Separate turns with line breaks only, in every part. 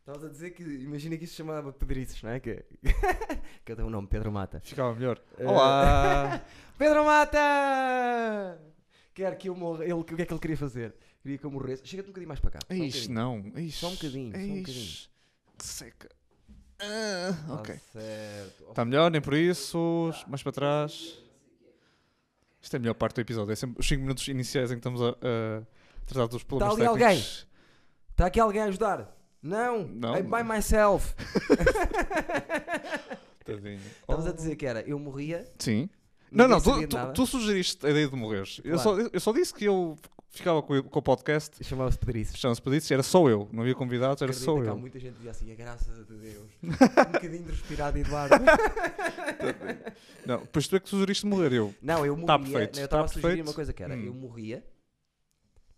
Estavas a dizer que, imagina que isso se chamava Pedriços, não é? Que... Cada um nome, Pedro Mata.
Ficava melhor.
Eh,
Olá!
Pedro Mata! Quer que eu morra. Ele, o que é que ele queria fazer? Queria que eu morresse. Chega-te um bocadinho mais para cá. Só um
Eh, Ixi,
bocadinho.
não. Ixi,
Só um bocadinho, só um
Ixi, Que seca. Ah,
Tá
ok. Tá.
certo.
Está melhor, nem por isso. Mais para trás. Isto é a melhor parte do episódio. É sempre os 5 minutos iniciais em que estamos a, a tratar dos problemas
Tá ali alguém?
técnicos.
Está Tá aqui alguém a ajudar? Não!
Não.
I'm by myself!
Tadinho.
Estavas a
Oh.
dizer que era, eu morria.
Sim. Não, não,
ninguém
tu,
sabia de
tu-
nada.
tu sugeriste a ideia de morreres. Eu, só, eu só disse que eu ficava com, o- com o podcast,
Chamava-se Pedriços.
chama-se Pedidos, era só eu, não havia convidados, era
Acredita
só
que
eu.
há muita gente que diz assim, a graça de Deus. um bocadinho de respirado, Eduardo.
Não, depois tu é que sugeriste morrer, eu.
Não, eu morria. né,
Tá perfeito,
eu estava
tá
a sugerir
perfeito.
uma coisa que era:
Hum.
eu morria,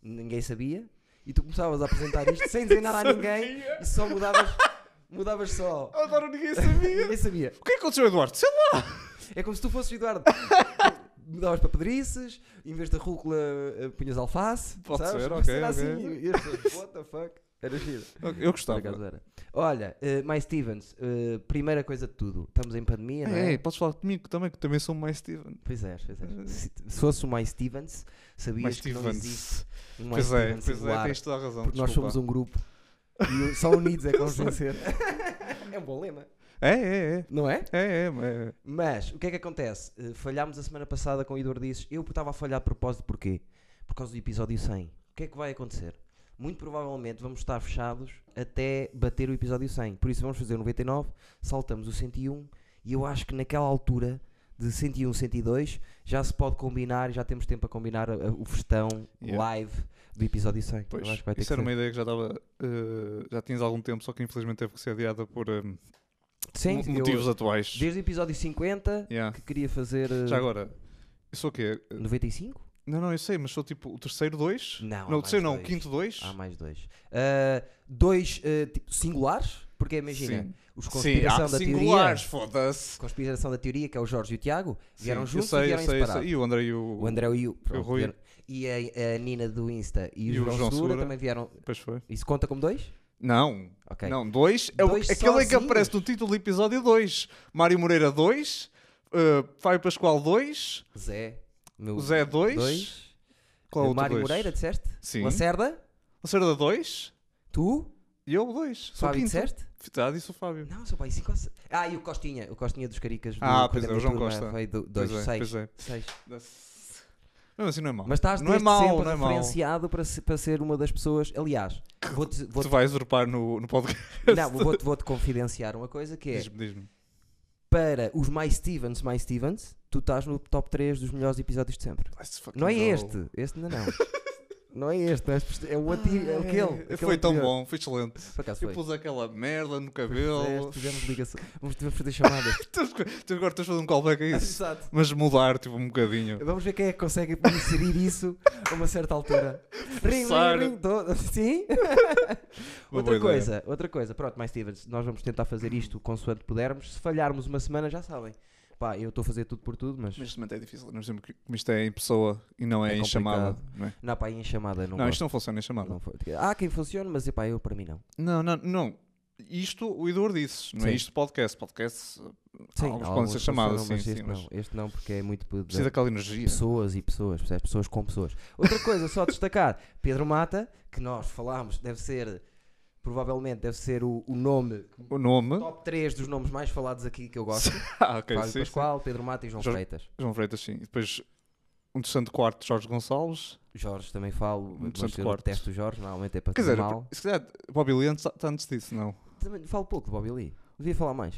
ninguém sabia, e tu começavas a apresentar isto sem dizer nada a ninguém e só mudavas, mudavas só.
Adoro, ninguém sabia.
Ninguém sabia.
o que é que aconteceu, Eduardo? Sei lá.
É como se tu fosses o Eduardo. Mudavas para pedriças, em vez da rúcula eh, punhas alface.
Pode
sabes?
ser,
Uma
ok, Tá
cena
ok.
assim, e as pessoas, what the fuck? Era giro.
Eu
Por
gostava.
acaso era. Olha, eh, mais Stevens, eh, primeira coisa de tudo, estamos em pandemia, não é?
Ei, Ah, podes falar comigo também, que também sou mais Steven.
Pois é, pois é. Se, se fosse o mais Stevens, sabias
Mais
que não existe
Stevens.
um mais
Pois é,
Stevens
pois é,
igual.
tens toda a razão.
Porque nós
desculpa.
somos um grupo e só unidos é que vamos vencer. é um bom lema,
É, é, é.
não é?
É, é, é.
Mas o que é que acontece? Eh, Falhámos a semana passada com o Eduardo Disses. Eu estava a falhar de propósito porquê? Por causa do episódio 100. O que é que vai acontecer? Muito provavelmente vamos estar fechados até bater o episódio 100. Por isso vamos fazer o 99, saltamos o 101 e eu acho que naquela altura de 101, 102 já se pode combinar, já temos tempo a combinar a- a- o festão
Yeah.
live do episódio 100.
Pois,
eu acho que vai ter
isso
que
era
ser.
uma ideia que já estava. eh, já tinhas há algum tempo, só que infelizmente teve que ser adiada por eh,
Sim,
mo-
eu-
motivos atuais.
Desde o episódio 50
Yeah.
que queria fazer eh,
Já agora, eu sou o quê? Eh,
95?
Não, não, eu sei, mas sou tipo o terceiro dois
Não, há
Não, o terceiro
mais
não, o
dois.
quinto dois
Há mais dois. Ah, dois eh, tipo, singulares, porque imagina,
Sim.
os
Sim,
conspiração
há
da
singulares,
teoria.
foda-se.
Conspiração da teoria, que é o Jorge e o Tiago, vieram
Sim,
juntos
eu sei,
e vieram
eu sei, eu sei.
separados.
E o André e o.
O André e o, pronto,
Rui.
vieram- e a, a Nina do Insta e o, João, Segura, também vieram.
Pois foi.
Isso conta como dois?
Não,
Ok.
não, dois é o-
Dois
aquele é que
sozinhos.
aparece no título do episódio 2. Mário Moreira 2, Fábio Pascoal 2,
Zé. Meu,
o Zé 2,
dois.
qual é o outro
Mário
dois?
Moreira, disseste?
Sim.
Lacerda,
Lacerda 2
tu,
e eu 2. Sou o
Fábio,
quinto.
disseste?
Fitado e sou o Fábio.
Não, sou pai, cinco ou se- Ah, e o Costinha, o Costinha dos Caricas. do-
Ah,
quando
pois
a
é, o
minha
João
turma
Costa.
Veio do, dois,
pois é,
seis,
pois é.
seis.
Mesmo assim não é mau.
Mas estás
Não é
desde
mau,
sempre
não é mau.
referenciado para, se- para ser uma das pessoas. Aliás, vou-te vou
Tu vais usurpar no, no podcast.
vou vou confidenciar uma coisa que é
Diz-me, diz-me.
para os mais Stevens, mais Stevens, tu estás no top 3 dos melhores episódios de sempre.
Let's fucking
Não é
go.
este, este ainda não. não é este, é o antigo, é aquele.
Ai,
aquele
Foi tão
anterior.
bom, foi excelente.
Por acaso
Eu
foi.
pus aquela merda no
Fizeste,
cabelo.
Fizemos ligação. Vamos tivemos que fazer chamadas.
Tu- tu Agora estás a fazer um callback a isso.
Exato.
Mas mudar, tipo, um bocadinho.
Vamos ver quem é que consegue inserir isso a uma certa altura. Ring,
Forçar.
ring, ring. todo- Sim?
Uma
outra
boa ideia.
coisa, outra coisa. Pronto, mais Stevens, nós vamos tentar fazer isto consoante pudermos. Se falharmos uma semana, já sabem. Pá, eu estou a fazer tudo por tudo, mas.
Mas também é difícil. Nós temos que como isto é em pessoa e não é,
É
em chamada. Não, é?
Não, pá, em chamada não.
não,
gosto.
isto não funciona em chamada.
Não foi. Há quem funcione, mas epá, eu para mim não.
Não, não, não. Isto o Idor disse, não é
Sim.
isto podcast. Podcast uh,
Sim,
alguns
há
podem ser
alguns
chamados,
funcionam,
sim, sim.
mas
Mas
este não. Este não, porque é muito. de-
precisa daquela energia.
pessoas e pessoas, percebes? Pessoas com pessoas. Outra coisa, só destacar, Pedro Mata, que nós falámos, deve ser, provavelmente deve ser o, o nome,
O nome.
top 3 dos nomes mais falados aqui que eu gosto.
Ah, ok.
Fábio
sim, sim.
Pascoal, Pedro Mata e João
Jorge-
Freitas.
João Freitas, sim. E depois um terceiro quarto, Jorge Gonçalves.
Jorge também falo,
Muito
mas
santo
eu
corte.
detesto o Jorge, normalmente é para
Quer
dizer
dizer,
mal.
se calhar Bobby Lee antes- está tá antes disso, não.
Também falo pouco de Bobby Lee, devia falar mais.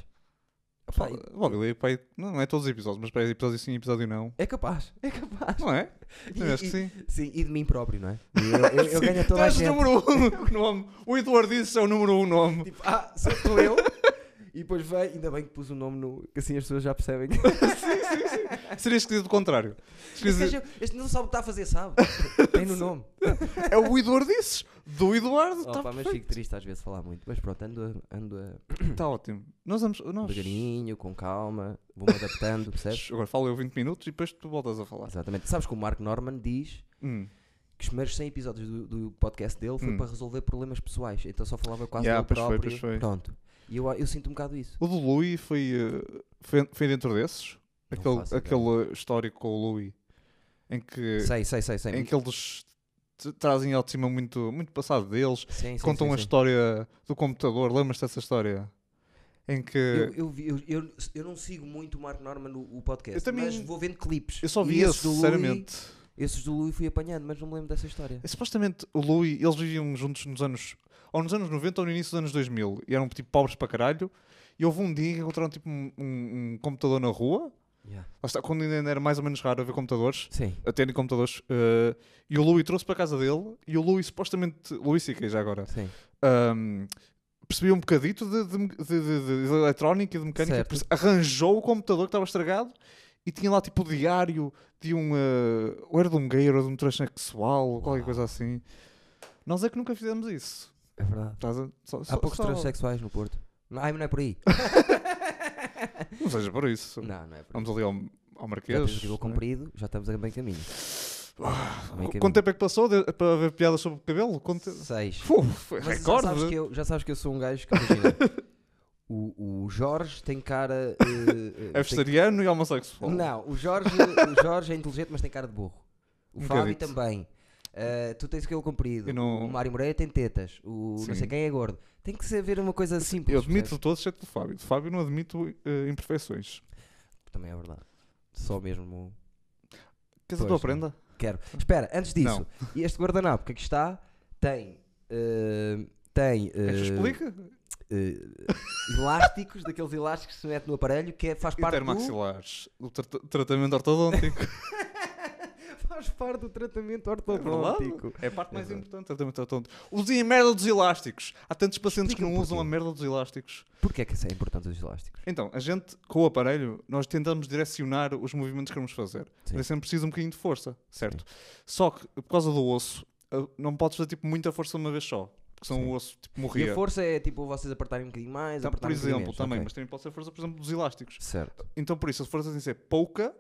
Pá,
Fala- Bobby Lee, pá, não não é todos os episódios, mas para episódio sim, episódio não.
É capaz, é capaz.
Não é?
E-
Eu acho que
e-
sim.
Sim, e de mim próprio, não é? E Eu, eu, eu
Sim,
ganho a
tu
toda a
és
gente.
o número um o nome. O Eduardo disse é o número um nome.
Tipo, ah, sou sou eu. E depois vem, ainda bem que pus o nome no. que assim as pessoas já percebem que.
Seria esquisito do contrário. Seria
Este,
esquisito-
gajo- este não sabe o que está a fazer, sabe? Tem no nome.
É o Eduardo disse do tá Eduardo.
Oh,
Está
pá, mas fico triste às vezes falar muito. Mas pronto, ando, a- ando a
tá ótimo. Nós vamos. Nós...
devagarinho, com calma, vou-me adaptando, percebes?
Agora falo eu 20 minutos e depois tu voltas a falar.
Exatamente. Sabes que o Mark Norman diz
Hum.
que os primeiros 100 episódios do, do podcast dele foi
Hum.
para resolver problemas pessoais. Então só falava quase
Yeah,
dele
pois foi,
próprio.
pois foi.
Pronto. E eu, eu sinto um bocado isso.
O do Louis foi, eh, foi, foi dentro desses?
Não
Aquele,
faço ideia.
aquele histórico com o Louis em que,
Sei, sei, sei, sei.
É. em que eles t- trazem ao de cima muito, muito passado deles,
Sim, sim,
contam
sim,
a
sim.
história do computador. Lembras-te dessa história? Em que.
Eu, eu, vi- eu, eu, eu não sigo muito o Marco Norman no o podcast,
Eu também-
mas vou vendo clipes.
Eu só
E
vi
esses
esse,
do Louis-
sinceramente.
esses do Louis fui apanhando, mas não me lembro dessa história.
É, Supostamente o Louis, eles viviam juntos nos anos. ou nos anos 90 ou no início dos anos 2000 e eram tipo pobres para caralho. E houve um dia que encontraram tipo um, um- um computador na rua.
Yeah.
Lá está, quando ainda era mais ou menos raro haver computadores.
Sim.
A terem computadores. eh, e o Louis trouxe para a casa dele. E o Louis, supostamente. Louis C.K. já agora.
Sim.
ahm, percebia um bocadito de, de, de, de- de eletrónica e de mecânica.
Certo.
perce- Arranjou o computador que estava estragado. E tinha lá tipo o diário de um. eh, ou era de um gay, ou era de um transexual, ou qualquer
Uau.
coisa assim. Nós é que nunca fizemos isso.
É verdade.
Estás a- só-
Há
só-
poucos
só-
transexuais no Porto. Não, ai, mas não é por aí.
Não seja por isso.
não, não é por aí.
Vamos ali ao, ao
Já
Marquês.
temos o cabelo
né?
comprido, já estamos a bem caminho.
Ah,
Meio caminho.
Quanto tempo é que passou de- para haver piadas sobre o cabelo? Quanto... te-
Seis.
Pô, foi
é Mas
recorde.
Já sabes, que eu, já sabes que eu sou um gajo que imagina. o, o Jorge tem cara. eh, eh,
É
tem-
vegetariano e homossexual.
Não, o Jorge, o Jorge é inteligente, mas tem cara de burro. O
Um
Fábio
bocadito.
também. Eh, tu tens o cabelo comprido.
Eu não-
O Mário Moreira tem tetas. O não
Sim.
sei quem é gordo. Tem que saber uma coisa simples.
Eu admito
percebes?
todos, exceto o Fábio. De Fábio não admito eh, imperfeições.
Também é verdade. Só mesmo.
Queres a
Pois,
tua
não.
prenda?
Quero. Espera, antes disso,
Não.
este guardanapo que aqui está tem. eh, tem.
Queres que
eh,
eu explique?
eh, elásticos, daqueles elásticos que se mete no aparelho, que é- faz parte do,
Intermaxilares. O tra- tratamento ortodôntico.
faz parte do tratamento
É verdade.
ortodôntico.
É a parte mais
É verdade.
importante. Tratamento ortodôntico. Usem a merda dos elásticos. Há tantos pacientes que
Explica-me
não usam a
porquê.
merda dos elásticos.
Porquê é que isso é importante os elásticos?
Então, a gente, com o aparelho, nós tentamos direcionar os movimentos que queremos fazer.
Sim.
Mas é sempre preciso um bocadinho de força, certo? Só que, por causa do osso, eh, não podes fazer tipo, muita força de uma vez só. Porque senão
Sim.
o osso tipo,
E a
morria.
força é tipo vocês apertarem um bocadinho mais,
Então, por
apertarem um
exemplo,
bocadinho menos.
também.
Ok.
Mas também pode ser força, por exemplo, dos elásticos.
Certo.
Então, por isso, a força tem de ser pouca,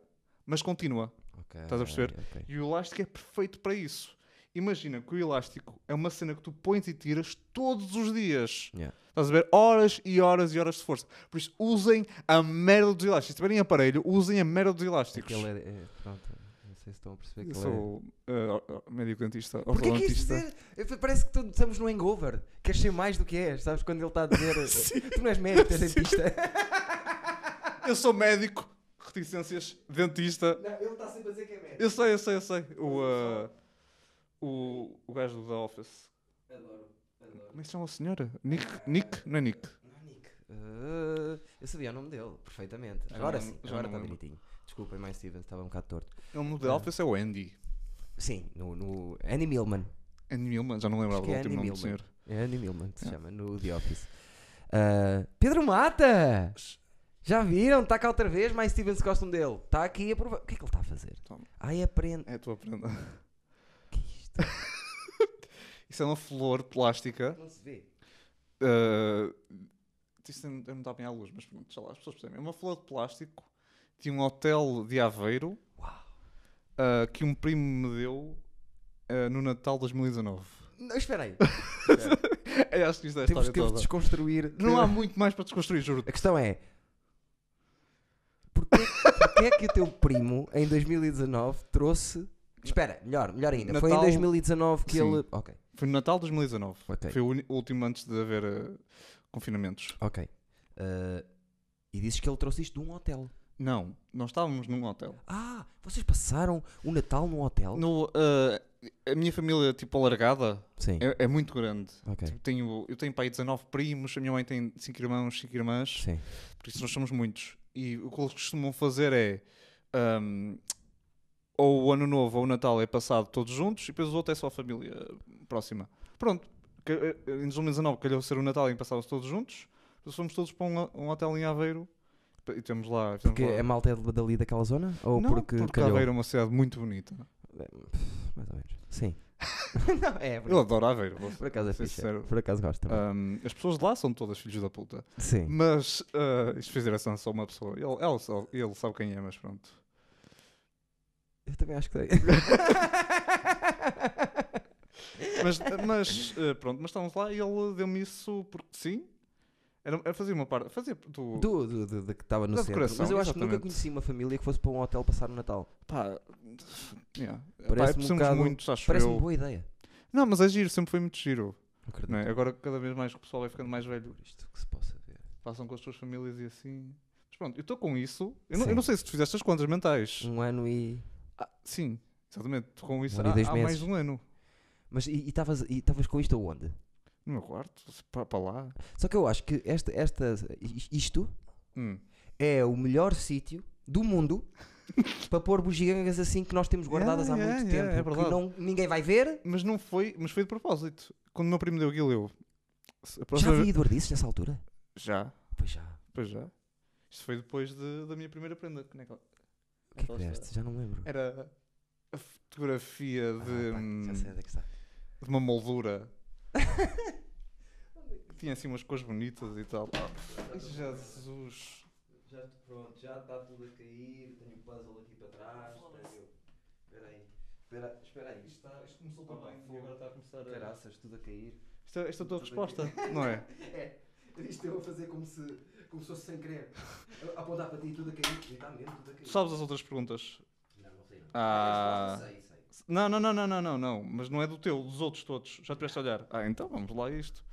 mas contínua. Estás a perceber?
ok.
E o elástico é perfeito para isso. Imagina que o elástico é uma cena que tu pões e tiras todos os dias.
Yeah.
Estás a ver? Horas e horas e horas de força. Por isso, usem a merda dos elásticos. Se tiverem aparelho, usem a merda dos elásticos.
Aquele é, é- Pronto, não sei se estão a perceber.
Eu
aquele
sou eh, or- or- médico dentista,
é... Porquê que isto
ortodontista.
dizer? Eu- Parece que tu- estamos no hangover. Queres ser mais do que és, sabes? Quando ele está a dizer. eh, tu não és médico, tu és dentista.
Eu sou médico, reticências, dentista.
não, ele está sempre a dizer que é médico.
Eu sei, eu sei, eu sei. O, eh, o, o gajo do The Office.
Adoro, adoro.
Como é que se chama a senhora? Nick? Nick? Não é Nick?
Não, Nick. Eh, eu sabia o nome dele, perfeitamente.
Já
Agora
não-
sim,
já
agora
não
está
lembro.
direitinho. Desculpem, mais Stevens, estava um bocado torto.
Ele no The
Ah.
Office é o Andy.
Sim, no, no Andy Millman.
Andy Millman, já não
Acho
lembrava do
que é
último
Andy
nome do
Millman.
senhor.
É Andy Millman, se
Ah.
chama, no The Office. Ah, Pedro Mata! Já viram? Está cá outra vez, mais Stevens gostam um dele. Está aqui a provar. O que é que ele está a fazer?
Toma.
Ai, aprende.
É a tua prenda.
Que é isto?
Isso é uma flor plástica.
Não se vê.
Uh, isto não não está bem à luz, mas pronto, sei lá, as pessoas percebem. É uma flor de plástico de um hotel de Aveiro
Uau.
uh, que um primo me deu uh, no Natal de 2019.
Não, espera aí.
Eu acho que isto é a
Temos
história
que os
toda.
desconstruir.
Não há muito mais para desconstruir, juro.
A questão é. Porquê, porquê é que o teu primo em 2019 trouxe. Espera, melhor, melhor ainda. Foi em
Natal-
2019 que
Sim.
ele. Ok,
Foi no Natal de 2019.
Ok.
Foi o uni- o último antes de haver uh, confinamentos.
ok. Ah, e dizes que ele trouxe isto de um hotel.
Não, nós estávamos num hotel.
Ah, vocês passaram o Natal num hotel?
No, uh, a minha família, tipo, alargada,
Sim.
é- é muito grande.
Ok.
Tipo, tenho, eu tenho para aí 19 primos, a minha mãe tem 5 irmãos, 5 irmãs,
Sim.
por isso nós somos muitos. E o que eles costumam fazer é ahm, ou o ano novo ou o Natal é passado todos juntos e depois o outro é só a família próxima. Pronto, que- eh, em 2019 calhou ser o Natal em que passaram todos juntos, depois fomos todos para um, ho- um hotel em Aveiro e temos lá. temos
Porque
lá-
é malta é dali daquela zona? Ou
Não,
porque,
porque,
calhou?
Aveiro é uma cidade muito bonita.
É, pff, Mais ou menos. Sim. não, é, por,
Eu adoro Aveiro. vou
por acaso é
ser
fixe.
sincero.
Por acaso gosto também.
Ahm, as pessoas de lá são todas filhos da puta.
Sim.
Mas ah, isto fez direção a só uma pessoa. Ele, ela só- ele sabe quem é, mas pronto.
Eu também acho que sei.
Mas, mas, eh, pronto, mas estávamos lá e ele deu-me isso porque sim. Era, era fazer uma parte. Fazia do,
Do, do, do- do que estava no
tipo, Da
centro.
decoração,
Mas eu acho que nunca
exatamente.
conheci uma família que fosse para um hotel passar o Natal.
Pá, yeah. Pá,
Parece-me um
somos
bocado-
muitos, acho
Parece-me um
eu.
boa ideia.
Não, mas é giro, sempre foi muito giro.
Acredito
não é? Agora, cada vez mais que o pessoal vai ficando mais velho,
por isto que se possa ver.
passam com as suas famílias e assim. Mas pronto, eu estou com isso. Eu não, eu
Sim.
não sei se tu fizeste as contas mentais.
Um ano e.
Ah, sim, exatamente. Estou com isso
Um ano e
há,
dois
há
meses.
mais de um ano.
Mas e estavas e estavas com isto aonde?
No meu quarto, para, lá.
Só que eu acho que esta, esta, is- isto
Hum.
é o melhor sítio do mundo para pôr bugigangas assim que nós temos guardadas
Yeah,
há
yeah,
muito
yeah, é
tempo. que
verdade.
não, ninguém vai ver.
Mas não foi, mas foi de propósito. Quando o meu primo deu aquilo, eu. se- a
Já
próxima
vi
vez-
Eduardices nessa altura?
Já,
Pois já.
pois já. Isto foi depois de- da minha primeira prenda. que naquela-
O que é que
naquela
deste? Já não me lembro.
história. Era a fotografia
Ah,
de,
pá, já
hum,
sei onde é que está.
de uma moldura. que tinha assim umas cores bonitas e tal. Ah, Jesus.
Já estou pronto, já está tudo a cair, tenho o puzzle aqui para trás, tenho... Espera aí, espera, espera aí.
Isto, começou
tão bem e agora
está a começar
Caraças, tudo a cair.
Isto é, esta é a tua resposta, não é?
É, isto eu a fazer como se, como se fosse sem querer. A apontar para ti, tudo a cair, literalmente tudo a cair.
Tu sabes as outras perguntas?
Não, não sei não.
Ah.
É, sei, sei.
Não, não, não, não, não, não, não. Mas não é do teu, dos outros todos. Já tiveste a olhar. Ah, então vamos lá a isto.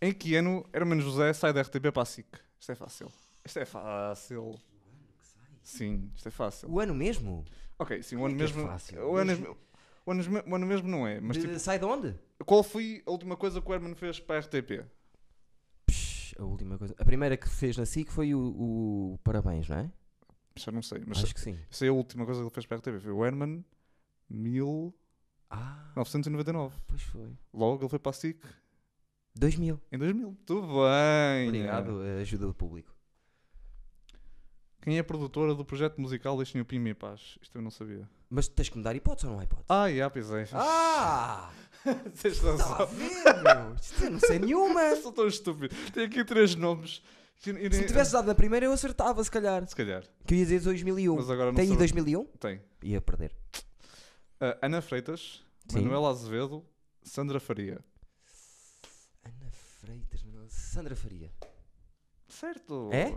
Em que ano Hermano José sai da RTP para a SIC? Isto é fácil. Isto é fácil. Sim, isto é fácil.
O ano mesmo?
Ok, sim, o
Como é
ano
que é
mesmo.
fácil?
O ano, mesmo- o ano mesmo- o ano mesmo não é. Mas
De-
tipo,
Sai de onde?
qual foi a última coisa que o Hermano fez para a RTP?
Psh, a última coisa. A primeira que fez na SIC foi o, o Parabéns, não é?
Já não sei, mas
Acho que sim.
sei a última coisa que ele fez para a RTP. Foi o Herman 1999.
Ah, pois foi.
Logo ele foi para a SIC
2000.
em 2000. Tudo bem.
Obrigado, eh, ajuda do público.
Quem é a produtora do projeto musical Deixem o Pima em Paz? Isto eu não sabia.
Mas tens que me dar hipótese ou não há hipótese?
Ah, já, pois é.
Ah!
Tens
Estava a
razão.
ver, meu. Isto eu não sei nenhuma.
Eu sou tão estúpido. Tenho aqui três nomes. que eu-
Se
eu nem- Ah,
me tivesse dado na primeira, eu acertava, se calhar.
Se calhar.
Que eu ia dizer 2001.
Mas agora não
Tem
sei-
2001?
Tem.
Ia perder.
Ah, Ana Freitas,
Sim.
Manuela Azevedo, Sandra Faria.
Ana Freitas, Manuela- Sandra Faria.
Certo.
É?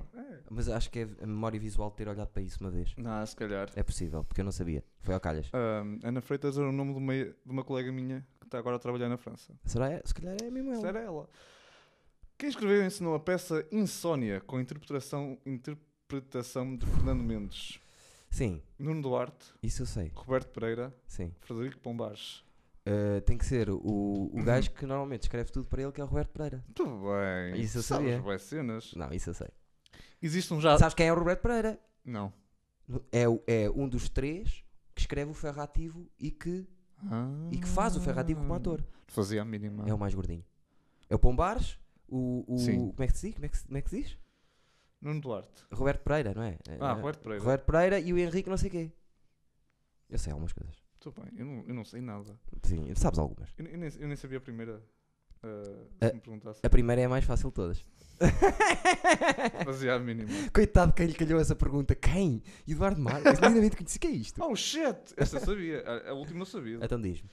Mas acho que é a memória visual de ter olhado para isso uma vez.
Não, se calhar.
É possível, porque eu não sabia. Foi ao calhas.
Ah, Ana Freitas era o nome de uma, de uma colega minha que está agora a trabalhar na França.
Será? É? Se calhar é mesmo
Isto
ela.
era ela. Quem escreveu e ensinou a peça Insónia com interpretação, interpretação de Fernando Mendes?
Sim,
Nuno Duarte,
isso eu sei.
Roberto Pereira,
Sim.
Frederico Pombares.
Ah, tem que ser o,
Uhum.
o gajo que normalmente escreve tudo para ele, que é o Roberto Pereira.
Muito Tá bem.
Isso eu
sabes
sabia.
bué cenas.
Não, isso eu sei.
Existe um já.
Sabes quem é o Roberto Pereira?
Não.
É, o- é um dos três que escreve o Ferrativo e que, e que faz o Ferrativo
Hum.
como ator.
Ah. Fazia a mínima.
É o mais gordinho. É o Pombares, o. o
Sim.
como, é que se diz? Como, é que se, como é que se diz?
Nuno Duarte.
Roberto Pereira, não é?
Ah,
É-
Roberto Pereira.
Roberto Pereira e o Henrique, não sei quê. Eu sei algumas coisas.
Muito bem. Eu não, eu não sei nada.
Sim, sabes algumas.
Eu, eu nem, eu nem sabia a primeira. ah,
Ah.
se me perguntasse.
A primeira é a mais fácil de todas.
Fazia a mínima. tipo.
Coitado quem lhe calhou essa pergunta. Quem? Eduardo Marques? Lindamente conheci. O que é isto?
Oh shit! Esta eu sabia. A, a última eu sabia.
Então diz-me.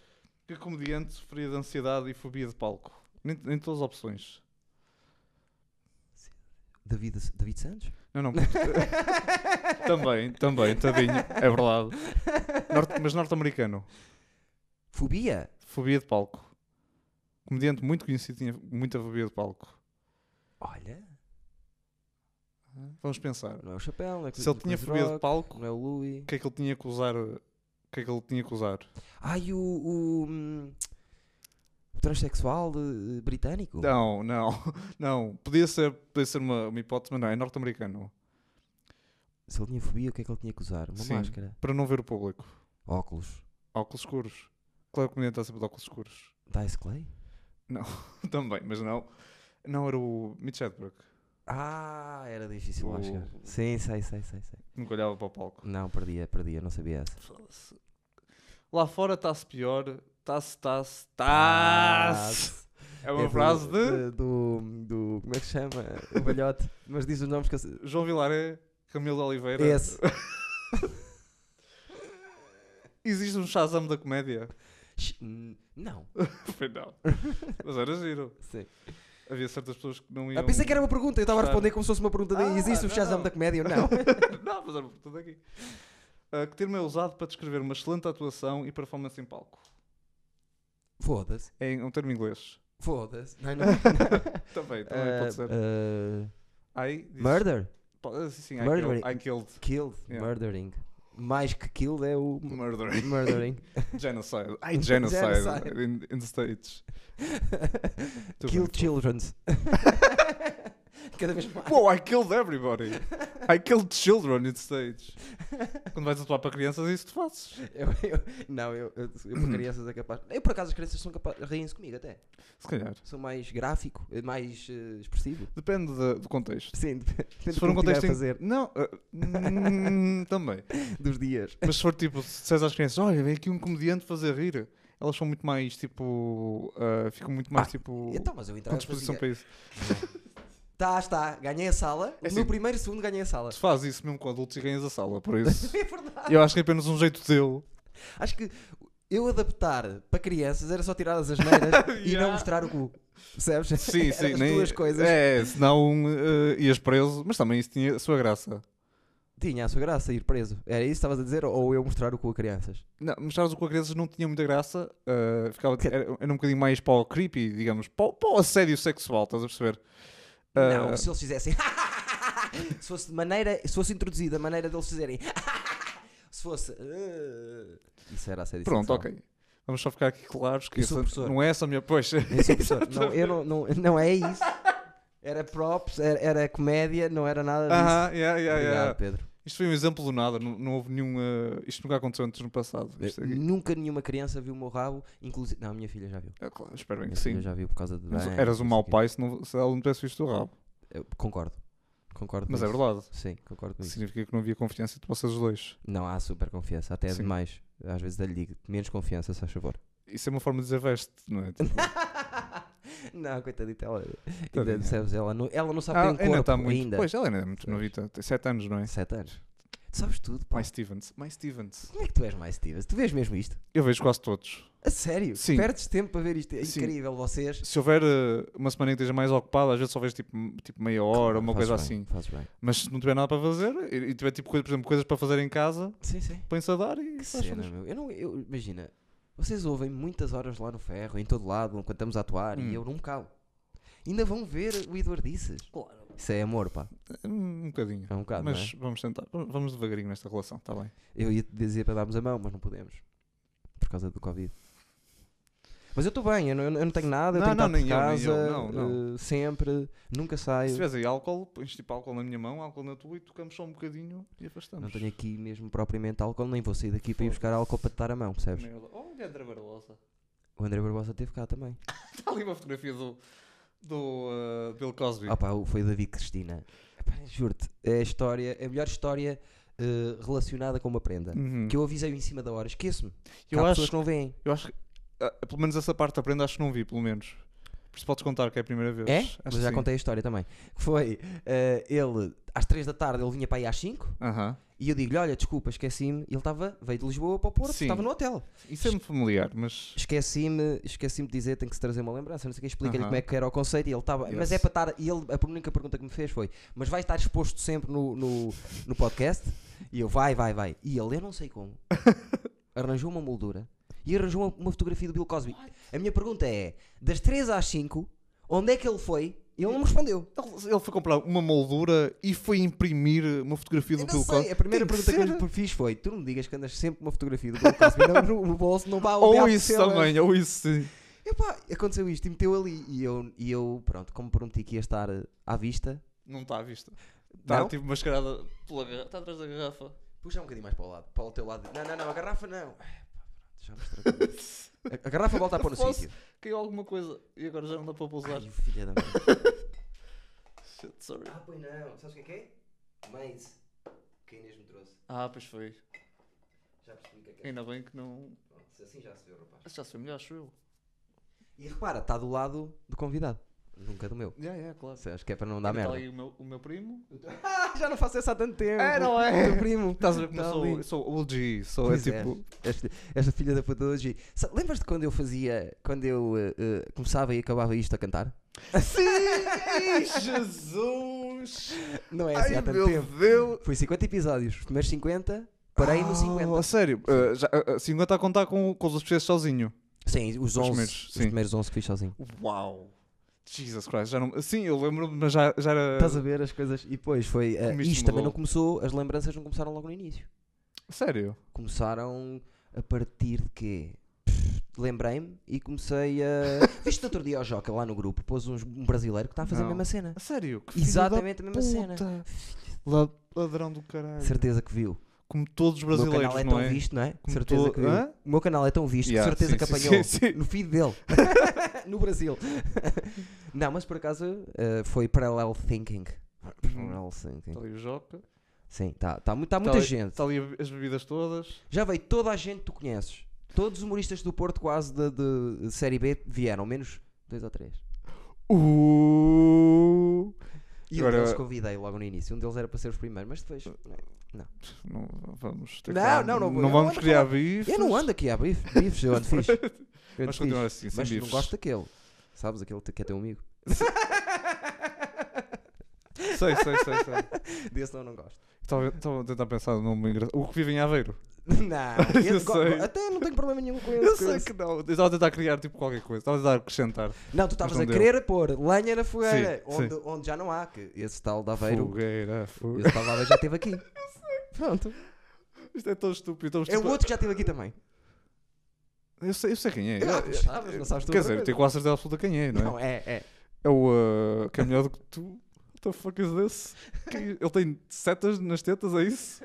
Que comediante sofria de ansiedade e fobia de palco? Nem, nem todas as opções.
David, David Santos?
Não, não. puto. também, também, tadinho. É verdade. Norte- mas norte-americano.
Fobia?
Fobia de palco. Comediante muito conhecido tinha muita fobia de palco.
Olha.
Vamos pensar.
Não é o chapéu, não é
Se ele tinha fobia de
pau.
palco,
Não é o Louis.
o que é que ele tinha que usar? O que é que ele tinha que usar?
Ai, o. O, hum, o transexual eh, britânico?
Não, não, não. Podia ser, podia ser uma, uma hipótese, mas não, é norte-americano.
Se ele tinha fobia, o que é que ele tinha que usar? Uma
Sim.
máscara.
Para não ver o público.
Óculos.
Óculos escuros. Claro que o comediante está sempre de óculos escuros.
Dice Clay?
Também, mas não. Não era o Mitch Hedberg.
Ah, era difícil lá
O-
chegar. Sim, sei, sei, sei, sei.
Nunca olhava para o palco.
Não, perdia, perdia, não sabia essa.
Lá fora está-se pior. Está-se, está-se, está-se. É uma
do- eh,
frase de,
do, do. Como é que se chama? O velhote. Mas diz os nomes que eu sei.
João Vilar é Camilo de Oliveira.
Esse.
Existe um Shazam da comédia.
Sh- n- hum, Não.
Foi não. Mas era giro.
Sim.
Havia certas pessoas que não iam.
Ah, pensei que era uma pergunta, eu estava a
Claro.
responder como se fosse uma pergunta de
Ah,
existe o
não,
Shazam
não.
da comédia ou não?
não, mas era tudo aqui. Ah, que termo é usado para descrever uma excelente atuação e performance em palco?
Foda-se.
É um termo inglês.
Foda-se. Não, não.
Também, também
Ah,
Então é, pode ser.
ah,
I, diz-
murder.
po- ah, sim, sim, I
Murder.
killed. I killed.
Killed.
Yeah.
Murdering. Mais que killed é o
Murder.
murdering.
genocide. I genocide.
Genocide.
In, in the States. Tudo
Kill
bem.
children's. Cada vez mais.
Wow, I killed everybody. I killed children in stage. Quando vais atuar para crianças, isso tu fazes.
Eu, eu- não, eu, eu, eu para crianças é capaz. Eu por acaso as crianças são capazes. Riem-se comigo até.
Se calhar.
Sou mais gráfico, eh, mais eh, expressivo.
Depende da- do contexto.
Sim, depende
Se for um
do que eu
contexto
tiver
em...
a fazer
Não, ah, hum, também.
dos dias.
Mas se for tipo, se disseres às crianças, olha, vem aqui um comediante fazer rir. Elas são muito mais tipo. ah, ficam muito mais
Ah,
tipo.
Então, mas eu
com
entrava e
disposição
fazia.
para isso.
Tá, está, ganhei a sala.
É
no
assim.
primeiro segundo ganhei a sala.
Tu fazes isso mesmo com adultos e ganhas a sala, por isso.
É verdade.
Eu acho que é apenas um jeito teu.
Acho que eu adaptar para crianças era só tirar as asneiras e
Yeah.
não mostrar o cu. Percebes?
Sim,
Era
sim.
as
nem-
duas coisas.
É, senão eh, ias preso, mas também isso tinha a sua graça.
Tinha a sua graça ir preso. Era isso que estavas a dizer? Ou eu mostrar o cu a crianças?
Não, mostrares o com a crianças não tinha muita graça, eh, ficava, era, era um bocadinho mais para o creepy, digamos, para, o- para o assédio sexual, estás a perceber? Eh,
Não, se eles fizessem. se fosse de maneira. Se fosse introduzida a maneira deles fizerem. se fosse. eh, Isso era a série
Pronto,
sexual.
ok. Vamos só ficar aqui claros que
Eu sou
essa-
professor.
não é essa a minha. Pois,
Nem sou professor. não, eu não, não, não é isso. Era props, era, era comédia, não era nada disso.
Aham, yeah, yeah,
Obrigado,
yeah.
Pedro.
isto foi um exemplo do nada, não, não houve nenhum. eh, isto nunca aconteceu antes no passado. Isto aqui.
Nunca nenhuma criança viu o meu rabo, inclusive. Não, a minha filha já viu.
É claro, espero bem
Minha
que
filha
sim.
já viu por causa de.
Mas
bem,
eras um
não sei
mau
o quê.
pai se, não, se ela não tivesse visto o rabo.
Eu concordo. Concordo. com
Mas é
isso.
verdade.
Sim, concordo com isso.
Significa que não havia confiança entre vocês dois.
Não há super confiança, até é
Sim.
demais. Às vezes dá-lhe digo, menos confiança, se faz favor.
Isso é uma forma de dizer veste, não é? Tipo,
não, coitadita, ela, ainda
Tadinha.
percebes, ela, não, ela não sabe
ah,
ter um corpo
tá muito.
ainda.
Pois, ela ainda é muito
Pois.
novita. Tem 7 anos, não é?
Sete anos. Tu sabes tudo, pá.
My Stevens. My Stevens.
Como é que tu és mais Stevens? Tu vês mesmo isto?
Eu vejo quase todos.
A sério?
Sim.
Perdes tempo para ver isto. É
Sim.
incrível, vocês.
Se houver eh, uma semana em que esteja mais ocupada, às vezes só vejo tipo, m- tipo meia hora, uma
Fazes
coisa
bem,
assim.
Fazes bem.
Mas se não tiver nada para fazer e, e tiver tipo, coisa, por exemplo, coisas para fazer em casa,
Sim, sim.
põe-se a dar e
Que
faz
cena,
coisas.
meu. Eu não, eu, imagina, vocês ouvem muitas horas lá no ferro, em todo lado, enquanto estamos a atuar,
Hum.
e eu não me calo. Ainda vão ver o Eduardices. Claro. Isso é amor, pá.
Hum, Um bocadinho.
É um bocado, não é?
mas vamos tentar, v- vamos devagarinho nesta relação, está bem?
Eu ia te dizer para darmos a mão, mas não podemos. Por causa do Covid. Mas eu estou bem, eu não, eu não tenho nada, eu
Não,
tenho
não,
estado por
nem eu, nem
casa,
eu, não, não.
eh, sempre, nunca
Se
saio.
tiveres aí álcool, pões tipo álcool na minha mão, álcool na tua e tocamos só um bocadinho e afastamos.
Não tenho aqui mesmo propriamente álcool, nem vou sair daqui para ir buscar álcool para te dar a mão, percebes?
Merda. Olha, André Barbosa.
O André Barbosa teve cá também.
Está ali uma fotografia do, do ah, Bill Cosby.
Ah pá, o- foi o David Cristina. Epá, Juro-te, é a história, é a melhor história eh, relacionada com uma prenda.
Uhum.
Que eu avisei em cima da hora, esqueço-me. que
Eu
Há
acho,
pessoas que não veem.
eu acho que, ah, pelo menos essa parte da prenda, acho que não vi, pelo menos. Por isso podes contar que é a primeira vez.
É?
Acho
Mas
que
já
sim.
contei a história também. Que Foi, eh, ele, às 3 da tarde, ele vinha para aí às 5.
Aham.
E eu digo-lhe, olha, desculpa, esqueci-me. Ele estava, veio de Lisboa para o Porto,
Sim.
estava no hotel.
Isso é me familiar, mas.
Esqueci-me, esqueci-me de dizer, tenho que se trazer uma lembrança, não sei o que, explica-lhe
Aham.
como é que era o conceito. E ele estava, mas é
Yes.
para estar, e ele, a única pergunta que me fez foi, mas vai estar exposto sempre no, no, no podcast? E eu, vai, vai, vai. E ele, eu não sei como, arranjou uma moldura e arranjou uma, uma fotografia do Bill Cosby. A minha pergunta é, das 3 às 5, onde é que ele foi? E ele não me respondeu.
Então, Ele ele foi comprar uma moldura e foi imprimir uma fotografia do
Eu não
Bill
sei,
Cosby.
a primeira
Tem
pergunta que,
ser.
eu lhe fiz foi: tu não me digas que andas sempre com uma fotografia do Bill Cosby no- no, no bolso, não vá ao
Ou
diabo
isso
celas."
também, ou isso sim.
Epá, aconteceu isto e meteu ali. E eu, e eu, pronto, como prometi que ia estar eh, à vista,
Não está à vista. Está
Não?
tipo mascarada pela garrafa. Está atrás da garrafa.
puxa um bocadinho mais para o lado, para o teu lado. Não, não, não, a garrafa não. Ah, pá, pronto, já me estragou. A, a garrafa volta a pôr no
Posso?
sítio.
Caiu alguma coisa e agora já não dá para pousar.
Ai, filha da mãe.
Shit, sorry.
Ah, pois não, sabes o que é que é? Maze, que a Inês me trouxe.
Ah, pois foi.
Já percebi o que é que é.
Ainda bem que não.
Pronto, assim já se viu, rapaz.
Já foi melhor, acho eu.
E repara, está do lado do convidado. Nunca do meu.
Yeah, yeah, claro.
Isso Acho que é para não dar
Ainda tá
merda.
ali o meu, o meu primo.
Ah, já não faço isso há tanto tempo.
É, não é?
Meu primo.
Estás a ver
Tá
como eu sou,
ali.
eu sou old G, sou é
Pois é.
tipo.
Esta, esta filha da puta hoje. Sa- Lembras-te quando eu fazia. Quando eu eh, eh, começava e acabava isto a cantar?
Sim! Jesus!
Não é assim
Ai
há tanto
meu
tempo.
Deus!
Foi 50 episódios. Os primeiros 50, parei
Ah,
no 50.
A sério, Ah, já, ah, ah, 50 a contar com, com os outros processos sozinho.
Sim, os 11. Os primeiros,
primeiros, sim.
11 que fiz sozinho.
Uau! Jesus Christ, já não. Sim, eu lembro-me, mas já, já era.
Estás a ver as coisas. E depois foi. eh,
Como isto
isto também não
mudou.
começou. As lembranças não começaram logo no início.
Sério?
Começaram a partir de quê? Pff, Lembrei-me e comecei a. Viste outro dia ao Joca lá no grupo, pôs uns- um brasileiro que está a fazer a
Não.
mesma cena.
A sério? Que filho
Exatamente a mesma
da
cena.
puta! La- Ladrão do caralho.
Certeza que viu.
Como todos os
O meu
brasileiros,
canal é
não
tão
é?
visto, não é?
Como
certeza
tu-
que viu.
Hã?
O meu canal é tão visto,
Yeah,
certeza
sim,
que
sim,
apanhou
sim, sim.
no feed dele. no Brasil. não, mas por acaso eh, foi Parallel Thinking. Parallel Thinking.
Está ali o Joca.
Sim, está tá, mu- tá
Tá
muita
ali-
gente.
Está ali a- as bebidas todas.
Já veio toda a gente que tu conheces. Todos os humoristas do Porto, quase de, de Série B, vieram, menos dois ou três.
Uh...
E um
Agora-
deles convidei logo no início. Um deles era para ser os primeiros, mas depois. né?
Não vamos ter
Não,
calma,
não, não vou-
não
eu
vamos
ando
criar
com-
bifes.
Eu não ando aqui a bifes, bifes eu ando fixe. Eu ando
Mas
fixe.
continua assim, sem
Mas não
bifes.
gosto daquele. Sabes, aquele que é teu amigo.
Sei, sei, sei, sei.
Desse não, não gosto.
Estava estava a tentar pensar num nome engraçado. O que vive em Aveiro.
Não,
Eu
esse go-
sei.
até não tenho problema nenhum com esse.
Eu
com
sei
esse.
que não. Eu estava a tentar criar tipo qualquer coisa. Estava a tentar acrescentar.
Não, tu estavas
não
a
deu.
querer pôr lenha na fogueira,
Sim,
onde, onde já não há. Que esse tal da Aveiro,
Fogueira, fogueira.
esse tal da Aveiro já esteve aqui. Pronto.
Isto é tão estúpido. Tão
É o
estúpido.
outro que já esteve aqui também.
Eu sei, eu sei quem é.
Ah,
Eu-
tu sabes, não sabes tu
Quer
outra
dizer, eu
coisa.
tenho quase certeza absoluta quem é, não é?
Não, é, é.
É o uh, que é melhor do que tu. What the fuck is this? Que- Ele tem setas nas tetas, é isso?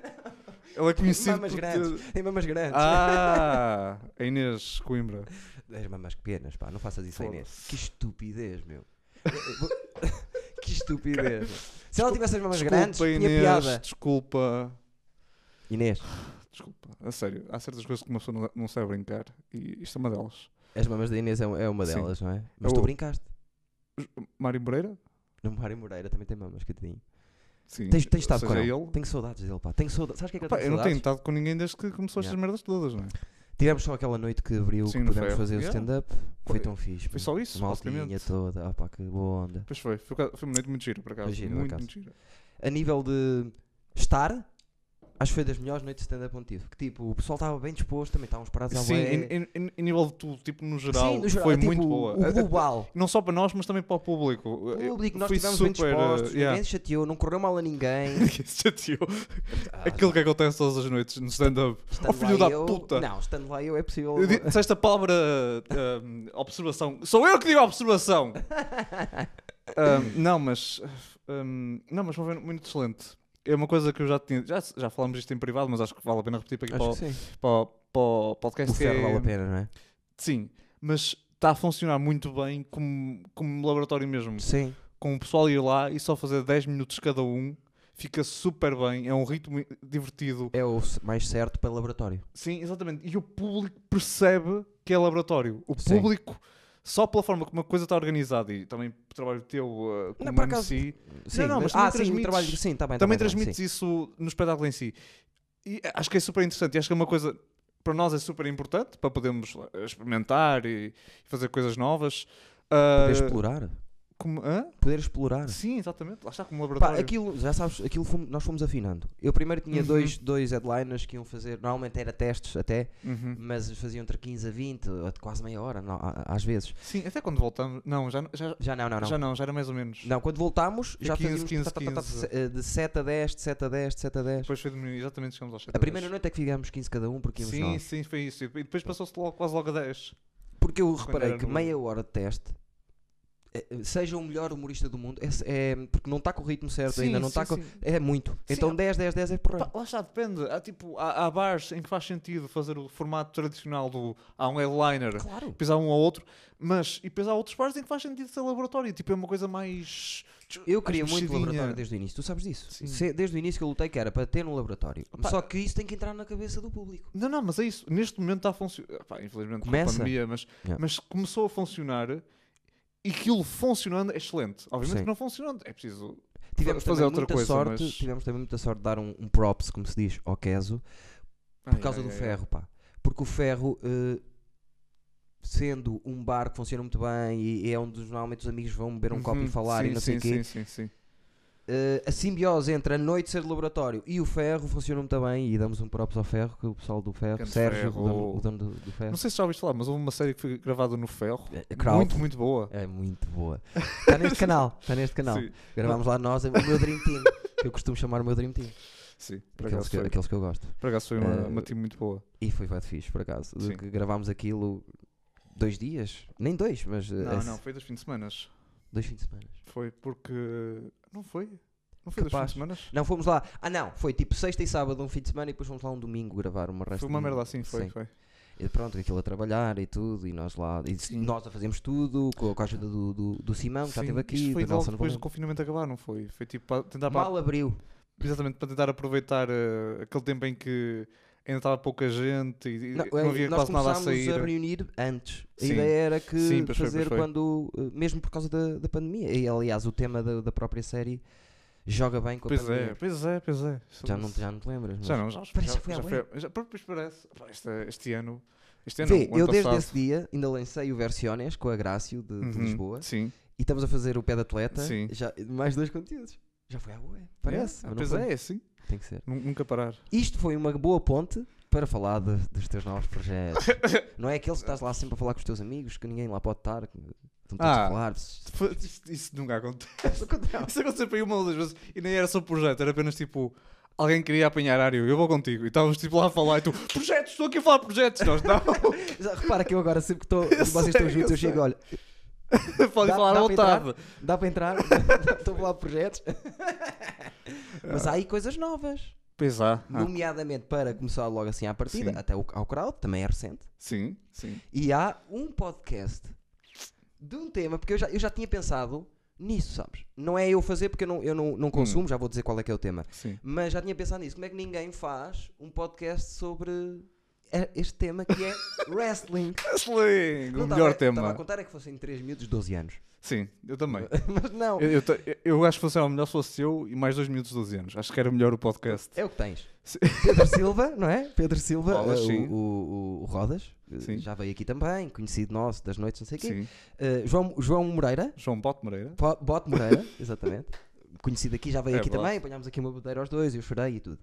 Ele é conhecido
Mamas
por ter-
grandes. Tem mamas grandes.
Ah, a Inês Coimbra.
É, As mamas pequenas, pá, não faças isso aí Inês.
Foda-se.
Que estupidez, meu. que estupidez. meu. Se ela tivesse as mamas grandes, tinha
Inês,
piada.
desculpa.
Inês,
Desculpa, a sério, há certas coisas que uma pessoa não, não sabe brincar e isto é uma delas.
as mamas da Inês é, um- é uma
Sim.
delas, não é? Mas
Eu-
tu brincaste.
Mário Moreira?
No Mário Moreira também tem mamas, coitadinho.
Sim.
Tens, tens estado
ou
com
seja,
ele?
ele.
Tenho saudades dele, pá. Tenho saudades. Sabes o que é que eu
Pá,
tenho
eu não tenho
saudades?
estado com ninguém desde que começou estas
Yeah.
merdas todas, não é?
Tivemos só aquela noite que abriu
Sim,
que
no
pudemos
ferro.
fazer o
Yeah.
stand-up. Foi
Foi-
tão fixe. pô.
Foi só isso,
Maltinha
basicamente.
toda. Ah pá, que boa onda.
Pois foi, foi, ca- foi uma noite muito gira, por acaso.
Foi gira, por
muito,
acaso.
muito gira.
A nível de estar, acho que foi das melhores noites de stand-up onde tive. Que tipo, o pessoal estava bem disposto, também estavam parados à
Sim,
bué.
em, em- em- em nível de tudo, tipo, no geral,
é Sim, no geral,
foi
tipo,
muito boa. A-
O
a-
global.
não só para nós, mas também para o público.
O
Eu-
público, nós
fui
estivemos bem
super, uh,
dispostos,
yeah.
ninguém se chateou, não correu mal a ninguém.
Que se chateou.
Ah,
Aquilo que acontece todas as noites no stand-up.
estando
Oh filho
lá
da
eu-
puta!
Não, estando lá eu é possível.
Eu di- Disseste a palavra ahm, observação. Sou eu que digo observação! Ahm, não, mas. ahm, não, mas foi muito excelente. É uma coisa que eu já tinha. Já, já falámos isto em privado, mas acho que vale a pena repetir para, aqui para,
Acho
o-
que sim.
para, o- para o
O
podcast. que
ferro
é-
vale a pena, não é?
Sim, mas está a funcionar muito bem como, como um laboratório mesmo.
Sim.
Com o pessoal ir lá e só fazer 10 minutos cada um. Fica super bem, é um ritmo divertido.
É o c- mais certo para laboratório.
Sim, exatamente. E o público percebe que é laboratório. O
Sim.
público, só pela forma como a coisa está organizada e também o trabalho teu uh, como
por acaso-
MC,
Sim,
não, mas
ah,
também
sim, o
transmites-
trabalho. Sim, tá bem, tá bem,
também
tá bem,
transmites isso no espetáculo em si. E acho que é super interessante. E acho que é uma coisa, para nós é super importante, para podermos uh, experimentar e fazer coisas novas. Uh,
Poder explorar.
como- hã?
Poder explorar.
Sim, exatamente. Lá está como
Hum. Pá,
laboratório.
aquilo, já sabes, aquilo fomos- nós fomos afinando. Eu primeiro tinha
Uhum.
dois, dois headliners que iam fazer, normalmente era testes até,
Uhum.
mas faziam entre 15 a 20, ou de quase meia hora, não, a- às vezes.
Sim, até quando voltamos. Não, já já,
Já não, não, não.
já não, já era mais ou menos.
Não, quando voltámos,
É
já
15,
fazíamos
15,
tá, tá, tá, tá,
15.
se- de 7 a 10, de 7 a 10, de 7 a 10.
Depois foi diminuir, exatamente chegamos aos
A
7
primeira noite é que ficámos 15 cada um, porque íamos
Sim,
nós.
sim, foi isso. E depois passou-se logo, quase logo a 10.
Porque eu
Quando
reparei
era
que
no-
meia hora de teste, eh, eh, seja o melhor humorista do mundo, é, é- porque não está com o ritmo certo
Sim,
ainda, não
sim,
está com.
sim. um
É muito. Então 10, 10, 10 é porra.
Pá, lá está, depende. Há, tipo, há, há bares em que faz sentido fazer o formato tradicional do. Há um headliner,
Claro.
depois há um ou outro, mas. E depois há outros bares em que faz sentido ser laboratório. Tipo, é uma coisa mais.
Eu queria
mais
muito
mexidinha.
laboratório desde o início, tu sabes disso.
Sim.
Se- desde o início que eu lutei que era para ter um laboratório.
Opa.
Só que isso tem que entrar na cabeça do público.
Não, não, mas é isso. Neste momento está a funcionar. Infelizmente, com a
Começa.
pandemia, mas,
Yeah.
mas começou a funcionar. E aquilo funcionando é excelente. Obviamente
Sim.
que não funcionando, é preciso.
Tivemos
fazer
também
outra
muita
coisa,
sorte,
mas-
tivemos também muita sorte de dar um, um props, como se diz, ao Keso, por
Ai,
causa
ai,
do
ai, ai.
ferro, pá. Porque o ferro, eh, sendo um bar que funciona muito bem e, e é onde normalmente os amigos vão beber um copo e
Uhum,
falar
sim,
e não sei
sim,
o quê,
Sim, sim, sim.
eh, a simbiose entre a noite ser de laboratório e o ferro funciona muito bem e damos um props ao ferro, que o pessoal do ferro,
Grande
Sérgio,
Ferro.
O, dono, o dono do, do ferro.
Não sei se já ouviste falar, mas houve uma série que foi gravada no ferro.
Eh, Crowd.
Muito, muito boa.
É muito boa. Está neste canal, está neste canal.
Sim,
Gravámos lá nós o meu Dream Team, que eu costumo chamar o meu Dream Team.
sim. Por
Aqueles
acaso
que,
foi,
aqueles que eu gosto.
por acaso foi uma,
Eh,
uma team muito boa.
E foi bem fixe, por acaso. De
Sim.
que gravámos aquilo dois dias, nem dois, mas eh,
Não,
esse-
não, foi das fins de semana.
dois fins de semana.
Foi porque. Não foi? Não foi
Capaz.
das fins de semana?
Não, fomos lá. Ah, não, foi tipo sexta e sábado, um fim de semana, e depois fomos lá um domingo gravar uma resto
Foi uma
de-
merda assim, foi.
Sim.
foi.
E pronto, aquilo a trabalhar e tudo, e nós lá, e
Sim.
nós a fazemos tudo, com, com a ajuda do, do, do Simão, que já
Sim,
esteve
isto
aqui,
foi
do
logo
Nelson
depois do
Rebelo.
confinamento acabar, não foi? Foi tipo para tentar.
Mal abriu.
Exatamente, para tentar aproveitar eh, aquele tempo em que ainda estava pouca gente e e não,
é,
havia
nós
quase nada a
começámos
sair.
a reunir antes. A
Sim.
ideia era que
Sim, pois foi,
fazer
pois foi.
quando, eh, mesmo por causa da, da pandemia. E aliás, o tema da, da própria série joga bem com a
Pois
pandemia.
é, pois é, pois é.
Já não, já não é? te lembras? mas-
Já não, já,
Parece que foi há bué.
já- pois parece. Pá, Este, este ano. Este ano,
Vê,
não, então o ano
eu desde
passado.
esse dia ainda lancei o Versiones com a Grácio de, de
Uhum,
Lisboa
Sim.
e estamos a fazer o pé de atleta.
Sim.
Já, mais dois conteúdos. Já foi à boa, parece. mas
É,
não
pois
foi.
é, é assim.
Tem que ser.
Nu- Nunca parar.
Isto foi uma boa ponte para falar de- dos teus novos projetos. não é aqueles que estás lá sempre a falar com os teus amigos, que ninguém lá pode estar, que estão todos
Ah.
a falar.
Foi- Isso, isso nunca acontece. Isso aconteceu para aí uma ou duas vezes e nem era só projeto, era apenas tipo. Alguém queria apanhar área, eu vou contigo. E estávamos tipo lá a falar e tu, projetos, estou aqui a falar de projetos. Nós não,
Já repara que eu agora sempre que estou,
Eu
vocês estão
sei,
juntos,
eu
eu chego,
sei.
olha,
podem
Dá-
falar à
dá para entrar?
vontade.
dá para entrar, estou a falar de projetos. Mas há aí coisas novas,
Pois há. há.
Ah. nomeadamente para começar logo assim à partida,
Ah. Sim.
até o, ao crowd, também é recente.
Sim, sim.
E há um podcast de um tema, porque eu já, eu já tinha pensado nisso, sabes? Não é eu fazer porque eu não, eu não,
Hum.
não consumo, já vou dizer qual é que é o tema.
sim.
Mas já tinha pensado nisso. Como é que ninguém faz um podcast sobre eh, este tema que é wrestling?
Wrestling,
Não
o
tava-
melhor
Estava
tema.
a contar é que fossem 3 miúdos de 12 anos.
Sim, eu também.
Mas não,
Eu, eu, te- eu acho que fosse o melhor se fosse eu e mais dois minutos, 12 anos. Acho que era melhor o podcast.
é o que tens.
Sim.
Pedro Silva, não é? Pedro Silva,
Rodas,
eh, o-
sim.
o, o- o Rodas, eh,
Sim.
já veio aqui também, conhecido nosso das noites, não sei o quê.
Sim.
Eh, João, João Moreira,
João Bote Moreira.
Po- Bote Moreira, exatamente. Conhecido aqui, já veio
É
aqui
verdade.
também, apanhámos aqui uma bandeira aos dois, eu chorei e tudo.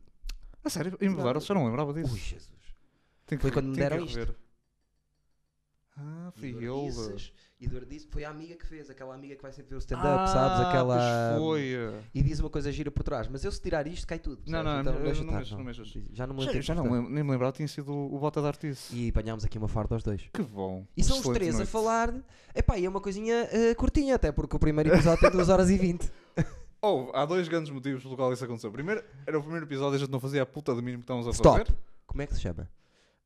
A sério, em Mudar, eu já não lembrava disso.
Ui, Jesus.
Tenho
foi quando me
tenho
deram
que rever. Ah, fui eu.
Eduardices, Eduardices, foi a amiga que fez, aquela amiga que vai sempre ver o stand-up, sabes? Aquela.
Ah, Pois foi.
E diz uma coisa gira por trás, mas eu se tirar isto cai tudo.
Não,
percebes?
não,
Então
eu- eu
deixa
não
estar,
mexo, não mexo. assim.
Já não me
Já,
lembro.
já não lembro, nem me lembrava, tinha sido o Bota de Artice.
E apanhámos aqui uma farda aos dois.
Que bom.
E são os
Excelente
três
noite.
a falar. de- Epá, e é uma coisinha eh, curtinha, até porque o primeiro episódio tem 2 horas e 20.
Oh, há dois grandes motivos pelo qual isso aconteceu. Primeiro, era o primeiro episódio e a gente não fazia a puta do mínimo que estávamos a
Stop.
fazer.
Como é que se chama?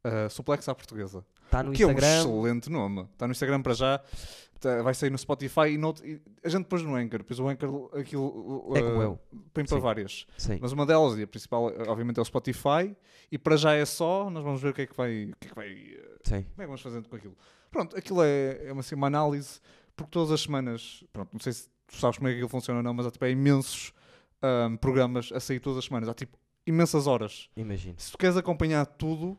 Ah, suplex à portuguesa.
Está no
que é um
Instagram.
excelente nome. Está no Instagram para já, tá- vai sair no Spotify e, nout- e a gente pôs no Anchor, pois o Anchor aquilo
É como
eh,
eu.
põe para
Sim.
várias.
Sim.
Mas uma delas, e a principal, eh, obviamente, é o Spotify, e para já é só, nós vamos ver o que é que vai. o que é que vai, eh,
Sim.
como é que vamos fazendo com aquilo? Pronto, aquilo é, é uma, assim, uma análise, porque todas as semanas, pronto, não sei se tu sabes como é que aquilo funciona ou não, mas há tipo, é imensos ahm, programas a sair todas as semanas, há tipo imensas horas.
Imagino.
Se tu queres acompanhar tudo,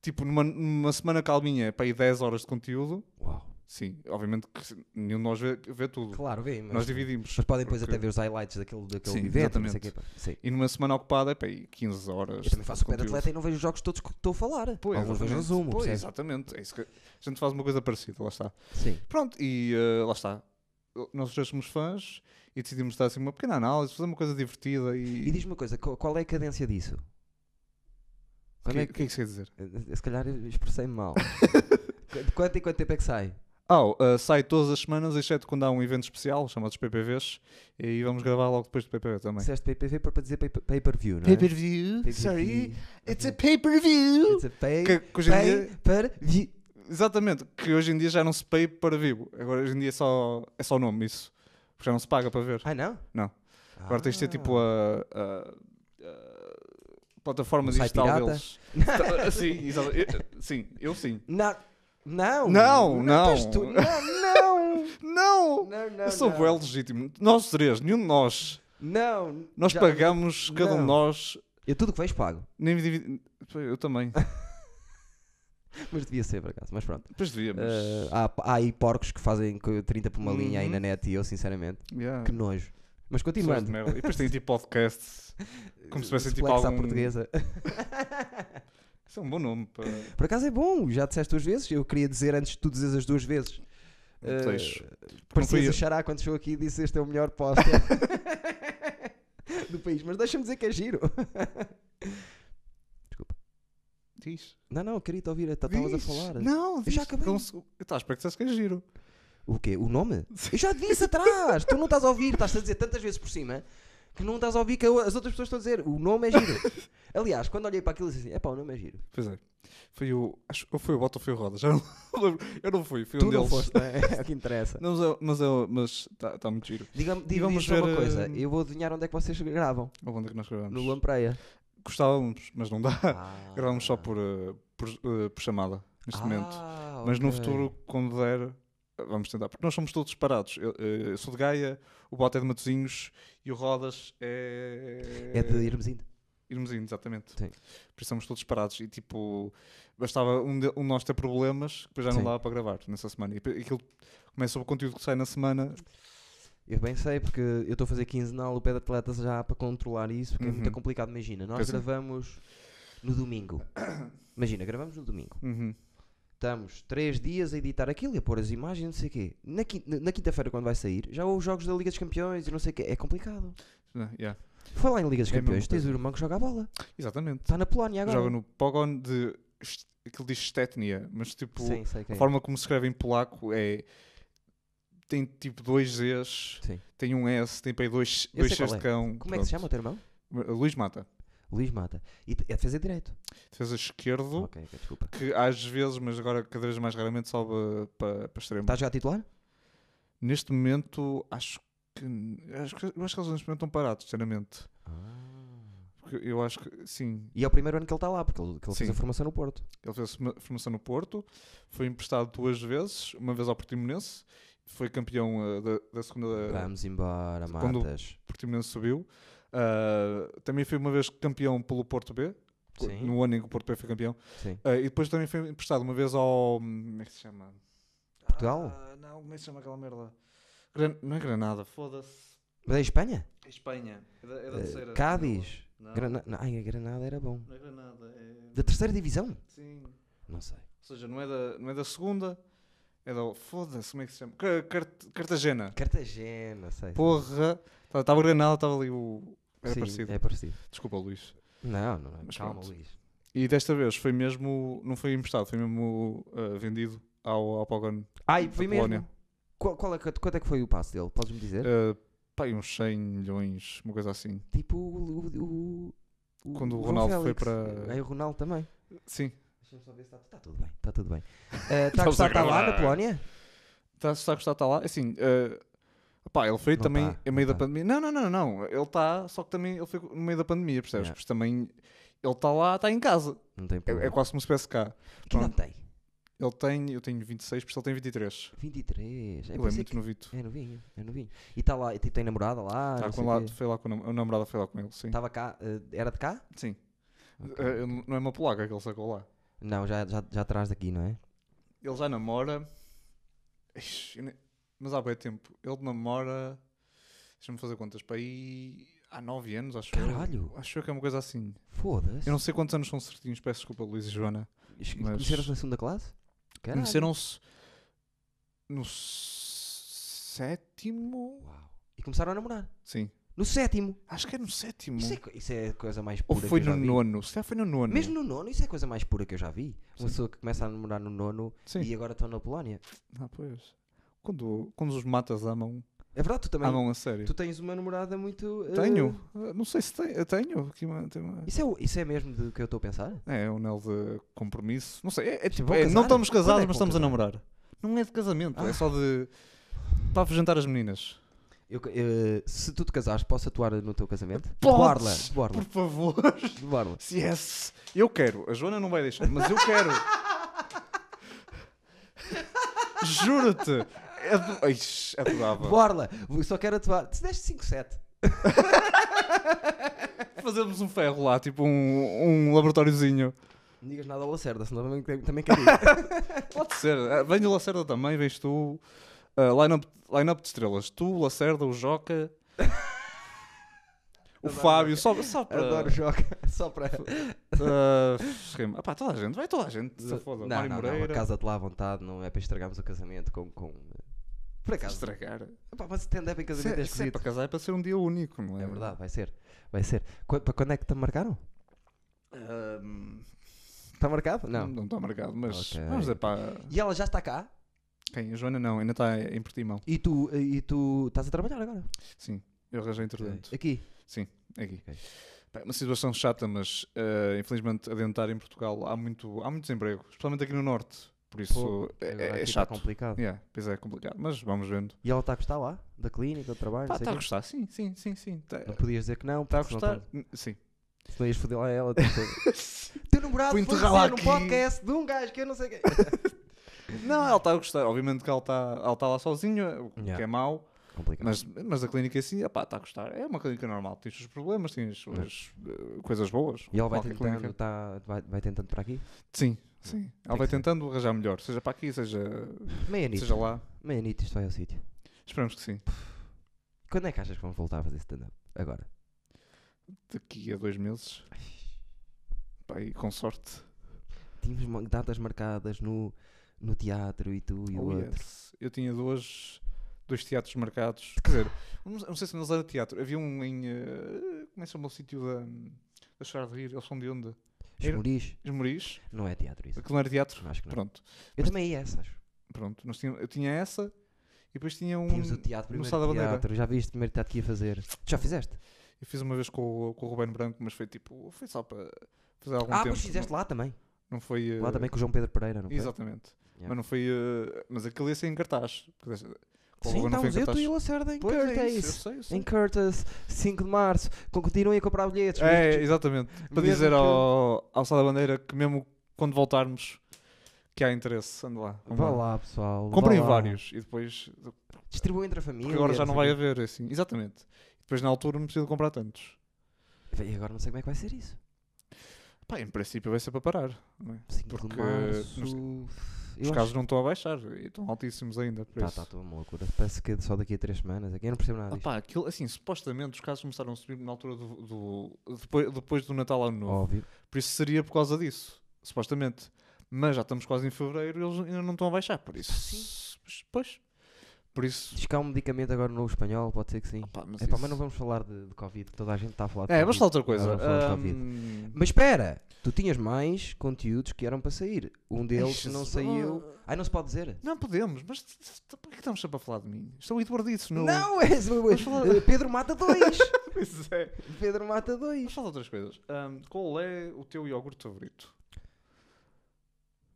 tipo numa, numa semana calminha, é para aí 10 horas de conteúdo,
Uau.
sim, obviamente que se- nenhum de nós vê, vê tudo.
Claro, vê. Mas,
nós dividimos.
mas podem depois
porque-
até ver os highlights daquele, daquele
Sim,
evento. não sei o
exatamente.
quê, pá. Sim.
E numa semana ocupada é para aí 15 horas.
Eu também faço o pé de
conteúdo.
atleta e não vejo os jogos todos que estou a falar.
Pois,
Alguns vejo
exatamente.
resumo.
Pois,
percebes?
exatamente. É isso que a gente faz uma coisa parecida, lá está.
Sim.
Pronto, e eh, lá está. Nós os dois somos fãs e decidimos dar assim uma pequena análise, fazer uma coisa divertida e.
E diz-me uma coisa, qual qual é a cadência disso?
o
Quando
que,
é
o que é que isso quer dizer?
que- Se calhar eu expressei-me mal. Qu- De quanto em quanto tempo é que sai?
Ah, uh, sai todas as semanas, exceto quando há um evento especial, chamado os PPVs, e aí vamos gravar logo depois do PPV também.
Disseste PPV para para dizer pay- pay-per-view, não é?
é? Pay-per-view,
Pay-per-view. Uhum.
pay-per-view!
It's a pay,
Que, que hoje em dia,
pay-per-view.
exatamente, que hoje em dia já não se pay para vivo. Agora hoje em dia é só, é só o nome, isso. Porque já não se paga para ver.
Ah, não?
Não. Agora tens de ter tipo
Ah.
a, a- a plataforma
Um site
digital
pirata?
deles. Ah, sim, exato. Eu- sim, eu sim.
Não. Não,
Não, não.
tens tu- não, não.
Não!
Não, não,
Eu sou
não.
bué legítimo. Nós três, nenhum de nós.
Não.
Nós
já-
pagamos, cada um de
Não.
nós.
Eu tudo que vejo pago.
Nem me dividi... Pô, Eu também.
Mas devia ser, por acaso. Mas pronto.
Depois devíamos.
Eh, há, há aí porcos que fazem co- 30 por uma linha aí
Uhum.
na net e eu, sinceramente,
Yeah.
que nojo. Mas
Pessoas de
continuando.
merda. E depois tem tipo podcast. Como se tivesse, tipo,
Suplex à
algum-
portuguesa.
Isso é um bom nome para.
Por acaso é bom, já disseste duas vezes. Eu queria dizer antes de tu dizeres as duas vezes.
Não te
Eh,
deixo. fui
Parecias
eu.
a Xará quando chegou aqui e disse este é o melhor posta do país. Mas deixa-me dizer que é giro.
Diz.
Não, não, eu queria te ouvir. tá- Estavas a
Diz.
falar.
Não, diz.
já acabei.
Com se- Eu estava a esperar que dissesse que é giro.
O quê? O nome? Eu já disse atrás. tu não estás a ouvir. Estás a dizer tantas vezes por cima que não estás a ouvir que eu- as outras pessoas estão a dizer. O nome é giro. Aliás, quando olhei para aquilo disse assim: é pá, o nome é giro.
Pois é. Foi o. Acho... Ou foi o Bota ou foi o Roda? Já não lembro. Eu não fui. Fui um
tu
deles.
não foste, não é? é o que interessa.
Não, mas é- mas é- mas está tá muito giro.
Diga-me
E
diga
vamos ver,
uma coisa.
eh,
Eu vou adivinhar onde é que vocês gravam.
Onde é que nós gravamos?
No Lampreia.
Gostávamos, mas não dá.
Ah.
Gravamos só por, eh, por, eh, por chamada, neste momento.
Ah,
Mas no
ok.
futuro, quando der, eh, vamos tentar. Porque nós somos todos parados. Eu, eh, eu sou de Gaia, o Bota é de Matozinhos e o Rodas é.
É de irmos indo.
Irmozinho, exatamente.
Sim.
Por isso somos todos parados. E tipo, bastava um de, um de nós ter problemas que depois já não
Sim.
dava para gravar nessa semana. E depois aquilo começa o conteúdo que sai na semana.
Eu bem sei, porque eu estou a fazer quinzenal o pé de atletas já para controlar isso, porque é muito
Uhum.
complicado. Imagina, nós
Pois é.
gravamos no domingo. Imagina, gravamos no domingo.
Uhum.
Estamos três dias a editar aquilo e a pôr as imagens, não sei o quê. Na quin- na- na quinta-feira, quando vai sair, já houve os jogos da Liga dos Campeões e não sei o quê. É complicado.
Ah, yeah.
Falar em Liga dos
É a mesma
Campeões, tens o
coisa.
irmão que joga a bola.
Exatamente.
Está na Polónia agora.
Joga no Pogon de. est- Aquilo diz estétnia, mas tipo,
Sim, sei quem.
a
é.
forma como se escreve em polaco é. Tem tipo dois Zs,
Sim.
tem um S, tem para aí dois,
Eu sei qual
dois Cs de
é.
cão.
Como é que se chama o teu irmão?
chama? Luís Mata.
Luís Mata. E t- é defesa de direito.
Defesa esquerdo,
Ok, ok, desculpa.
que às vezes, mas agora cada vez mais raramente, salva para, para extremo.
Está a jogar titular?
Neste momento, acho que. Acho que, eu acho que eles neste momento estão parados, sinceramente. Porque eu acho que, sim,
Ah. E é o primeiro ano que ele está lá, porque ele, que ele fez
Sim.
a formação no Porto.
ele fez uma formação no Porto, foi emprestado duas vezes, uma vez ao Portimonense, foi campeão eh, da, da segunda.
Vamos embora,
quando-
Matas.
Portimonense subiu. Ah, também foi uma vez campeão pelo Porto B, co-
Sim.
no ano em que o Porto B foi campeão.
Sim.
Ah, e depois também foi emprestado uma vez ao. Como é que se chama?
Portugal?
Ah, não, como é que se chama aquela merda? Gran- não é Granada, foda-se.
Mas é Espanha?
É Espanha. É da, é da
Eh,
terceira.
Cádiz?
Não,
Grana... não, Ai, a Granada era bom.
não é Granada. É...
Da terceira divisão?
Sim. Ou
Não sei.
seja, não é da, não é da segunda. É da. Foda-se, como é que se chama? Car- Cart- Cartagena.
Cartagena, sei.
Porra. Estava Granada, estava ali o. Era
Sim,
parecido.
É parecido.
Desculpa, Luís.
Não, não, não.
Mas
Calma,
pronto.
Luís.
E desta vez foi mesmo, não foi emprestado, foi mesmo uh, vendido ao, ao Pogon.
Ai,
Da
Tipo, foi mesmo.
Polónia.
Qual, qual é, que- quanto é que foi o passo dele? Podes-me dizer?
Uh, pá, aí uns 100 milhões, uma coisa assim.
Tipo o. o, o- o-
Quando o
João
Ronaldo foi
Félix.
para-
Aí o Ronaldo também.
Sim,
Deixa-me só ver se tá- está. Está tudo bem, está tudo bem. Eh, Está a
Estamos
gostar
a
de estar lá na
gravar.
Polónia?
está Tá, está a gostar, está lá. Assim, uh, pá, ele foi
Não
também
tá,
a
não
meio da
tá.
pandemia. Não, não, não, não, ele está, só que também ele foi no meio da pandemia, percebes?
Yeah. Uhum.
Pois também, ele está lá, está em casa.
Não tem
É, é
problema.
quase como se estivesse cá.
que idade
Pronto,
tem?
ele tem, eu tenho 26, por isso ele tem 23.
23. É,
ele é
pensei
muito
que-
novito.
é novinho, é novinho. E está lá, e tipo, tem namorada lá?
Tá
não
com
sei
lá,
quê.
foi lá com a nam- a namorada foi lá com ele, sim.
Estava cá, eh, era de cá?
Sim.
Ok.
Uh, ele não é uma polaca que ele sacou lá.
Não, já, já, já atrás daqui, não é?
Ele já namora. Ixi, eu nem- Mas há bem tempo. Ele namora. Deixa-me fazer contas. Para aí. Há 9 anos, acho
Caralho!
eu. Acho eu que é uma coisa assim.
Foda-se.
Eu não sei quantos anos são certinhos. Peço desculpa, Luís e Joana.
Che-
mas-
Conheceram-se na segunda classe? Caralho.
Conheceram-se. No s- sétimo.
Uau. E começaram a namorar.
Sim.
No sétimo.
Acho que é no sétimo.
Isso é, co- isso é a coisa mais
Ou
pura
foi
que eu
no
já vi.
nono. Se calhar foi no nono.
Mesmo no nono, isso é a coisa mais pura que eu já vi. Uma
Sim.
pessoa que começa a namorar no nono
Sim.
e agora estão na Polónia.
Ah, pois. Quando, quando os matas amam,
É verdade, tu também.
amam a sério.
tu tens uma namorada muito. eh,
Ah, Tenho. Ah, Não sei se tenho. Eu tenho. Aqui uma- tem uma-
Isso é, o- isso é mesmo do que eu estou a pensar?
É, um anel de compromisso. Não sei, é, é tipo,
vão
é,
casar?
não estamos
Quando é
casados,
que
mas
vão Ah.
estamos a namorar. Não é de casamento, é só de. Para afugentar as meninas.
Eu ca- eh, se tu te casares, posso atuar no teu casamento? De
Podes,
Borla, de Borla,
Por favor.
de Borla.
Yes. é, Eu quero. A Joana não vai deixar, mas eu quero. Juro-te. Ado- Ixi, Adorava.
Borla, eu só quero atuar. Te deste 5-7.
Fazermos um ferro lá, tipo um, um laboratóriozinho.
Não digas nada ao Lacerda, senão também, também quero ir.
Pode ser. Ah, Vem o Lacerda também, vens tu. Ah, line-up line de estrelas. Tu, Lacerda, o Joca. o
Adoro
Fábio. Só, só para...
Adoro joga. Só para.
Ah, esquema. Ah pá, toda a gente. Vai toda a gente. Se foda.
não,
Mário
não, não, a
Moreira.
casa-te lá à vontade, não é para estragarmos o casamento com. com... Por acaso.
Estragar.
Pá, mas stand-up em
Se
casamento é
é, se é
esquisito.
para casar é para ser um dia único, não é?
é É verdade, vai ser. Vai ser. Qu- para quando é que te marcaram?
Ahm,
Está marcado?
não.
Não.
não está marcado, mas
Ok.
vamos dizer para.
E ela já está cá?
Quem? A Joana não, ainda está em Portimão.
E tu, e tu estás a trabalhar agora?
Sim, eu arranjei entretanto.
Aqui.
Aqui.
Ok.
Pá, é Uma situação chata, mas ah, infelizmente adentrar em Portugal há muito, há muito desemprego, especialmente aqui no Norte. Por isso é-
Agora
é,
aqui
é
está
chato.
complicado.
Yeah, pois é, é complicado, mas vamos vendo.
E ela está a gostar lá? Da clínica, do trabalho?
Pá,
não, sei
está a
quê?
gostar, sim, sim, sim, sim. Está
Não podias dizer que não,
tá a
porque
gostar?
Senão,
N- Sim.
tam- senão ias foder lá ela. tipo, Teu namorado foi
Vou
dizer
enterrá-la
num
aqui."
podcast de um gajo que eu não sei quem.
Não, ela está a gostar. Obviamente que ela está ela está lá sozinha, o que
Yeah.
é mau.
Complicado.
Mas, mas a clínica em si, está a gostar. É uma clínica normal, tens os problemas, tens as eh, coisas boas.
E ela vai
Qualquer
tentando,
clínica.
tá, vai, vai tentando para aqui?
Sim, sim. Ela
que
vai
ser.
tentando arranjar melhor, seja para aqui, seja,
Meia nito.
seja lá.
Meia nito, é isto vai ao sítio.
Esperamos que sim.
Quando é que achas que vamos voltar a fazer stand-up? Agora.
Daqui a dois meses. Pá, e com sorte.
Tínhamos ma- datas marcadas no, no teatro e tu e o
Oh,
outro.
yes. Eu tinha duas, dois teatros marcados. Quer dizer, não, não sei se eles eram teatro. Havia um em. eh, como é que se chama o sítio da, da Chorar de Rir? Eles são de onde? Era-
Esmoriz?
Os Moris.
Não é teatro isso.
Aquilo não era teatro.
Acho que não.
Pronto.
Eu também ia essa, acho.
Pronto, nós tínhamos, eu tinha essa e depois tinha um.
Tínhamos o teatro,
no
primeiro
Sá da Bandeira.
teatro. Já viste o primeiro teatro que ia fazer? Tu já fizeste?
Eu fiz uma vez com, o- com o Ruben Branco, mas foi tipo. Foi só para fazer algum
ah,
um tempo.
mas fizeste
não,
lá também.
Não foi.
Lá
eh,
também com o João Pedro Pereira, não foi?
Exatamente.
Yeah.
Mas não foi. eh, mas aquele ia ser em cartaz. porque esse- com o
Sim,
Ruben não foi
estávamos
em
eu, tu
cartaz.
e o Lacerda em
Pois é isso, eu
Curtis.
sei, eu sei.
Em Curtis, 5 de Março. Com- Continuem a comprar bilhetes.
É,
mesmo-
exatamente. Para
mesmo
dizer
que-
ao, ao Sá da Bandeira que mesmo quando voltarmos que há interesse, ande lá. vamos
Vá
lá.
lá, pessoal. vá
Comprem
lá.
vários e depois.
Distribuem entre a família.
Porque agora já não
sei
vai
o
haver, assim. Exatamente. Depois na altura não preciso comprar tantos.
quê. E agora não sei como é que vai ser isso.
Pá, em princípio vai ser para parar. não é?
5
Porque
de Março.
nos-
Eu
Os
acho-
casos não estão a baixar e estão altíssimos ainda. Por
Tá,
isso.
tá, estou uma loucura. Parece que é só daqui a 3 semanas. Aqui eu não percebo nada
Ah,
disto.
pá, aquilo, assim, supostamente os casos começaram a subir na altura do. do- depois, depois do Natal ao Ano Novo.
Óbvio.
Por isso seria por causa disso, supostamente. Mas já estamos quase em fevereiro e eles ainda não estão a baixar. Por isso. Sim. Pois. Por isso.
Diz que há um medicamento agora no espanhol, pode ser que sim.
Ah, pá, mas
É pá,
isso-
mas não vamos falar de, de Covid, que toda a gente está a falar de
É,
Covid.
vamos falar outra coisa.
Agora vamos falar de Covid.
Ahm,
Mas espera, tu tinhas mais conteúdos que eram para sair. Um deles
Ai,
não
Jesus.
saiu. Ai, não se pode dizer.
Não podemos, mas t- t- t- por que estamos sempre a falar de mim? Estou eduardice, não?
Não, é
falar-
eh, Pedro Mata 2.
Pois é.
Pedro Mata 2.
Vamos falar de outras coisas. Ahm, qual é o teu iogurte favorito?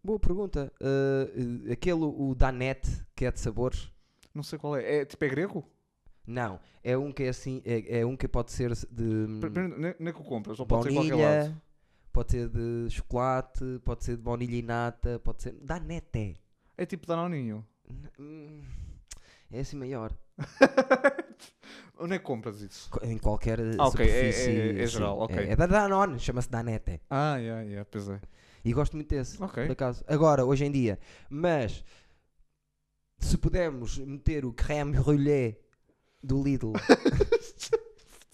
Boa pergunta. Eh, eh, aquele, o Danette, que é de sabores.
Não sei qual é. É tipo é grego?
Hum. Não, é um que é assim, é, é um que pode ser
Pr-
de hum,
primeiro, Nem, nem que o compras, ou pode ser em qualquer lado.
baunilha, pode ser de chocolate, pode ser de baunilha e nata, pode ser... Danette.
É tipo danoninho.
N- hum, É assim maior.
Onde é que compras isso?
Co- Em qualquer eh,
Ah, ok, é- é-
superfície.
é
sim.
geral, ok.
É, é da Danone, chama-se Danette.
Ah, yeah, yeah, pois é.
E gosto muito desse, por
Ok.
acaso. Agora, hoje em dia. Mas, se pudermos meter o creme brûlée do Lidl,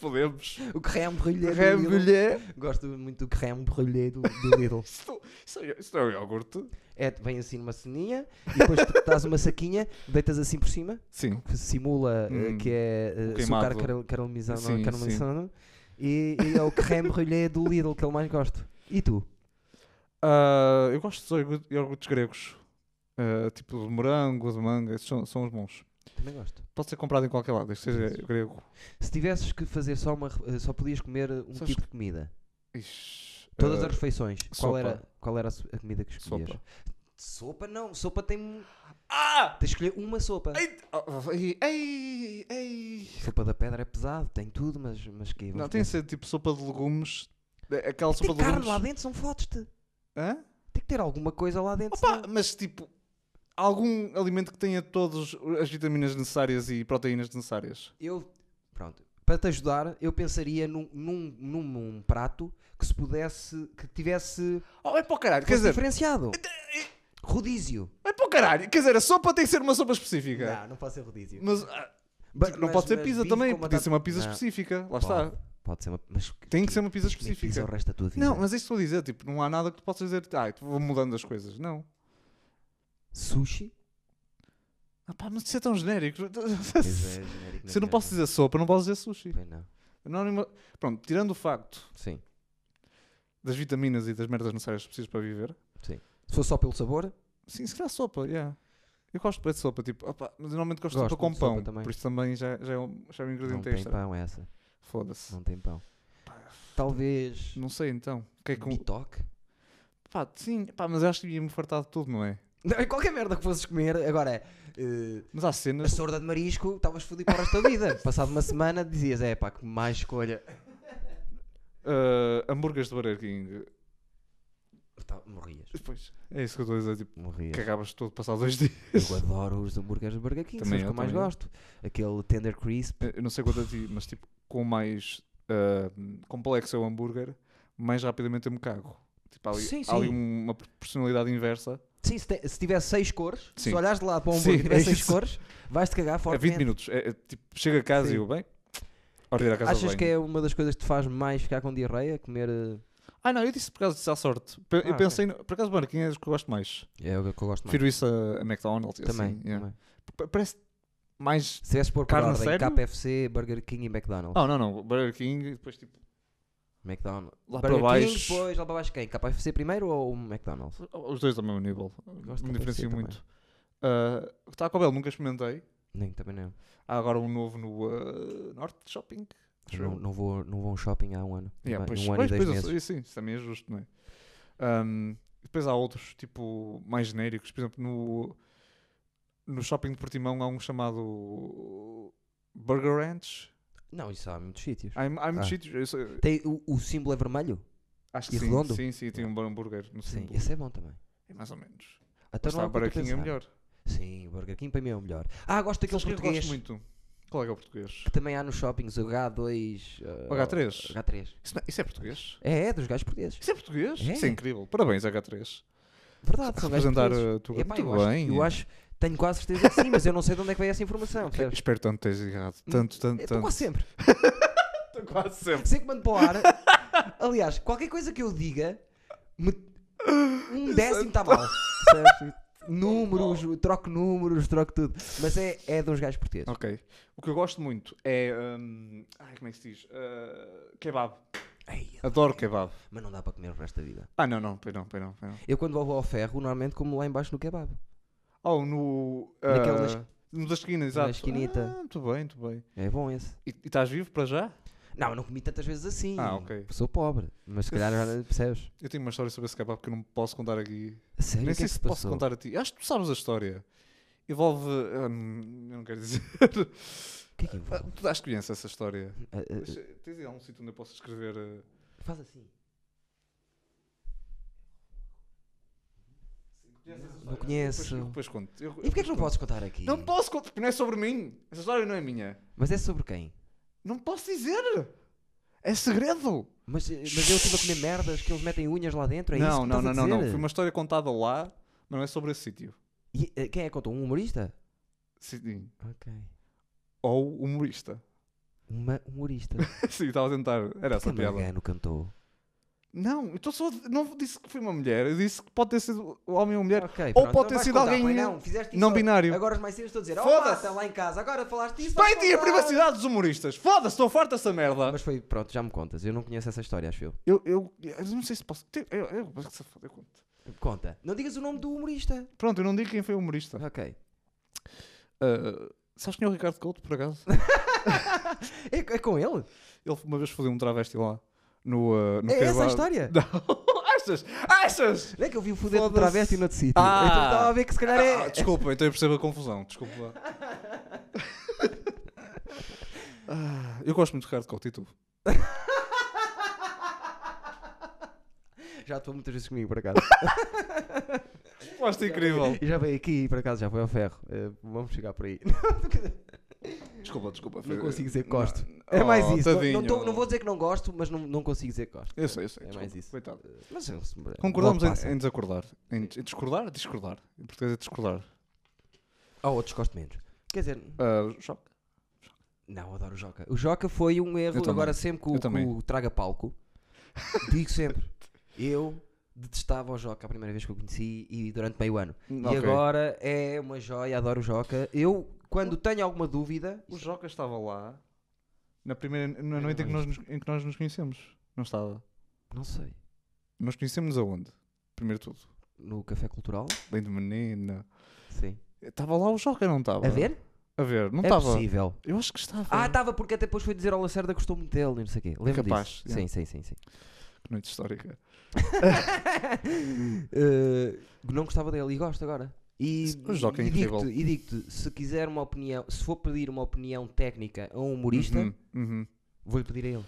Podemos.
o creme brûlée do Lidl,
Rambulé.
gosto muito do creme brûlée do, do Lidl.
Isto isto é isto é o iogurte?
É, vem assim numa ceninha, e depois tu dás uma saquinha, deitas assim por cima,
Sim.
que simula eh,
Hum,
que é eh,
o queimado.
açúcar caramel- caramelizado, é?
Sim,
caramelizado e, e é o creme brûlée do Lidl que eu mais gosto. E tu?
Ah, eu gosto dos iogurte- iogurtes gregos. Ah, tipo de morango, de manga, esses são, são os bons.
Também gosto.
Pode ser comprado em qualquer lado, desde que seja
Sim.
grego.
Se tivesses que fazer só uma. re- eh, só podias comer um
Sabes
tipo de comida.
Ixi,
Todas
ah,
as refeições. Qual
sopa.
era, qual era a su- a comida que escolhias?
Sopa.
Sopa não. Sopa tem.
Ah!
Tens de escolher uma sopa.
Ei, oh, ei, ei, ei.
Sopa da pedra é pesado, tem tudo, mas, mas que é?
Não, tem de ser tipo sopa de legumes. É, Aquela sopa
tem
de
carne lá
legumes.
dentro, são fotos-te.
Hã?
Tem que ter alguma coisa lá dentro.
Pá,
senão-
mas tipo, algum alimento que tenha todas as vitaminas necessárias e proteínas necessárias.
Eu, pronto, para te ajudar, eu pensaria num, num, num, num prato que se pudesse, que tivesse
Oh, é para o caralho, quer
fosse
dizer, Então,
diferenciado. Rodízio.
é para o caralho, quer dizer, a sopa tem que ser uma sopa específica.
Não, não pode ser rodízio.
Mas, ah,
Ba-
tipo, não
mas-
pode ser
mas
pizza
bife
também,
com
podia
batata-
ser uma pizza
Não,
específica, lá
Pode,
está.
pode ser uma, mas
Tem que ser uma pizza
tens que comer
específica.
Pizza o resto da tua vida.
Não, mas é isso que estou a dizer, tipo, não há nada que tu possas dizer, ah, vou mudando as coisas, não.
Sushi?
Ah pá, mas isso é tão genérico.
Pois é, genérico na
Se eu não posso
mesma.
dizer sopa, não posso dizer sushi.
Pois não.
Não há nenhuma- Pronto, tirando o facto
Sim.
das vitaminas e das merdas necessárias que precisas para viver,
Se for só pelo sabor,
sim, se calhar sopa, yeah. Eu gosto bem de sopa, tipo, opa, mas normalmente gosto,
Gosto
de sopa com
de sopa
pão,
também.
por isso também já, já, é, um, já é um
não
ingrediente
tem
extra.
pão essa.
Foda-se.
Não tem pão. Talvez.
Não sei então. O que é que um-
Bitoque?
Pá, sim, pá, mas eu acho que ia-me fartar de tudo, não é?
Não, é qualquer merda que fosses comer, agora, eh,
Mas há
a
cenas.
sorda de marisco, estavas fodido para o resto da vida. Passado uma semana dizias, é pá, que mais escolha.
ah, hambúrgueres de Burger King.
Tá, morrias.
Depois, é isso que eu estou a dizer, tipo,
Morrias.
cagavas todo passado dois dias.
Eu adoro os hambúrgueres de Burger King, são
Também
os que
eu,
eu mais
também eu.
gosto. Aquele Tender Crisp.
Eh, Eu não sei quanto a ti, mas tipo, com mais ah, complexo é o hambúrguer, mais rapidamente eu me cago. Tipo, há ali,
Sim,
há ali
sim.
uma proporcionalidade inversa.
Sim, se, te- se tivesse seis cores,
Sim.
se olhares de lado para um
Sim,
hambúrguer e tiver
é
seis
isso.
cores, vais-te cagar
É 20
fortemente.
minutos. É, é, tipo, chega a casa
Sim.
e eu, bem, hora de ir à casa de
Achas
banho.
que é uma das coisas que te faz mais ficar com diarreia? Comer. eh,
Ah, não, eu disse por acaso disso à sorte. Pe-
Ah,
eu pensei, no- por acaso, Burger King é dos que eu gosto mais.
É o que eu gosto mais.
Prefiro isso a, a McDonald's. e
Também.
assim, yeah.
também.
P- Parece mais.
Se tivesse por por
Carne a
ordem,
sério?
KFC, Burger King e McDonald's.
Oh, não, não. Burger King e depois tipo.
McDonald's.
Lá
Burger
para baixo.
King, depois lá para baixo quem? KFC primeiro ou o McDonald's?
Os dois ao mesmo nível.
Gosto
Me
de KFC
diferencio
também.
muito. Ah, O Taco Bell nunca experimentei.
Nem, também não.
Há agora um novo no ah, Norte Shopping. acho eu.
Não, não vou, não vou a um shopping há um ano.
Yeah,
Bem,
pois,
um ano
pois,
e dois
pois, eu
meses.
sei- sim, isso também é justo, não é? Ahm, depois há outros, tipo, mais genéricos. Por exemplo, no, no shopping de Portimão há um chamado Burger Ranch.
Não, isso há muitos sítios.
Há, há muitos
Ah.
sítios. eu sei-
Tem, o, o símbolo é vermelho?
acho que
E
sim,
redondo?
sim, sim, tem um bom hambúrguer no
Sim,
símbolo.
esse é bom também.
É mais ou menos.
Até
Então,
não há
o
o que eu
Burger King é
pensar.
melhor.
Sim, o Burger King para mim é o melhor. Ah, gosto daquele
Sabes que
português
Eu gosto muito. Qual é que é o português?
que também há nos shoppings, o eh, H2...
O H3?
H3.
Isso, não- isso é português?
É, é, dos gajos portugueses.
Isso é português?
É.
Isso é incrível. Parabéns, H3.
Verdade, são gajos
Representar
portugueses.
a tua
Epá,
muito
eu acho-
bem.
eu acho, tenho quase certeza que sim, mas eu não sei de onde é que Hum, veio essa informação. percebes?
Espero tanto que teres errado. Tanto, tanto,
Estou
tanto.
quase sempre.
Estou quase sempre.
Sempre mando para o ar. Aliás, qualquer coisa que eu diga, me-
é
um décimo está mal. Percebes? números, troco números, troco tudo. Mas é, é de uns gajos portugueses.
Ok. O que eu gosto muito é. hum, ai, como é que se diz? Uh, kebab.
Ei,
Adoro kebab.
mas não dá para comer o resto da vida.
Ah, não, não, pois não, pois não. Pois não.
Eu quando vou ao ferro, normalmente como lá embaixo no kebab.
Oh, no. Uh,
Naquelas-
No da esquina, exato.
esquinita.
Ah, muito bem, muito bem.
É bom esse.
E e estás vivo para já?
Não, eu não comi tantas vezes assim.
Ah, ok.
Sou pobre. Mas se calhar já percebes.
Eu tenho uma história sobre esse kebab que eu não posso contar aqui.
A sério,
Nem
o que é
sei
que
se
se
posso
passou?
contar a ti. Acho que tu sabes a história. Envolve. hum, eu não quero dizer.
O que é que
Ah,
envolve?
tu dás criança essa história.
Ah, ah, ah,
Deixa- Tens aí algum sítio onde eu posso escrever. uh,
Faz assim.
conheces essa
Não
história?
conheço.
Depois, eu depois conto. Eu-
E porquê é que não
eu conto.
podes contar aqui?
Não posso contar, porque não é sobre mim. Essa história não é minha.
Mas é sobre quem?
Não posso dizer! É segredo!
Mas, eh, mas eu estive a comer merdas que eles metem unhas lá dentro? É isso
não,
que
não,
estás
não,
a
não, não.
dizer?
Foi uma história contada lá, mas não é sobre esse sítio.
E, eh, quem é que contou? Um humorista?
Sim.
Ok.
Ou humorista.
Uma humorista.
Sim, estava a tentar. Era essa a
Quem
piada.
é cantou?
Não, eu estou só. Não disse que foi uma mulher, eu disse que pode ter sido o homem ou mulher.
Ok,
Ou
pronto,
pode ter
não vais
sido
contar,
alguém
pois não, fizeste
não
isso
binário.
Agora os mais cedo estou a dizer, oh
Foda-se.
mata lá em casa, agora falaste isso. vais
Respeitem a
contar."
privacidade dos humoristas! Foda-se, estou farto dessa merda!
Mas foi, pronto, já me contas. Eu não conheço essa história, acho eu.
Eu, eu, eu não sei se posso. Eu, eu, eu, eu conto.
Conta. Não digas o nome do humorista.
Pronto, eu não digo quem foi o humorista.
Ok.
Ah, sabes quem é o Ricardo Couto, por acaso?
É, é com ele?
Ele uma vez fodeu um travesti lá. No, ah, no
É essa a
kebab.
história?
Não. Achas? Achas?
Não é que eu vi o foder de
Foda-se.
travesti noutro sítio.
Ah.
Então estava a ver que se calhar é...
Ah, desculpa, então eu percebo a confusão. Desculpa. Ah, eu gosto muito de Ricardo Couto e tu?
Já estou muitas vezes comigo, por acaso.
Resposta incrível.
E já veio aqui e por acaso já foi ao ferro. Eh, vamos chegar por aí.
Desculpa, desculpa.
Não
foi-
consigo dizer que gosto.
Não.
É mais
Oh,
isso. Não- Não,
tadinho.
tô- não vou dizer que não gosto, mas não, não consigo dizer que gosto.
Eu sei, eu sei.
É mais
desculpa,
isso.
Coitado.
Mas eu-
Concordamos
logo passa.
em, em desacordar. Em, em discordar? Discordar. Em português é discordar.
Há outros que gosto menos. Quer dizer,
Ah, choque.
não, adoro o Joca. O Joca foi um erro.
Eu também.
Agora, sempre que
Eu
o,
também.
que o traga palco, digo sempre, eu detestava o Joca a primeira vez que o conheci e durante meio ano. E
Ok.
agora é uma joia, adoro o Joca. Eu, quando tenho alguma dúvida,
O Joca estava lá na primeira na noite em que, nós nos, em que nós nos conhecemos. Não estava.
não sei,
Nós conhecemos aonde? Primeiro de tudo.
no Café Cultural,
Lindo menina.
sim.
Estava lá o Joca, não estava?
A ver?
A ver, Tá não
é
estava.
possível.
Eu acho que estava.
Ah, estava porque até depois foi dizer ao Lacerda que gostou muito dele e não sei o quê. Lembro
É Capaz,
disso.
yeah.
Sim, sim, sim. sim.
Que noite histórica.
Eh, não gostava dele e gosto agora. E,
O Joca é
e
incrível.
digo-te, e digo-te, se quiser uma opinião, se for pedir uma opinião técnica a um humorista,
Uhum, uhum.
vou-lhe pedir a ele.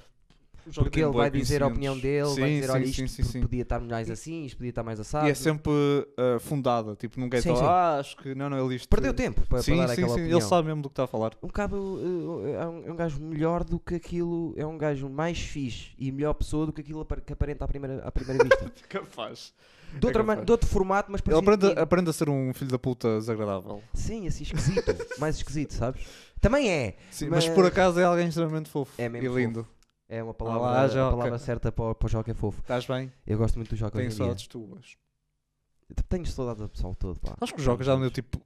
O Joca
Porque
tem
ele
bué
vai dizer a opinião dele,
conhecimentos.
vai
Sim,
dizer,
sim,
olha,
sim,
isto
sim, sim.
podia estar mais assim, isto podia estar mais assado.
E é sempre ah, fundada, tipo, nunca é
Sim,
tão,
sim.
ah, acho que não, não, ele isto.
Perdeu tempo para, para
eh, Sim,
dar
sim,
aquela
sim,
opinião.
ele sabe mesmo do que está a falar.
Um bocado uh, é, um, é um gajo melhor do que aquilo, é um gajo mais fixe e melhor pessoa do que aquilo apar- que aparenta à primeira, à primeira vista.
Capaz.
de, outra
É
man-
capaz.
de outro formato, mas
Ele
parecido
aprende,
comigo.
aprende a ser um filho da puta desagradável.
Sim, assim esquisito, mais esquisito, sabes? Também é,
Sim, mas... por
Mas-
acaso é alguém extremamente fofo
É
e
mesmo
lindo.
é uma palavra,
Olá,
a
Joca.
palavra certa para, o- para o Joca é fofo.
Estás bem?
Eu gosto muito do Joca
Tenho
hoje em dia.
saudades tuas.
Tenho saudades do pessoal todo, pá.
Acho que o Joca já me deu tipo.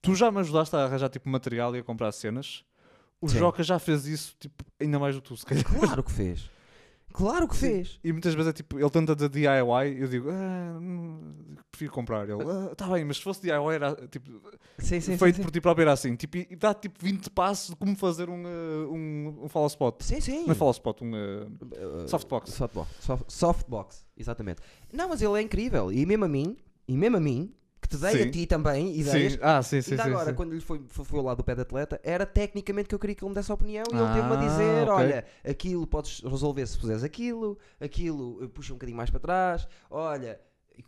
Tu já me ajudaste a arranjar tipo material e a comprar cenas. O
Sim.
Joca já fez isso, tipo, ainda mais do que tu, se calhar.
Claro que fez. Claro que fez.
E muitas vezes é tipo, ele tenta dizer DIY, eu digo, ah, hum, prefiro comprar. Ele, ah, tá bem, mas se fosse DIY, era tipo,
Sim, sim,
feito
sim.
por ti próprio, era assim. Tipo, e dá tipo 20 passos de como fazer um, ah, um, um follow spot.
Sim, sim.
Não é follow spot, um ah,
Uh,
softbox.
Softbox. Soft- softbox, exatamente. Não, mas ele é incrível. E mesmo a mim, e mesmo a mim, que te dei
Sim.
a ti também ideias.
Sim, ah, sim, sim.
Ainda
sim,
agora,
sim.
quando lhe foi, foi, foi ao lado do pé de atleta, era tecnicamente que eu queria que ele me desse a opinião e ele
Ah,
teve-me a dizer:
ok.
olha, aquilo podes resolver se fizeres aquilo, aquilo eh, puxa um bocadinho mais para trás, olha,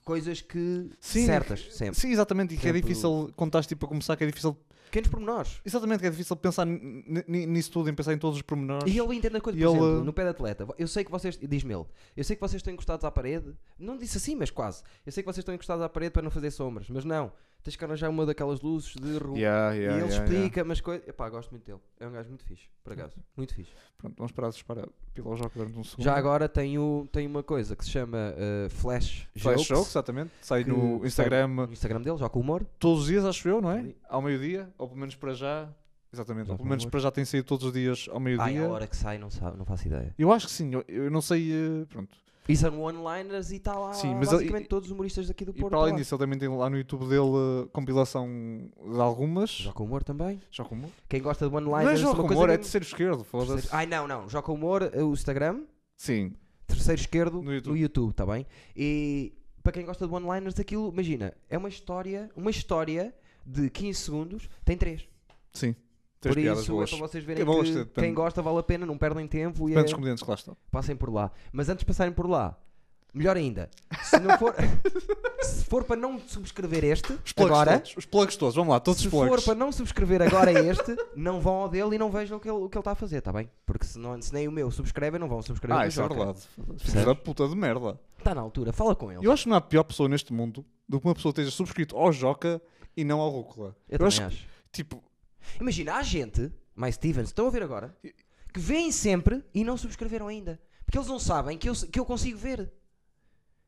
coisas que
Sim,
certas, sempre.
Sim, exatamente, e que é
Sempre-
difícil, quando estás tipo a começar, que é difícil,
Pequenos pormenores.
exatamente, que é difícil pensar n- n- nisso tudo, em pensar em todos os pormenores.
E ele entende a coisa,
E
por
ele- eh,
exemplo, no pé de atleta, eu sei que vocês, diz-me ele, eu sei que vocês estão encostados à parede, não disse assim, mas quase, eu sei que vocês estão encostados à parede para não fazer sombras, mas não, tens que arranjar uma daquelas luzes de rua.
Yeah, yeah,
e ele
yeah, yeah.
explica, mas coisa. Epá, gosto muito dele. É um gajo muito fixe, por acaso. Muito fixe.
Pronto, vamos parar de disparar pelo jogo durante um segundo.
Já agora tem, o, tem uma coisa que se chama eh, Flash,
Flash
Jokes,
Jokes, exatamente. Sai
que
no
sai-
Instagram
no Instagram dele, Joca Humor.
todos os dias, acho eu, não é? Ao meio-dia, ou pelo menos para já. Exatamente,
Já
ou pelo menos
foi.
para já tem saído todos os dias ao
Ai, a
meio-dia.
é hora que sai, não, sabe, não faço ideia.
eu acho que sim, eu, eu não sei. eh, Pronto.
E são one-liners e está lá
Sim, mas ele-
basicamente todos os humoristas daqui do
E
Porto.
para além
lá.
disso, ele também tem lá no YouTube dele eh, compilação de algumas.
Joca Humor também.
Joga humor?
Quem gosta de
Não é
one-liners,
jogo
uma coisa
humor,
que-
é terceiro esquerdo, foda-se.
Ai não, não. Joca Humor, eh, o Instagram,
Sim,
terceiro esquerdo
No
no
YouTube.
YouTube, tá bem? E para quem gosta de one-liners, aquilo, imagina, é uma história, uma história de 15 segundos, tem 3.
sim. Três
Por
piadas
isso é
boas.
para vocês
É
verem
bom,
que
isto depende-
quem gosta vale a pena, não perdem tempo e
Depende
é-
dos comediantes que lá estão.
passem por lá. Mas antes de passarem por lá, melhor ainda, se não for se for para não subscrever este
Os plugs
agora,
todos. Os plugs todos, vamos lá, todos
se
os plugs.
for para não subscrever agora este, não vão ao dele e não vejam o que ele, o que ele está a fazer, está bem? Porque se, não, se nem o meu subscrevem, não vão subscrever o
Ah,
do
isso é
Joca.
verdade. Filhos da puta de merda.
Está na altura, fala com ele.
Eu acho que não há pior pessoa neste mundo do que uma pessoa que esteja subscrito ao Joca e não ao Rúcula.
Eu, também
acho
acho.
que, tipo,
Imagina, há gente, mais Stevens, estão a ver agora, que veem sempre e não subscreveram ainda. Porque eles não sabem que eu, que eu consigo ver.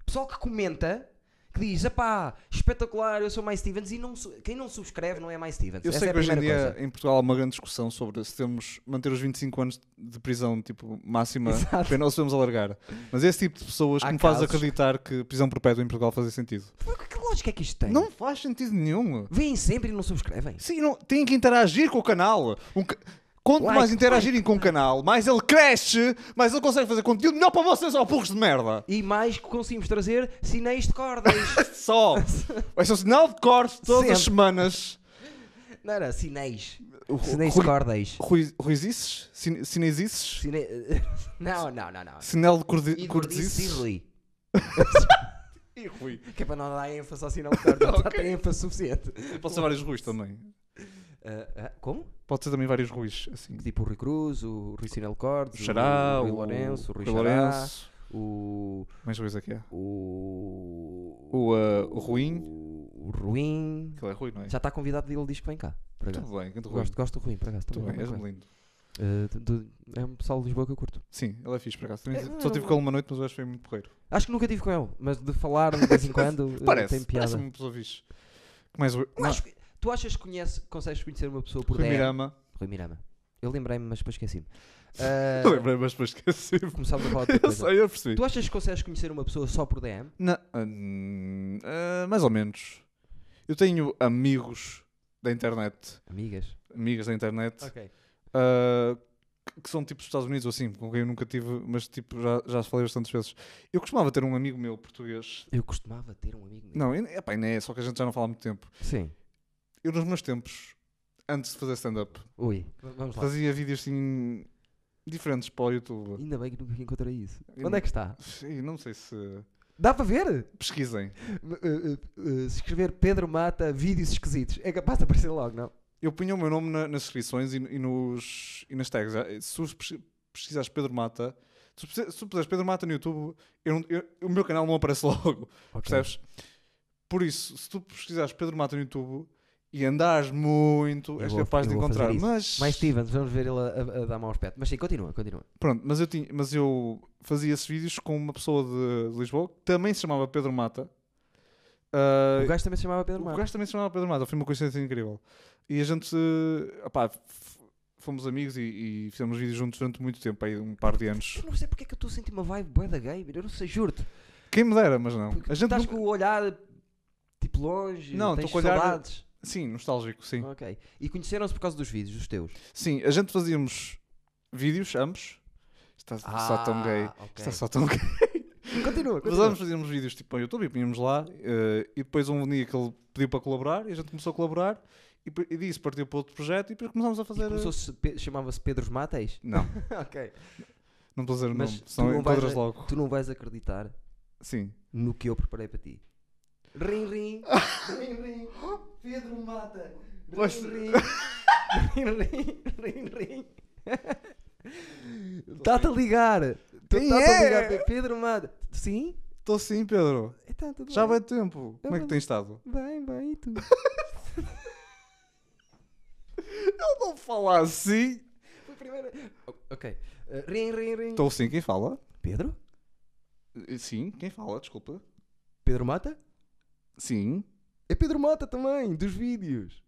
Pessoal que comenta, que diz, apá, espetacular, eu sou mais Stevens, e não, su- quem não subscreve não é mais Stevens.
eu
Essa
sei
é a
que hoje em
primeira
dia
coisa.
em Portugal há uma grande discussão sobre se temos manter os 25 anos de prisão, tipo, máxima,
Exato.
pena ou se devemos alargar. Mas esse tipo de pessoas
Há
que me faz
casos.
acreditar que prisão perpétua em Portugal fazia sentido.
Mas que- Que lógica é que isto tem?
Não faz sentido nenhum.
Vêm sempre e não subscrevem.
Sim, não, têm que interagir com o canal. Um ca- Quanto
Like,
mais interagirem com o canal, mais ele cresce, mais ele consegue fazer conteúdo melhor para vocês, ó burros de merda.
E mais que conseguimos trazer sinais de cordas.
Só. Vai ser um sinal de corte todas as
Sempre.
semanas.
não era sinais.
O Ru-
Sinais de
Rui-
cordas.
Rui- Ruizices? Cine- Cinesices?
Sine... Não, não, não, não.
Sinal de
E gordices e
cordizices?
Rui.
E Rui.
Que é para não dar ênfase assim não corta, já
Ok.
tem ênfase suficiente.
Pode ser vários Ruiz também.
Ah, ah, como?
Pode ser também vários Ruiz. Assim.
Tipo o Rui Cruz, o Rui Sinel Cordes, o,
Xará,
Rui Lourenço, o Rui
Rui
Xará,
Lourenço.
o...
Mais Ruiz aqui é.
O...
O, ah, o Ruim.
O, o Ruim.
Aquele Então, é Rui, não é?
Já está convidado e ele diz que vem cá. Por acaso.
Tudo bem, grande Rui.
Gosto, gosto do Ruim, por acaso.
Tudo
também
bem,
é
és
uma
um
coisa.
lindo.
Eh, do- do- é um pessoal de Lisboa que eu curto.
Sim, ele é fixe por acaso.
É,
Só
não-
tive com ele uma noite, mas hoje foi muito porreiro.
Acho que nunca tive com ele, mas de falar de vez em quando eh, tem
Parece, parece
piada.
uma pessoa fixe. Que mais Rui?
Mas tu achas que conhece, consegues conhecer uma pessoa por
Rui
DM?
Mirama.
Rui Mirama. Eu lembrei-me, mas depois esqueci-me. Ah,
Eu lembrei, mas depois esqueci-me.
começámos a falar de outra
Eu
coisa.
sei, eu percebi.
é. Tu é achas que consegues conhecer uma pessoa só por DM?
Na- hum, ah, mais ou menos. Eu tenho amigos da internet,
Amigas.
amigas da internet,
Ok.
ah, que- que são tipo dos Estados Unidos ou assim, com quem eu nunca tive, mas tipo já, já falei bastantes vezes. Eu costumava ter um amigo meu português.
Eu costumava ter um amigo meu.
Não, e- epá, e não é, só que a gente já não fala há muito tempo.
Sim.
Eu nos meus tempos, antes de fazer stand-up,
Ui. V- Vamos lá.
fazia vídeos assim diferentes para o YouTube.
Ainda bem que nunca encontrei isso.
Eu
Onde é que está?
E não sei se
Dá para ver?
pesquisem.
Uh, uh, uh, se escrever Pedro Mata vídeos esquisitos, é capaz de aparecer logo, não?
Eu punha o meu nome na- nas descrições e, e nos, e nas tags. Ah, Se tu pes- pesquisares Pedro Mata, se tu pes- se tu puseres Pedro Mata no YouTube, eu não- eu- o meu canal não aparece logo, percebes? Por isso, se tu pesquisares Pedro Mata no YouTube e andares muito,
Eu
és
vou-
capaz
eu
de
vou fazer
encontrar.
isso.
Mas,
Mais Stevens, vamos ver ele a, a- a dar mau aspecto. Mas sim, continua, continua.
pronto, mas, eu tinha, mas eu fazia esses vídeos com uma pessoa de, de Lisboa que também se chamava Pedro Mata. Ah,
o gajo também se chamava Pedro
O
Mata.
gajo também se chamava Pedro Mata, foi uma coincidência incrível. E a gente, eh, opá, f- fomos amigos e, e fizemos vídeos juntos durante muito tempo, aí um par de anos.
Eu não sei porque é que eu estou a sentir uma vibe bué da gay, eu não sei, juro-te.
Quem me dera, mas não.
Porque
A
tu
gente
estás
nunca-
com o olhar tipo longe,
Não,
tens
estou com o olhar-
saudades.
Sim, nostálgico, sim.
Ok. E conheceram-se por causa dos vídeos, dos teus.
Sim, a gente fazíamos vídeos, ambos. Está só
Ah,
tão gay. Está só tão gay.
Continua,
Mas ambos fazíamos vídeos tipo no YouTube e punhamos lá. eh, e depois um dia que ele pediu para colaborar e a gente começou a colaborar. E, pe- e disse, partiu para outro projeto e depois começámos a fazer. eh,
Começou-se, Pe- chamava-se Pedro Matas.
Não,
ok.
não estou a dizer o
Mas
nome,
tu
senão
não vais
encontras
a-
logo.
Tu não vais acreditar
Sim.
no que eu preparei para ti. Rim, rim. rim, rim. Pedro mata.
Mas-
Rim, rim. rim, rim, rim, rim. Está-te a ligar.
Quem
Está-te a
é?
ligar. Pe- Pedro mata. Sim?
Estou sim, Pedro.
Então, tudo
Já
bem.
vai tempo. Como é que
bem.
tens estado?
Bem, bem, e tu?
Ele não fala assim.
Foi a primeira- O- Ok. Uh, rim, rim, rim.
Estou Então, sim, quem fala?
Pedro?
Eh, Sim, quem fala, desculpa.
Pedro Mata?
Sim.
É Pedro Mata também, dos vídeos.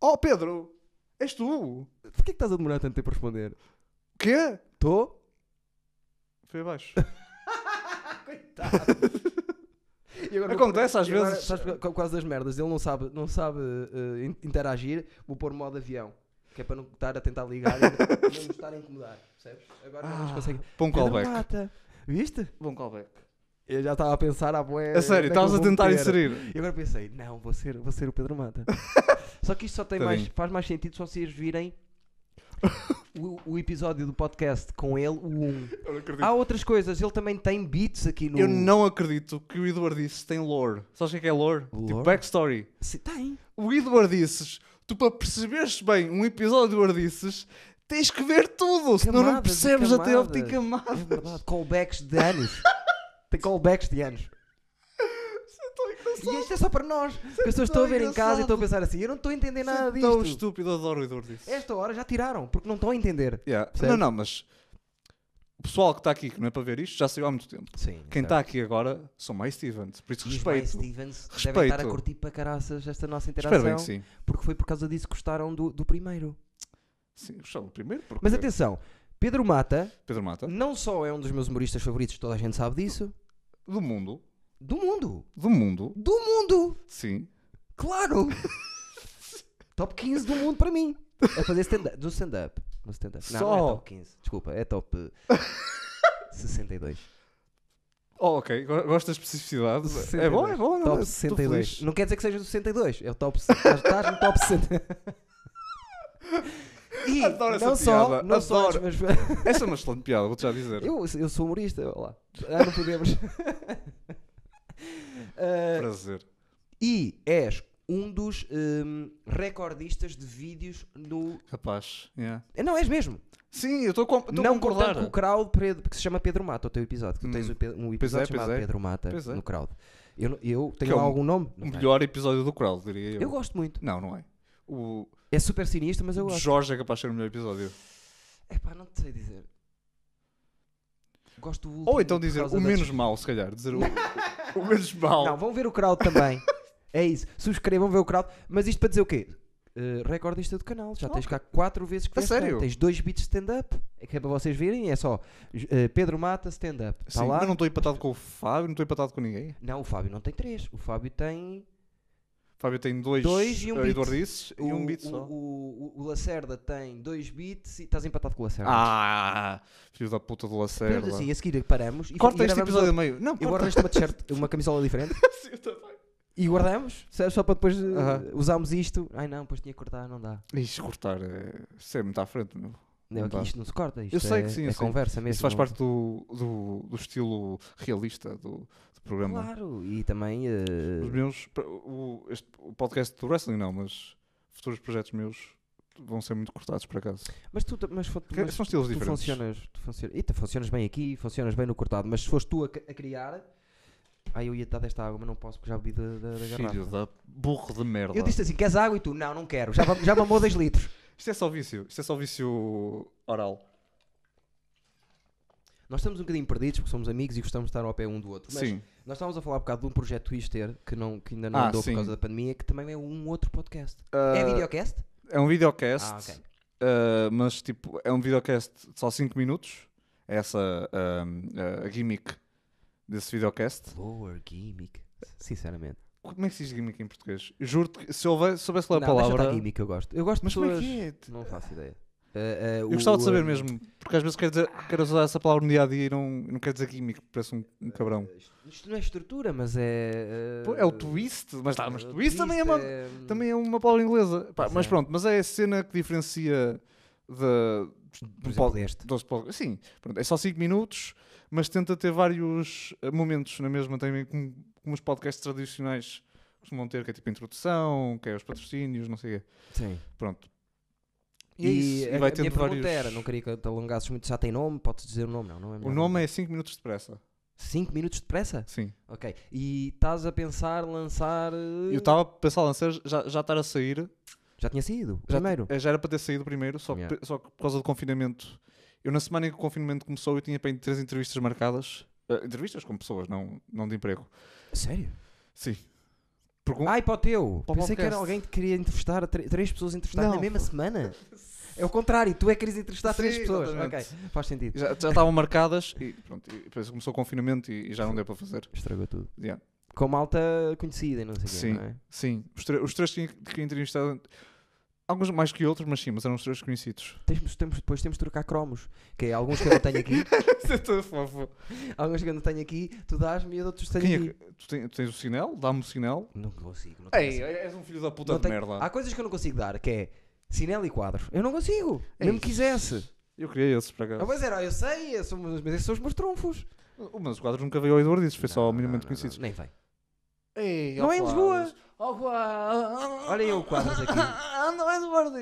Oh, Pedro, és tu? O
Porquê que estás a demorar tanto tempo a responder?
quê?
Tô?
Foi abaixo.
Coitado. E agora vou-
Acontece às
e agora,
vezes.
sabes, por- por causa das merdas, ele não sabe, não sabe eh, in- interagir, vou pôr modo avião. Que é para não estar a tentar ligar e não nos estar a incomodar, percebes? Agora não um nos consegue.
Bom
Pedro
Ah, um callback.
Mata, viste?
Bom callback.
Eu já estava a pensar à boé.
A sério, estavas a tentar inserir.
E agora pensei, não, vou ser, vou ser o Pedro Mata. só que isto só tem mais,
Tadinho.
faz mais sentido se vocês virem o, o episódio do podcast com ele, o 1.
Eu não acredito.
Há outras coisas, ele também tem beats aqui no.
Eu não acredito que o Eduardo Isses tem lore. Sabes o que é que é lore? Tipo
Lore?
backstory.
Se- tem.
O Eduardo Isses, tu para perceberes bem um episódio do Eduardo Isses, tens que ver tudo, senão não
Camadas e
percebes até a
camadas.
óptica camada.
É verdade, callbacks de anos. Tem callbacks de anos.
Então,
E isto é só para nós. que As pessoas estão a ver em casa e estão a pensar assim: eu não estou a entender nada
Isso é Tão
disto.
estúpido, adoro o Eduardo Isses.
Esta hora já tiraram, porque não estão a entender.
Yeah. Não,
Percebes?
não, mas o pessoal que está aqui, que não é para ver isto, já saiu há muito tempo.
Sim.
Quem está aqui agora são mais Stevens, por isso
E os Mike
respeito.
Stevens
Respeito.
devem estar a curtir para caraças esta nossa
Espero bem
interação.
que sim.
Porque foi por causa disso que gostaram do, do primeiro.
Sim, gostaram do primeiro, porque
Mas atenção, Pedro Mata
Pedro Mata,
não só é um dos meus humoristas favoritos, toda a gente sabe disso,
do mundo,
do mundo.
do mundo,
Do mundo!
sim.
Claro! top 15 do mundo para mim. A fazer stand-up. Do stand-up. No stand-up. Não, não é
Só.
top 15. Desculpa, é top eh, 62.
Oh, ok, go- gosto da especificidade. É bom, é bom, não
Top
é? Tô
62.
feliz.
Não quer dizer que seja do 62. É o top. se- Estás estás no top 60. E
Adoro essa
não só,
piada,
não só
adoro.
mas
Essa é uma excelente piada, vou-te já dizer.
eu, eu sou humorista, olha lá. Ah, não podemos. Ah,
Prazer.
e és um dos hum, recordistas de vídeos no.
Rapaz. yeah.
Não, és mesmo.
Sim, eu estou a com- estou a
não contando
concordar.
com o crowd Pedro, que se chama Pedro Mata, o teu episódio. Que tu tens
Hum.
um pe- um
Pois é,
episódio
pois
chamado
é.
Pedro Mata
Pois é.
no crowd. Eu, não- eu tenho
é
lá
o-
algum nome?
O
Não tenho.
melhor episódio do Crowd, diria eu.
Eu gosto muito.
Não, não é. O
É super sinistro, mas eu gosto.
Jorge é capaz de ser o melhor episódio.
É pá, não te sei dizer. Gosto do último.
Ou então
por
dizer
causa
o
da
menos
dis-
mau, se calhar. Dizer o, o menos mau.
Não, vão ver o crowd também. é isso. Subscrevam, vê o crowd. Mas isto para dizer o quê? Eh, recordista do canal. Já tens cá quatro vezes que
A
vieste cá.
sério?
Tens dois beats de stand-up. É que é para vocês verem. É só eh, Pedro Mata, stand-up. Está
Sim,
tá lá.
mas não estou empatado com o Fábio, não estou empatado com ninguém.
Não, o Fábio não tem três. O Fábio tem.
Fábio tem dois,
Dois e um
eh,
beat.
Eduardices e um beat
o,
só.
o- o- o Lacerda tem dois beats e estás empatado com o Lacerda.
Ah, filho da puta do Lacerda.
Portanto, assim, a seguir paramos e
corta
e
este
gravamos
episódio a
outro.
meio. Não,
Eu
corta.
guardaste uma t-shirt, uma camisola diferente
Sim, eu também.
e guardamos, sabe, só para depois eh,
Aham.
usarmos isto. Ai não, depois tinha que cortar, não dá.
Isto cortar é... Isso é muito à frente, meu.
Não,
Não
aqui
dá.
isto não se corta, isto
Eu sei
é,
que sim, eu
é
sei.
conversa mesmo.
Isso faz
não-
parte do, do, do estilo realista do, do programa.
Claro, e também. eh,
Os meus... O, este, o podcast do wrestling não, mas futuros projetos meus vão ser muito cortados, por acaso.
mas tu, ta- mas, fo-
Porque
mas
são estilos
tu
diferentes.
funcionas, tu funcionas, eita, funcionas bem aqui, funcionas bem no cortado, mas se foste tu a, c- a criar. Ai, eu ia dar desta água, mas não posso porque já bebi da, da, da garrafa.
Filho da burro de merda.
Eu disse assim: queres água? E tu, não, não quero. Já, va- já mamou 2 litros.
Isto é só vício. Isto é só vício oral.
Nós estamos um bocadinho perdidos porque somos amigos e gostamos de estar ao pé um do outro. Mas
Sim.
Nós estávamos a falar um bocado de um projeto Twister que, não, que ainda não
Ah,
andou
sim.
por causa da pandemia, que também é um outro podcast.
Ah,
é videocast?
É um videocast.
Ah, ok.
Uh, mas tipo, é um videocast de só 5 minutos. É essa um, uh, a gimmick desse videocast.
Lower gimmick. Sinceramente.
Como é que se diz gimmick em português? Juro-te que se houver, se soubesse lá a
não, deixa
palavra.
estar gimmick, eu gosto. Eu gosto de
Mas como é
pessoas...
que é?
Não faço ideia. Ah, ah,
Eu
o-
gostava de saber
ah,
mesmo, porque às vezes quero, dizer, quero usar essa palavra no dia a dia e não, não quero dizer gimmick, parece um, um cabrão.
Isto não é estrutura, mas é. ah,
Pô, É o twist, mas, tá, mas
ah,
twist, também é uma,
é-
também é uma palavra inglesa. Pá,
Pois
mas
é.
pronto, mas é a cena que diferencia da.
Por
do
exemplo,
pod-
este.
dois pod- Sim, pronto, é só 5 minutos, mas tenta ter vários eh, momentos na mesma, também como, como os podcasts tradicionais costumam ter, que é tipo a introdução, que é os patrocínios, não sei o quê.
Sim.
Pronto. E, é
E,
isso,
a,
e vai
a minha
tendo
pergunta
vários.
era, não queria que te alongasses muito, já tem nome, podes dizer o nome, não? não é
O nome é 5 minutos depressa.
5 minutos de pressa?
Sim.
Ok. E estás a pensar lançar. eh,
Eu estava a pensar a lançar, já, já estar a sair.
Já tinha saído,
Já,
primeiro.
eh, já era para ter saído primeiro, só que,
Yeah.
pe- só que por causa do confinamento. Eu, na semana em que o confinamento começou, eu tinha bem três entrevistas marcadas. Eh, entrevistas com pessoas, não, não de emprego.
Sério?
Sim. Porque um-
Ai, para o teu!
eh, Para o
Pensei que era
podcast.
alguém que queria entrevistar a tre- três pessoas entrevistadas na
Não.
mesma semana. É o contrário, tu é que querias entrevistar três
Sim,
pessoas.
exatamente.
Ok, faz sentido.
já, já estavam marcadas e pronto, e depois começou o confinamento e, e já não deu para fazer.
Estragou tudo.
Yeah.
Com malta conhecida e não sei o quê,
Sim.
não é?
Sim, os, tre- os três que, que entrevistaram, alguns mais que outros, mas sim, mas eram os três conhecidos.
Temos, temos- depois temos de trocar cromos. Que é alguns que eu não tenho aqui,
Isso é tão fofo.
alguns que eu não tenho aqui, tu dás-me e eu outros
Quem é
tenho
que-
aqui.
tu, ten- tu tens o sinal? Dá-me o sinal.
Não consigo, não tenho
Ei,
essa-
és um filho da puta
Não
de
tenho- Ah,
merda.
Há coisas que eu não consigo dar, que é sinal e quadro. Eu não consigo, mesmo
Ei.
quisesse.
É Eu queria esses para
Ah,
cá.
mas era, eu sei, esses são- mas esses são os meus trunfos.
Oh, Mas o quadro nunca veio ao Eduardo, isso foi só
Não,
minimamente
não, não,
conhecidos.
não, Nem vem.
Ei,
Não
ó
é em
Quadros.
Lisboa.
Ó Quadros.
Olha eu, Quadros, aqui.
Ah, não é Eduardo.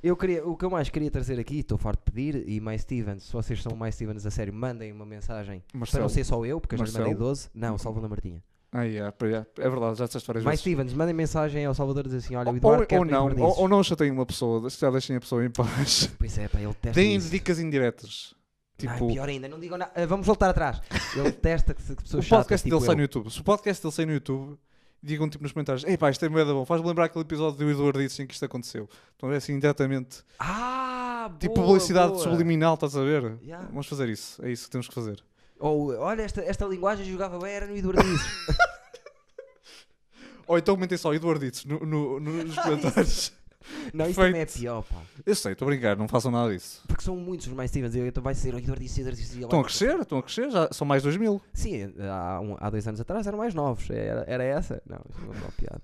Eu queria, o que eu mais queria trazer aqui, estou farto de pedir, e mais Stevens, se vocês são mais Stevens a sério, mandem uma mensagem. Para
Marcelo.
não ser só eu, porque eu já lhe
Marcelo?
mandei 12. Não, Salvador Martinha.
Ah, yeah, para- yeah. é verdade, já disseste várias
Mais
vezes.
Stevens, mandem mensagem ao Salvador e dizer assim: olha, o
Ou-
Eduardo
ou,
quer
ou não,
pedir
ou,
perdizes.
ou não já tem uma pessoa, se já deixem a pessoa em paz.
Pois é, pá, ele testa.
Deem
isso.
dicas indiretas.
Ai,
Tipo,
pior ainda, não digam nada. Ah, vamos voltar atrás. Ele testa que se que
o
pessoas chatas.
podcast
Tipo
dele sai no
eu.
YouTube. Se o podcast dele sai no YouTube, digam tipo nos comentários: Ei pá, isto é moeda bom, faz-me lembrar aquele episódio do Eduardo disse em que isto aconteceu. Então é assim, diretamente.
Ah, boa,
Tipo publicidade
boa.
subliminal, estás a ver?
Yeah.
Vamos fazer isso, é isso que temos que fazer.
Ou, olha, esta, esta linguagem jogava bem, era no Eduardices.
Ou então comentem só Eduardo disse no, no- nos comentários.
não, isso
Perfeito.
também é pior, pá.
Eu sei, estou a brincar, não façam nada disso.
Porque são muitos os mais Stevens. Eu, então vai ser o Eduardices, Eduardices.
Estão a crescer, estão a crescer, já são mais 2 mil.
Sim, há, um- há dois anos atrás eram mais novos. Era, era essa? Não, isso não é uma piada.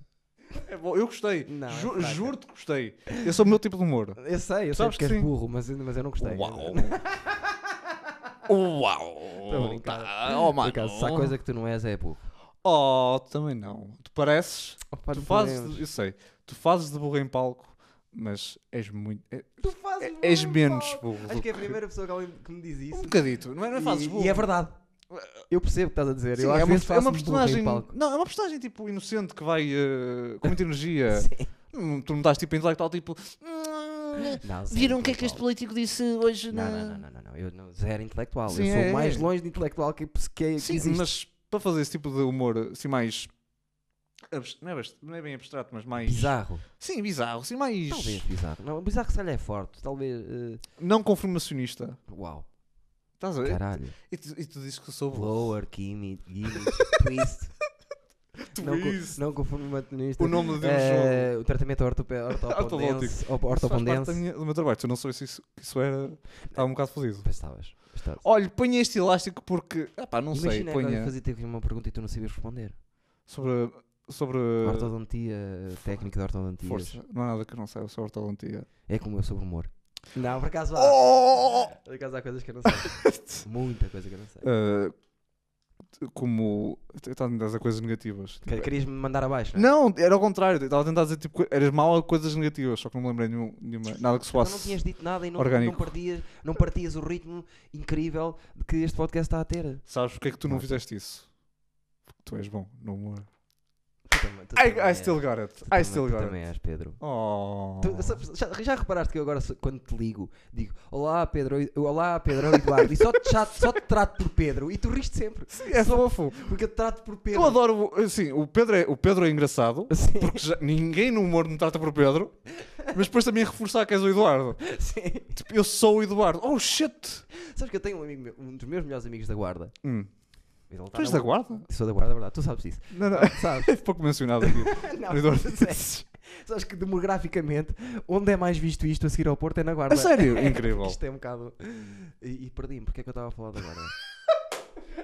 É bom, eu gostei,
Não, é
Ju-
fraca.
juro-te que gostei. Esse é o meu tipo de humor.
Eu sei, eu
Sabes
sei que
que
és
sim.
burro, mas, mas eu não gostei.
Uau! Uau!
Tô a brincar.
Tá, oh,
Por
mano. Tá,
acaso, se há coisa que tu não és, é burro.
Oh, também não. Tu pareces.
Opa,
tu
não
fazes.
podemos.
De, eu sei. Tu fazes de burro em palco, mas és muito. é-
Tu fazes
és
burro,
menos
Paulo.
burro
Acho
do
que é a
que-
primeira pessoa que alguém que me diz
Um
isso.
bocadito. Não é, não é fazes burro.
e, e é verdade. Eu percebo o que estás a dizer.
Sim,
eu às
é, uma,
vezes
é
faço
uma
um burro em
personagem.
palco.
Não, é uma personagem tipo inocente que vai eh, com muita energia.
Sim.
Hum, Tu não estás tipo intelectual, tipo.
Não, zero
Viram o que é que este
intelectual.
político disse hoje na.
Não, não, não, não, não, não. Eu não, zero intelectual.
Sim,
eu sou
é,
mais
é.
longe de intelectual que, que, que
Sim,
existe.
mas para fazer esse tipo de humor assim mais. abs- Não é, bast- não é bem abstrato, mas mais.
Bizarro.
Sim, bizarro, sim, mais.
Talvez bizarro. Não, bizarro se calhar é forte. Talvez. eh,
Não conformacionista.
uau.
Estás a ver?
Caralho.
E tu, e tu dizes que eu sou burro.
Blower, Kimi, Gimmich, Twist. Não, co-
Twist.
não conformatonista.
O nome de um
Eh,
jogo.
O tratamento ortopé- ortopondense. op-
Isso faz parte da
Ortopondense.
minha- do meu trabalho. Se eu não soubesse isso, que isso era. Estava um bocado fodido.
Penstavas. Penstavas.
Olha, ponha este elástico porque. Ah pá, não sei.
tá. Imagina agora
Ponha.
eu fazer-te aqui uma pergunta e tu não sabias responder.
Sobre. Sobre.
Ortodontia, técnica de ortodontia.
Eh, Força. Não há nada que eu não saiba sobre ortodontia.
É como eu sobre humor. Não, por acaso há.
Oh!
Por acaso há coisas que eu não sei. Muita coisa que eu não sei.
Uh, t- como. Estás a dizer coisas negativas. Tipo,
Que- Querias-me mandar abaixo? Não, é?
Não, era ao contrário. Estava a tentar dizer tipo, co- eras mal a coisas negativas, só que não me lembrei nenhum- nenhuma. Nada que
Então não
soasse.
tinhas dito nada e não, não,
orgânico.
partias, não partias o ritmo incrível que este podcast está a ter.
Sabes porque é que tu não
Nada.
fizeste isso? Porque tu és bom no humor.
Tu também- tu também
I, I
és.
still got it.
Tu
I
também-
still
tu
got
também
it.
és, Pedro.
Oh.
Tu- sabes- já, já reparaste que eu agora, se- quando te ligo, digo Olá, Pedro, e- Olá, Pedro e Eduardo, e só te, chato- só te trato por Pedro, e tu riste sempre,
Sim, é fofo.
porque eu te trato por Pedro.
Eu adoro. o- Assim, o Pedro é, o Pedro é engraçado.
Sim,
Porque já- ninguém no humor me trata por Pedro. Mas depois também reforçar que és o Eduardo.
sim.
Tipo, eu sou o Eduardo. Oh shit.
Sabes que eu tenho um amigo meu, um dos meus melhores amigos da guarda.
Hum.
Ele tá
Tu és
na-
da guarda?
Sou da guarda, é verdade, tu sabes disso.
Não, não.
Sabes?
É pouco mencionado aqui.
Não,
Eduardo.
sabes, sabes que demograficamente, onde é mais visto isto a seguir ao Porto é na guarda.
A sério? Incrível.
Isto é um bocado. E, e perdi-me, porque é que eu estava a falar da guarda?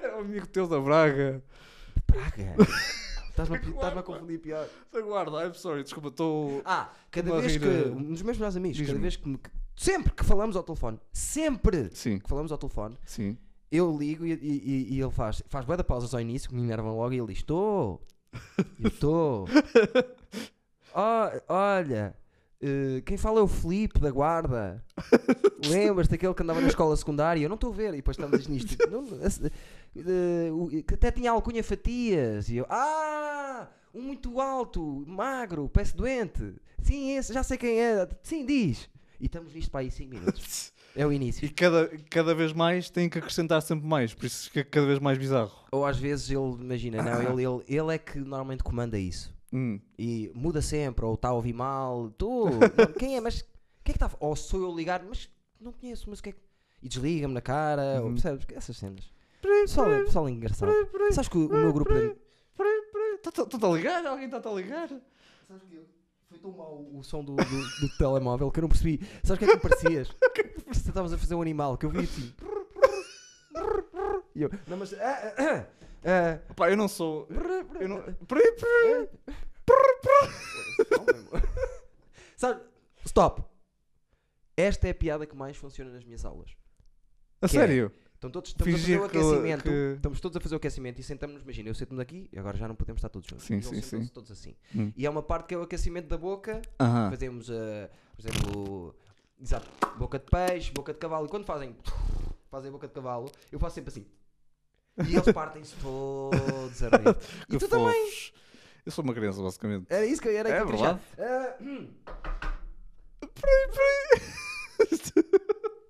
É o amigo teu da Braga.
Praga! Estás-me a, estás-me a confundir pior.
Da guarda, I'm sorry, desculpa, estou.
Ah, cada
Uma
vez que.
rira.
Um dos meus melhores amigos, cada
eh. Diz-me.
vez que, me- que- Sempre que falamos ao telefone, sempre
Sim,
que falamos ao telefone,
sim.
eu ligo e, e- e- e ele faz. Faz boa da pausas ao início, que me enervam logo e ele diz: Estou! Eu estou! "Oh, olha! eh, quem fala é o Filipe da Guarda. Lembras-te daquele que andava na escola secundária? Eu não estou a ver. E depois estamos nisto. tipo, Não, não, esse- eh, o- que até tinha alcunha fatias. E eu, ah! Um muito alto, magro, parece doente. Sim, esse, já sei quem é. Sim, diz. E estamos nisto para aí 5 minutos. É o início.
E cada, cada vez mais tem que acrescentar sempre mais, por isso fica cada vez mais bizarro.
Ou às vezes ele, imagina, não, ele, ele, ele é que normalmente comanda isso.
Hum.
E muda sempre, ou está a ouvir mal, tu, não, quem é, mas quem é que está a fa- Ou sou eu ligar, mas não conheço, mas o que é que. E desliga-me na cara, ou
Uhum.
percebes? Essas cenas. Só, só engraçado. Sabes que o, meu grupo de.
Peraí, peraí, está-te Tá, a ligar? Alguém está-te a ligar?
Sabes que foi tão mau o som do, do, do telemóvel que eu não percebi. Sabes o que é que me parecias? Parecia que Estavas a fazer um animal que eu vi assim. E eu, não, mas. ah, ah, ah,
Pá, eu não sou.
ah,
Eu não... Peraí, peraí.
Sabe? Stop. Esta é a piada que mais funciona nas minhas aulas.
A
Que é?
sério?
Estão todos, estamos
Fingir
a fazer o
que-
aquecimento.
que-
Estamos todos a fazer o aquecimento e sentamos-nos. Imagina, eu sento-me aqui e agora já não podemos estar todos juntos.
Sim,
Eles
sim,
sentam-se
sim.
todos assim.
Hum. Ah.
E há uma parte que é o aquecimento da boca.
Aham.
Fazemos, eh, por exemplo, exato, boca de peixe, boca de cavalo. E quando fazem, fazem boca de cavalo, eu faço sempre assim. E eles partem-se todos a rir. E
Que
tu também.
fofos. Eu sou uma criança, basicamente.
Era isso que eu era
É
aqui a
verdade.
puxar. Ah, hum.
Peraí, peraí.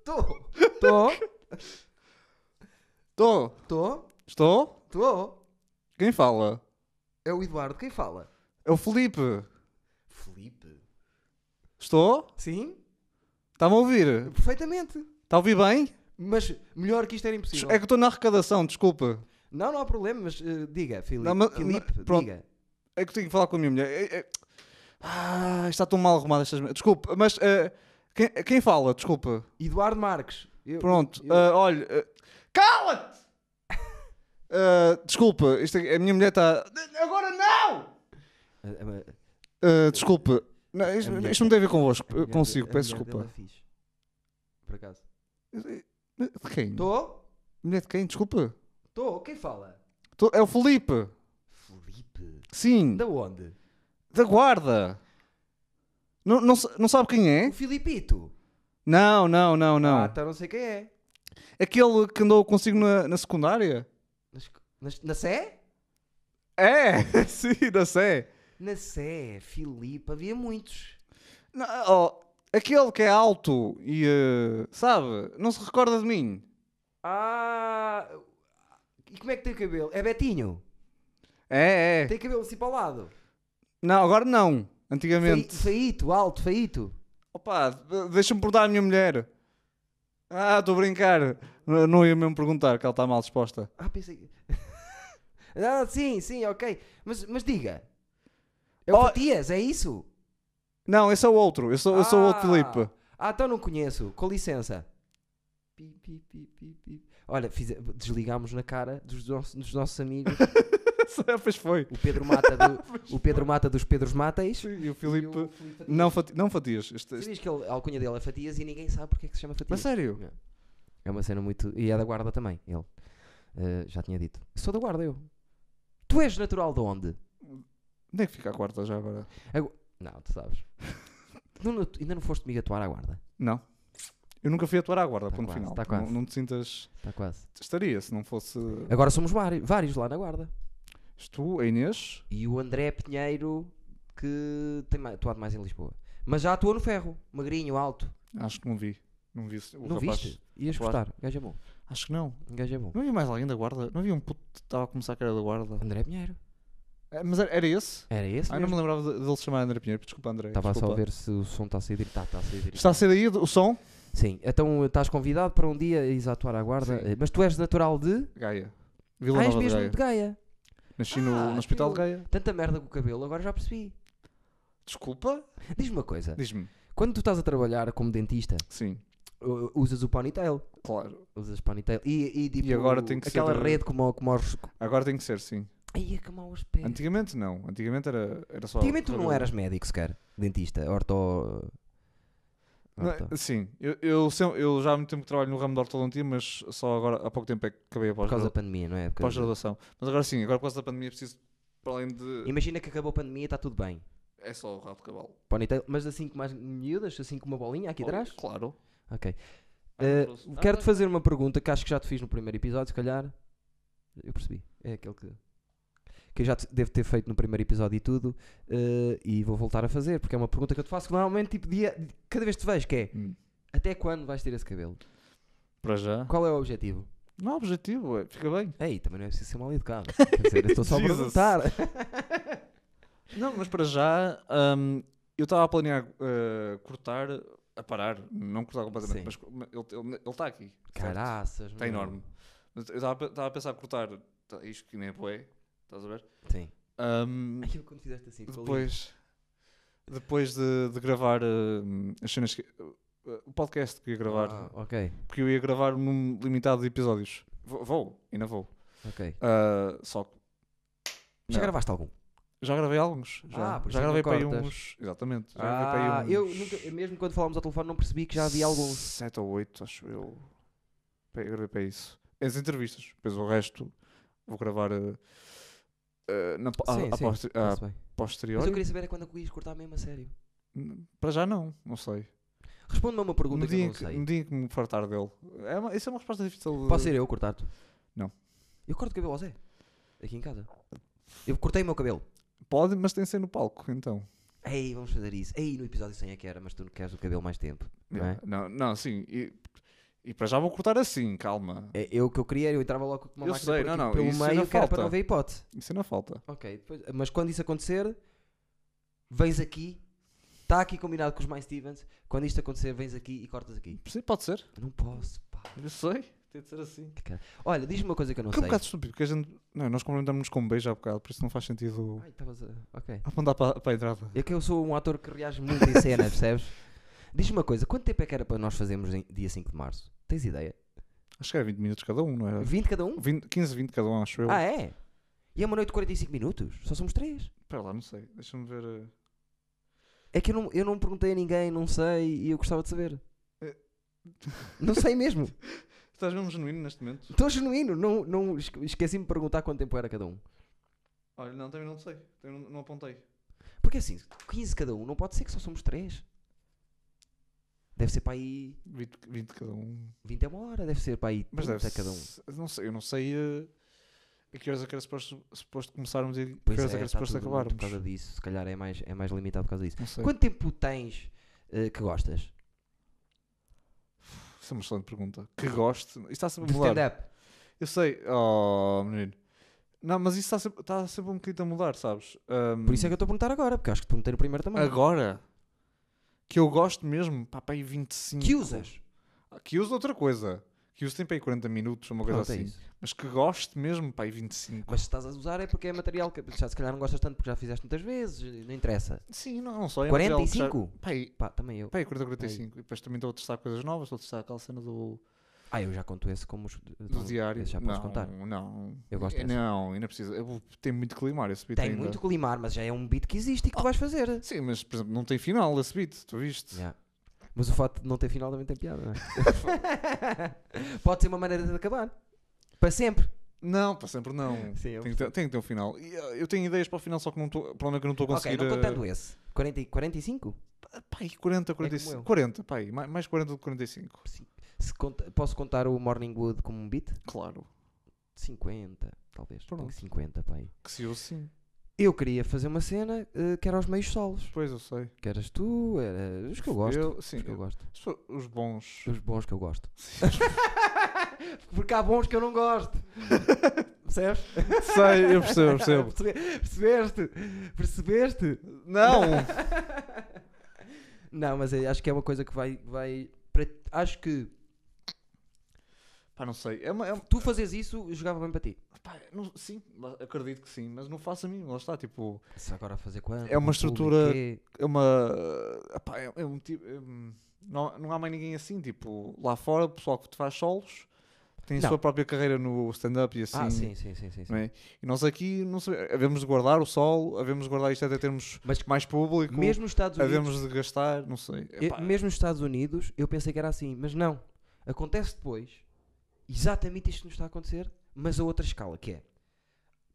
Tô. Tô.
Estou.
Tô.
Estou?
Tô.
Quem fala?
É o Eduardo quem fala.
É o Felipe.
Felipe.
Estou?
Sim,
Está-me a ouvir?
perfeitamente.
Está a ouvir bem?
Mas melhor que isto era impossível.
É que estou na arrecadação, desculpa.
Não, não há problema, mas eh, diga, Filipe.
Não, mas-
Filipe,
mas- pronto.
diga.
É que eu tenho que falar com a minha mulher. É- é- Ah, está tão mal arrumado estas. me- Desculpa, mas eh, quem, quem fala? Desculpa.
Eduardo Marques. Eu-
Pronto,
eu-
eh, olha. eh, Cala-te! Eh, desculpa, isto é- a minha mulher está. Agora não!
A- a-
Eh, desculpa, não,
A
isto,
mulher-
isto não tem a ver convosco.
a mulher-
Consigo,
a
peço
mulher dele
desculpa. Eh,
é fixe. Por acaso.
De quem?
Tô?
Mulher de quem? Desculpa.
Tô? Quem fala?
Tô- É o Felipe. Sim,
Da onde?
da guarda. Não, não, sa- não sabe quem é?
O Filipito.
Não, não, não, não.
Ah, então não sei quem é.
Aquele que andou consigo na, na secundária?
Nas- nas- na Sé?
É, sim, da Sé.
Na Sé, Filipe, havia muitos.
Não, ó, aquele que é alto e, eh, sabe, não se recorda de mim.
Ah. E como é que tem o cabelo? É Betinho.
É, é.
Tem cabelo assim para o lado.
Não, agora
Fei-
não. Antigamente.
Feito, alto, feito.
Opa, de- deixa-me perguntar à minha mulher. Ah, estou a brincar. N- Não ia mesmo perguntar, que ela está mal disposta.
Ah, pensei. que- ah, sim, sim, ok. Mas, mas diga. É
Oh.
o Matias, é isso?
Não, esse é o outro. Eu sou, eu sou o
Ah.
outro Filipe.
Ah, então não conheço. Com licença. Pi, pi, pi, pi, pi. Olha, fize- desligámos na cara dos, nossos- dos nossos amigos.
pois foi.
O Pedro Mata, do- o Pedro Mata dos Pedros Máteis.
Sim, e
e
o Filipe.
o Filipe Fatias.
Não, fati... não fatias. Este- este-
Sabias que ele- a alcunha dele é Fatias e ninguém sabe porque é que se chama
Mas
Fatias.
sério.
É uma cena muito. E é da Guarda também, ele. Eh, já tinha dito. Sou da Guarda, eu. Tu és natural de onde?
Onde é que fica a quarta já agora?
Não, tu sabes. Não, não, tu- ainda não foste comigo atuar à Guarda.
Não. Eu nunca fui atuar à guarda,
Tá
ponto
quase,
final.
tá quase.
Não, não te sintas.
Está Tá quase.
Estaria se não fosse.
Agora somos vari- vários lá na Guarda.
És tu, a Inês.
E o André Pinheiro, que tem ma- atuado mais em Lisboa. Mas já atuou no ferro, magrinho, alto.
Acho que não vi. Não vi se- o
não
rapaz.
viste? Ias
rapaz.
gostar. O Gajo é bom.
Acho que não.
O Gajo é bom.
Não havia mais alguém da guarda? Não havia um puto que estava a começar que era da guarda?
André Pinheiro.
É, Mas era, era esse?
Era esse
Ah, eu não
mesmo.
me lembrava de- dele se chamar André Pinheiro. Desculpa, André.
Estava só a
desculpa.
ver se o som está a sair direito. Está, está a sair direito.
Está a ser daí o som?
Sim, então estás convidado para um dia ires atuar à guarda. Eh,
Sim.
Mas tu és natural de.
Gaia. Vila
ah, és
Nova de
mesmo
Gaia.
de Gaia.
Nasci no,
Ah,
no hospital de
aquilo-
Gaia.
Tanta merda com o cabelo, agora já percebi.
Desculpa?
Diz-me uma coisa:
Diz-me.
quando tu estás a trabalhar como dentista,
Sim,
u- usas o ponytail.
claro.
Usas ponytail. E, e, tipo,
E agora tem que ser eh,
aquela
de-
rede como, como aos.
Agora tem que ser, sim.
Ai, é que mau aspecto.
Antigamente não. Antigamente era, era só.
Antigamente tu não
cabelo.
eras médico sequer, dentista, orto.
Não, é?
orto-
sim, eu, eu, sem- eu já há muito tempo que trabalho no ramo da ortodontia, mas só agora há pouco tempo é que acabei a
Por causa da
pós-gradu-
pandemia, não é? Por causa-
pós-graduação. Mas agora sim, agora por causa da pandemia é preciso, para além de.
Imagina que acabou a pandemia e está tudo bem.
É só o rabo de cavalo.
Ponytail, mas assim com mais miúdas, assim com uma bolinha aqui atrás.
Claro.
Ok.
Ah,
Eh,
não trouxe. Ah,
Quero-te
tá.
fazer uma pergunta que acho que já te fiz no primeiro episódio, se calhar. Eu percebi. É aquele que. Que eu já te, devo ter feito no primeiro episódio e tudo. eh, e vou voltar a fazer, porque é uma pergunta que eu te faço que normalmente, tipo, dia, cada vez que te vejo, que é
Hum.
até quando vais ter esse cabelo?
Para já.
Qual é o objetivo?
Não há objetivo, é, fica bem.
Ei, também não é preciso ser mal educado. Quer dizer, eu estou só a
Jesus.
perguntar.
Não, mas para já, hum, eu estava a planear eh, cortar, a parar, não cortar completamente,
Sim.
mas co- mas ele está ele, ele tá aqui.
Caraças,
Está Tá enorme. Mas eu estava a pensar cortar, tá, isto que nem é boé, estás a ver?
Sim.
Hum,
Ai, eu quando fizeste assim, ficou lindo.
depois, depois de, de gravar hum, as cenas que. eh, o podcast que ia gravar,
Ah, ok,
porque eu ia gravar num número limitado de episódios. Vou, vou ainda vou.
ok.
Ah, só que.
Já
Não.
gravaste algum?
Já gravei alguns. Já,
Ah, por
já
isso é que não
gravei para aí
cortas.
uns. Exatamente. Já gravei para
Ah,
aí um. uns.
eu nunca, mesmo quando falámos ao telefone, não percebi que já havia alguns.
7 ou 8, acho eu. Pá, Eu gravei para isso. As entrevistas. Depois o resto vou gravar eh, eh, na, po- a,
Sim,
a
sim,
poster- a
Está-se bem.
posterior.
Mas eu queria saber é quando é que o ias cortar mesmo a sério.
N- Para já não, não sei.
Responde-me a uma pergunta
No
que eu
dia,
não
em que,
sei.
no dia em que me fartar dele. É uma, isso é uma resposta difícil. de-
Posso ser eu a cortar-te?
Não.
Eu corto o cabelo ao Zé. Aqui em casa. Eu cortei o meu cabelo.
Pode, mas tem que ser no palco, então.
Ei, vamos fazer isso. Ei, no episódio 100 é que era, mas tu não queres o cabelo mais tempo. Não é?
Yeah, Não, não, sim. E, e para já vou cortar assim, calma.
É, Eu que eu queria, eu entrava logo com uma
Eu
máquina
sei,
por
não,
aqui
não,
pelo
isso
meio
ainda
que era para
falta.
não ver hipótese.
Isso não falta.
Ok, depois- mas quando isso acontecer, vens aqui, está aqui combinado com os mais Stevens. Quando isto acontecer, vens aqui e cortas aqui.
Sim, pode ser.
Não posso, pá.
Eu sei. Tem de ser assim.
Olha, diz-me uma coisa que eu não
Que é um
sei.
bocado estúpido, porque a gente. Não, nós cumprimentamos-nos com um beijo há bocado, por isso não faz sentido
Ai, estavas a... Ok.
apontar para, para a entrada.
É que eu sou um ator que reage muito em cena, percebes? Diz-me uma coisa, quanto tempo é que era para nós fazermos em dia 5 de março? Tens ideia?
Acho que era 20 minutos cada um, não era?
20 cada um?
20, 15, 20 cada um, acho eu.
Ah, é? E é uma noite de 45 minutos? Só somos 3.
Espera lá, não sei. Deixa-me ver. eh,
É que eu não, eu não perguntei a ninguém, não sei, e eu gostava de saber.
É.
Não sei mesmo.
Estás mesmo genuíno neste momento?
Estou genuíno. Não, não, esque- Esqueci-me de perguntar quanto tempo era cada um.
Olha, não, também não sei. Também não, não apontei.
Porque assim, 15 cada um, não pode ser que só somos 3. Deve ser para aí
20, 20 cada um.
20 a uma hora, deve ser para aí 30
Mas deve
cada um.
se- Não sei, eu não sei eh, a que horas é que era suposto, suposto começarmos e a que
Pois
horas é,
é,
que era
está
suposto
tudo muito
acabarmos.
por causa disso, se calhar é mais, é mais limitado por causa disso.
Não sei.
Quanto tempo tens eh, que gostas?
Isso é uma excelente pergunta. Que gosto. Isto está sempre
De
a mudar.
stand-up?
Eu sei, oh menino. Não, mas isso está sempre, está sempre um bocadinho a mudar, sabes? Ahm,
Por isso é que eu estou a perguntar agora, porque acho que te perguntei no primeiro também.
Agora que eu gosto mesmo, pá, pá, aí 25.
Que usas?
Ah, Que uso outra coisa. Que uso tem para aí 40 minutos, uma coisa
Pronto, é
assim.
isso.
mas que gosto mesmo, pá, aí 25.
Mas se estás a usar é porque é material que já, se calhar não gostas tanto porque já fizeste muitas vezes, não interessa.
Sim, não, não só. é material que já-
45?
Pá, aí,
Pá, também eu.
pá, aí 40, 45. E depois também estou a testar coisas novas, estou a testar aquela cena do,
Ah, eu já conto esse como os do,
do diário.
Então, Já podes
não,
contar.
Não,
Eu gosto
Eh,
dessa.
Não, ainda precisa. Eu- Tem muito climário esse beat
Tem
ainda. Oh.
muito que limar, mas já é um beat que existe e que tu vais fazer.
Sim, mas por exemplo, não tem final esse beat, tu viste?
Ya. Mas o facto de não ter final também tem piada, não é? Pode ser uma maneira de acabar. Para sempre.
Não, para sempre não.
Sim, eu
Tem que, ter, tem que ter um final. E, ah, eu tenho ideias para o final, só que não estou. O problema é que eu não estou
Ok,
a conseguir.
não
ah,
contando esse. 40, e 45?
Pá, aí 40,
É como
45.
eu.
40, pá, aí, mais, mais 40 do que 45.
Se conta- posso contar o Morning Wood como um beat?
Claro.
50, talvez. Tenho
Pronto.
50, pai.
Que se eu sim.
Eu queria fazer uma cena eh, que era aos meios solos.
Pois eu sei.
Que eras tu, era os que eu gosto.
Eu, sim,
os que eu
eu-
gosto.
se for os bons.
Os bons que eu gosto. Porque há bons que eu não gosto. Percebes?
sei, eu percebo, eu percebo.
Percebe- Percebeste? Percebeste?
Não!
Não, mas eu acho que é uma coisa que vai. vai para- acho que
Pá, não sei. É uma, é uma-
tu fazes isso jogava bem para ti.
pá, não- sim, mas acredito que sim, mas não faço a mim, lá está, tipo.
Se agora a fazer quando?
É uma
com o
estrutura-
público, quê?
É uma. ah, pá, é, é um tipo. é um- não, não há mais ninguém assim, tipo, lá fora, o pessoal que te faz solos tem a
Não.
sua própria carreira no stand-up e assim.
Ah, sim, sim, sim. sim, sim.
não é? E nós aqui, não sei, havemos de guardar o sol, havemos de guardar isto até termos
Mas
mais público,
mesmo nos Estados Unidos.
havemos de gastar, não sei.
Eu-
Epá,
mesmo nos Estados Unidos, eu pensei que era assim, mas não. Acontece depois, exatamente isto que nos está a acontecer, mas a outra escala, que é,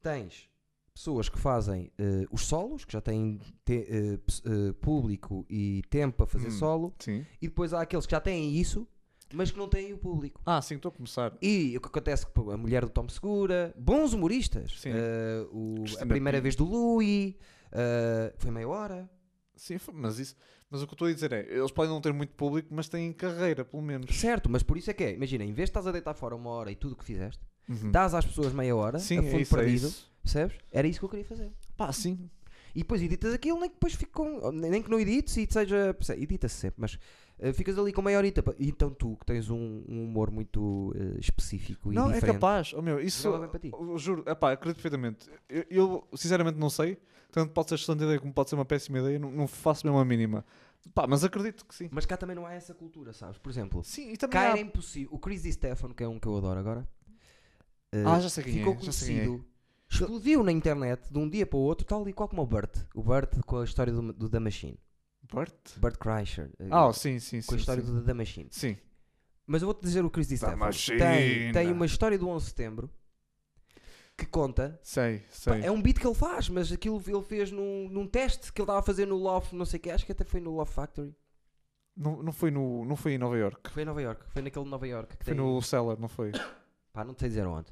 tens pessoas que fazem eh, os solos, que já têm te- eh, pes- eh, público e tempo para fazer
Hum.
solo,
Sim.
e depois há aqueles que já têm isso, mas que não têm o público.
Ah, sim, estou a começar.
E o que acontece com a mulher do Tom Segura, bons humoristas,
Sim.
eh, o- a
Cristina
primeira
Pino.
vez do Louis, eh, foi meia hora,
Sim, foi- mas isso. Mas o que eu estou a dizer é, eles podem não ter muito público, mas têm carreira, pelo menos.
Certo, mas por isso é que é. Imagina, em vez de estás a deitar fora uma hora e tudo o que fizeste, dás às pessoas meia hora,
Hum. Uhum. Sim,
a
é
fundo
isso, é
perdido,
isso.
percebes? Era isso que eu queria fazer.
Pá, sim.
E depois editas aquilo, nem que depois fique com. nem nem que não edites e seja. perce- Edita-se sempre, mas eh, ficas ali com meia horita. pa- E então tu, que tens um, um humor muito eh, específico e
não,
diferente.
é capaz. Oh, meu, isso.
Jogava bem para ti.
eu Juro, epá, acredito perfeitamente. Eu, eu, sinceramente não sei. Tanto pode ser excelente ideia como pode ser uma péssima ideia. Não, não faço mesmo a mínima. Pá, mas acredito que sim.
Mas cá também não há essa cultura, sabes? Por exemplo,
Sim, e também
cá
há-
era impossível. O Chris Di Stefano, que é um que eu adoro agora, eh,
Ah, já sei quem
ficou
é, já sei quem é.
conhecido. Explodiu na internet de um dia para o outro, tal e qual como o Burt. O Burt com a história do, do The Machine.
Bert?
Burt Kreischer. eh,
Ah, oh, sim, sim, sim.
com a história
sim.
do The Machine.
Sim.
Mas eu vou-te dizer o Chris Di
The
Stefano.
Machine.
Tem, tem uma história do 11 de setembro que conta.
Sei,
pá,
sei.
é um beat que ele faz, mas aquilo ele fez num, num teste que ele estava a fazer no Love, não sei o que, acho que até foi no Love Factory.
Não, não, foi no, não foi em Nova York.
Foi em Nova York, foi naquele de Nova York que
Foi
tem.
no Cellar, não foi?
Pá, não sei dizer onde.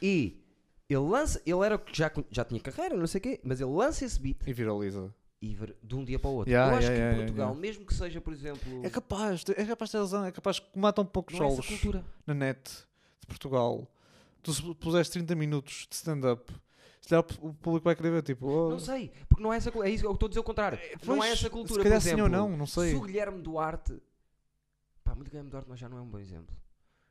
E ele lança, ele era o que já, con- já tinha carreira, não sei o quê, mas ele lança esse beat
E viraliza.
e ver- de um dia para o outro.
Yeah,
eu acho
yeah,
que
yeah,
em
yeah,
Portugal,
yeah.
mesmo que seja, por exemplo,
É capaz, é capaz de ter razão. É capaz que matam poucos
não é essa
solos
cultura.
na net de Portugal. Tu se puseres 30 minutos de stand-up, se calhar o público vai querer ver, tipo, oh,
Não sei, porque não é essa cultura. É isso que eu estou a dizer o contrário. não é
pois,
essa
se
cultura.
calhar
por
sim ou
exemplo,
não, não sei.
Se o Guilherme Duarte. Pá, muito Guilherme Duarte mas já não é um bom exemplo.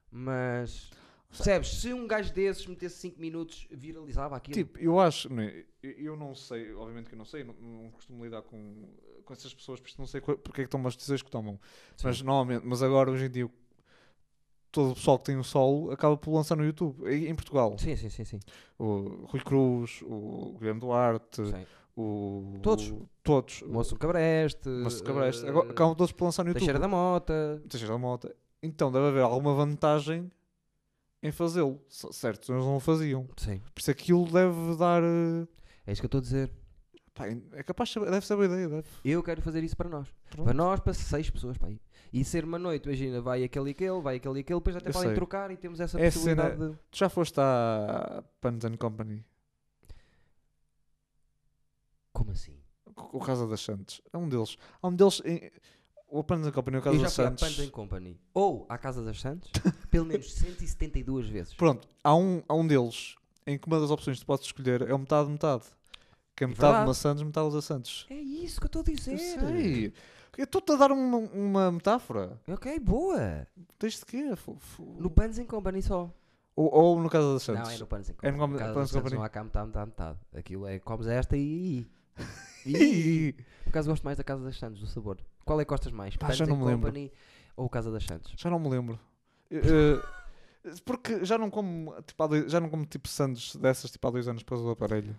Mas. Percebes? Se um gajo desses metesse 5 minutos, viralizava aquilo.
Tipo, eu acho, não é? eu eu não sei, obviamente que eu não sei, não, não costumo lidar com, com essas pessoas, porque não sei qua- porque é que tomam as decisões que tomam. Mas normalmente, mas agora hoje em dia todo o pessoal que tem um solo acaba por lançar no YouTube, em em Portugal.
Sim, sim, sim. sim.
O Rui Cruz, o Guilherme Duarte,
Sim.
o.
Todos.
Todos.
Moço do Cabreste.
Moço do Cabreste.
eh,
Agora um acabam todos por lançar no YouTube.
Teixeira da Mota.
Teixeira da Mota. Então deve haver alguma vantagem em fazê-lo. C- Certo, eles não o faziam.
Sim.
Por isso aquilo deve dar. eh,
É isso que eu estou a dizer.
Pá, é capaz de saber, deve saber a ideia, deve.
Eu quero fazer isso para nós.
Pronto.
Para nós, para seis pessoas, pá. aí. E ser uma noite, imagina, vai aquele e aquele, vai aquele e aquele, depois até
Eu
podem
sei.
trocar e temos essa
É a
possibilidade de.
Tu já foste à Puns and Company,
Como assim?
o Casa das Santos. É um deles. Há um deles. Em... O Puns and Company, o Casa
eu já
das
fui à
Santos.
Panta Company ou à Casa das Santos pelo menos 172 vezes.
Pronto, há um, há um deles em que uma das opções que tu podes escolher é o metade-metade. Que é metade
verdade.
uma Santos, metade da Santos.
É isso que eu estou a dizer.
Eu sei. Eu estou-te a dar uma, uma metáfora.
Ok, boa.
Desde que? fo- fo-
No Pans Company só.
Ou, ou no Casa das
Não, é
Santos.
no Pans Company.
É no Company-
Casa
Pans
das Santos
Company.
Não há cá metade, metade, metade. Aquilo é comes esta e. e...
Ih,
Por acaso gosto mais da Casa das Santos, do sabor. Qual é que gostas mais?
Pá,
Pans
já não me lembro.
Company ou Casa das Santos?
já não me lembro. Eh, eh, porque já não como tipo, há dois- já não como tipo Santos dessas tipo há dois anos depois do aparelho.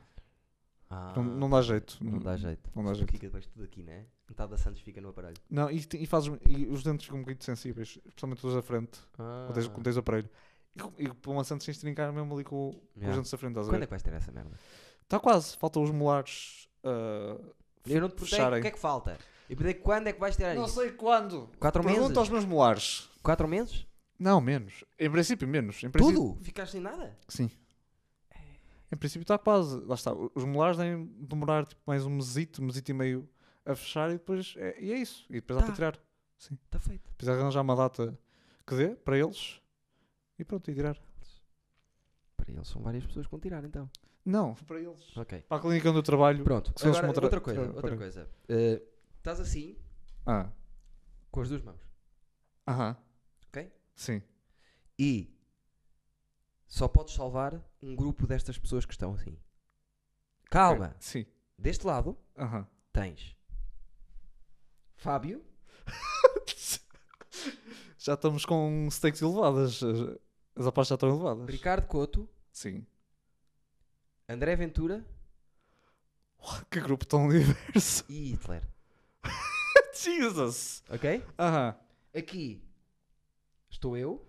Ah,
Não, não dá jeito.
Não dá jeito.
Não dá
Porque
jeito.
Fica debaixo de tudo aqui, né? Metade da Santos fica no aparelho.
Não, e, te- e fazes, e os dentes ficam um bocadinho sensíveis, especialmente os da frente,
Ah.
quando tens- quando tens o aparelho. E, com- e para uma Santos tens de trincar mesmo ali com, com os
Yeah.
dentes da frente, estás a
Quando é
ver?
que vais ter essa merda?
Está quase, faltam os molares. ah,
Eu não te perguntei
Fecharem.
o que é que falta. Eu perguntei quando é que vais ter
não
isso.
sei quando.
Quatro
Pergunta
meses?
aos meus molares.
Quatro meses?
Não, menos. Em princípio, menos. Em princípio,
Tudo? Ficaste sem nada?
Sim. Em princípio está quase. Lá está. Os molares devem demorar tipo, mais um mesito, um mesito e meio a fechar e depois. É, e é isso. E depois dá
Tá.
para tirar.
Está Tá feito.
Depois arranjar uma data que dê para eles e pronto, e tirar.
Para eles são várias pessoas que vão tirar então.
Não, para eles.
Ok.
Para a clínica onde eu trabalho.
Pronto.
Se fosse
Agora,
uma outra-
outra coisa.
Ah,
Outra
peraí.
coisa. Eh, estás assim,
Ah.
com as duas mãos.
Aham.
Ok.
Sim.
E só podes salvar um grupo destas pessoas que estão assim. Calma.
Ok, Sim.
Deste lado
Aham.
tens Fábio.
Já estamos com stakes elevadas. As, as apostas já estão elevadas.
Ricardo Couto,
Sim.
André Ventura
Que grupo tão diverso.
e Hitler.
Jesus.
Ok?
Aham.
Aqui estou eu,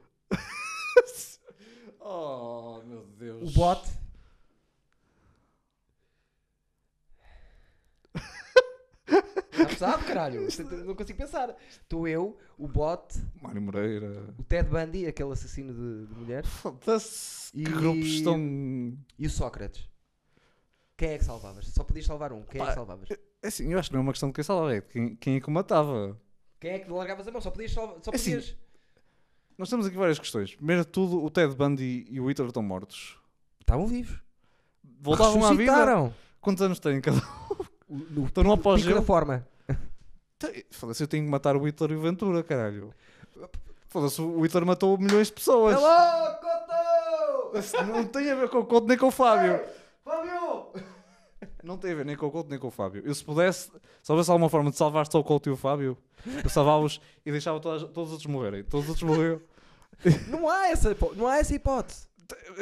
Oh, meu Deus.
o bot. Está pesado, caralho. é Não consigo pensar. Estou eu, o bot,
Mário Moreira.
o Ted Bundy, aquele assassino de, de mulheres,
Foda-se. Que
E-
grupos tão.
e o Sócrates. Quem é que salvavas? Só podias salvar um. Quem é que
Pá.
salvavas?
É assim, eu acho que não é uma questão de quem salva, é de quem, quem é que o matava.
Quem é que largavas a mão? Só podias salvar. Só
É assim,
podias.
Nós temos aqui várias questões. Primeiro de tudo, o Ted Bundy e o Hitler estão mortos.
Estavam vivos.
Voltavam à vida.
Ressuscitaram.
Quantos anos têm cada um?
O- No
Estão no
pico da
apogeu.
forma.
Tem- Foda-se, Tá, eu tenho que matar o Hitler e o Ventura, caralho. Foda-se, o Hitler matou milhões de pessoas.
Hello, Couto!
Isso Não tem a ver com o Couto nem com o Fábio.
Fábio!
Não tem a ver nem com o Couto nem com o Fábio. Eu se pudesse, se houvesse alguma forma de salvar só o Couto e o Fábio, eu salvava-os e deixava todas- todos os outros morrerem. Todos os outros morreram.
Não há essa, hipó- não há essa hipótese.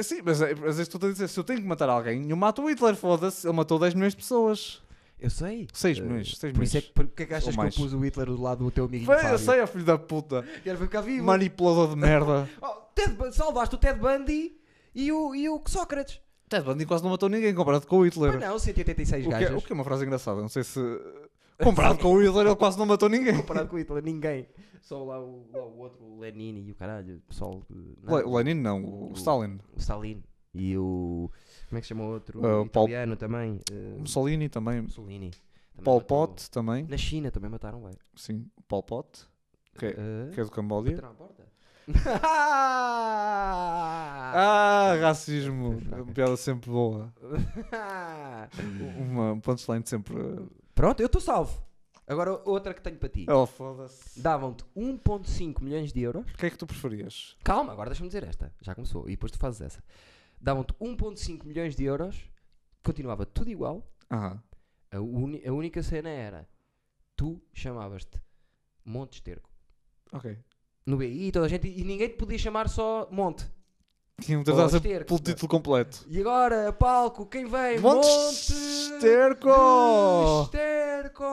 Sim, mas é- mas é isto que estou a dizer. Se eu tenho que matar alguém, eu mato o Hitler, foda-se. Ele matou 10 milhões de pessoas.
Eu sei.
6
Eh,
milhões, 6
Por
milhões.
isso é que, porque é que achas
Ou
que
mais.
eu pus o Hitler do lado do teu amigo
Bem,
Fábio?
eu sei, ó filho da puta.
Quero ficar vivo.
Manipulador de merda.
Oh, Ted Bu- salvaste o Ted Bundy e o, e o Sócrates.
Ted Bundy quase não matou ninguém comparado com o Hitler.
Ah, não, 186
O que, é,
gajas.
o que é uma frase engraçada, não sei se. eh, Comparado com o Hitler, ele quase não matou ninguém.
Comparado com o Hitler, ninguém. Só lá o, lá o outro, o Lenin e o caralho. O pessoal. eh, não,
Le- O Lenin não, o, o Stalin.
o Stalin. E o. Como é que se chama o outro?
Ah,
O
o Pol-
italiano também. eh,
O Mussolini também.
Mussolini. Também
Pol
matou.
Pot também.
Na China também mataram, ué.
Sim, o Pol Pot, que é,
Eh,
que é do Camboja.
bateram à porta.
Ah, racismo.
Ok.
Piada sempre boa. Uma um punchline sempre. eh,
Pronto, eu estou salvo. Agora outra que tenho para ti.
Oh, foda-se.
Davam-te 1.5 milhões de euros.
O que é que tu preferias?
Calma, agora deixa-me dizer esta. Já começou. E depois tu fazes essa. Davam-te 1.5 milhões de euros. Continuava tudo igual.
Aham.
A, uni- a única cena era... Tu chamavas-te Monte Esterco.
Ok.
No BI toda a gente... E ninguém te podia chamar só Monte.
Tinha-me
Oh,
tratado sempre
esterco,
pelo
não.
título completo.
E agora, palco, quem vem?
Monte
de
Esterco!
Esterco!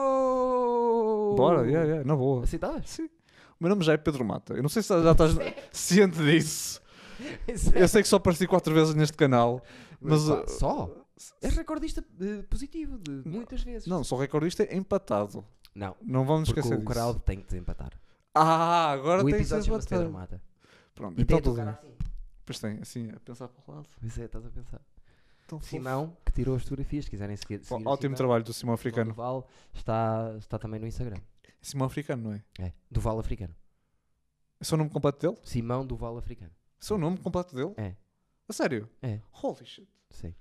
Bora, yeah, yeah, na boa.
Aceitavas?
Sim. O meu nome já é Pedro Mata. Eu não sei se já estás ciente disso. Eu sei que só apareci quatro vezes neste canal, mas
Pá,
uh,
Só? És recordista eh, positivo, de muitas vezes.
Não, sou recordista empatado.
Não,
Não vamos
porque
esquecer
o
disso.
Coraldo tem que desempatar.
Ah, agora
o
tem que ser
episódio é chama-se Pedra
empatado.
Mata.
Pronto,
E tem
então
a
tudo
tocar
bem.
assim.
Pois tem, assim, a pensar para o lado.
Pois é, estás a pensar.
Tão fofo.
Simão, que tirou as fotografias, se quiserem seguir.
Ó-
seguir o
Ótimo
Simão,
trabalho do Simão
Simão
Africano.
Duval está, está também no Instagram.
Simão Africano, não é?
É, Duval Africano.
É só o nome completo dele?
Simão Duval Africano.
É só o nome completo dele?
É.
A sério?
É.
Holy shit.
Sim.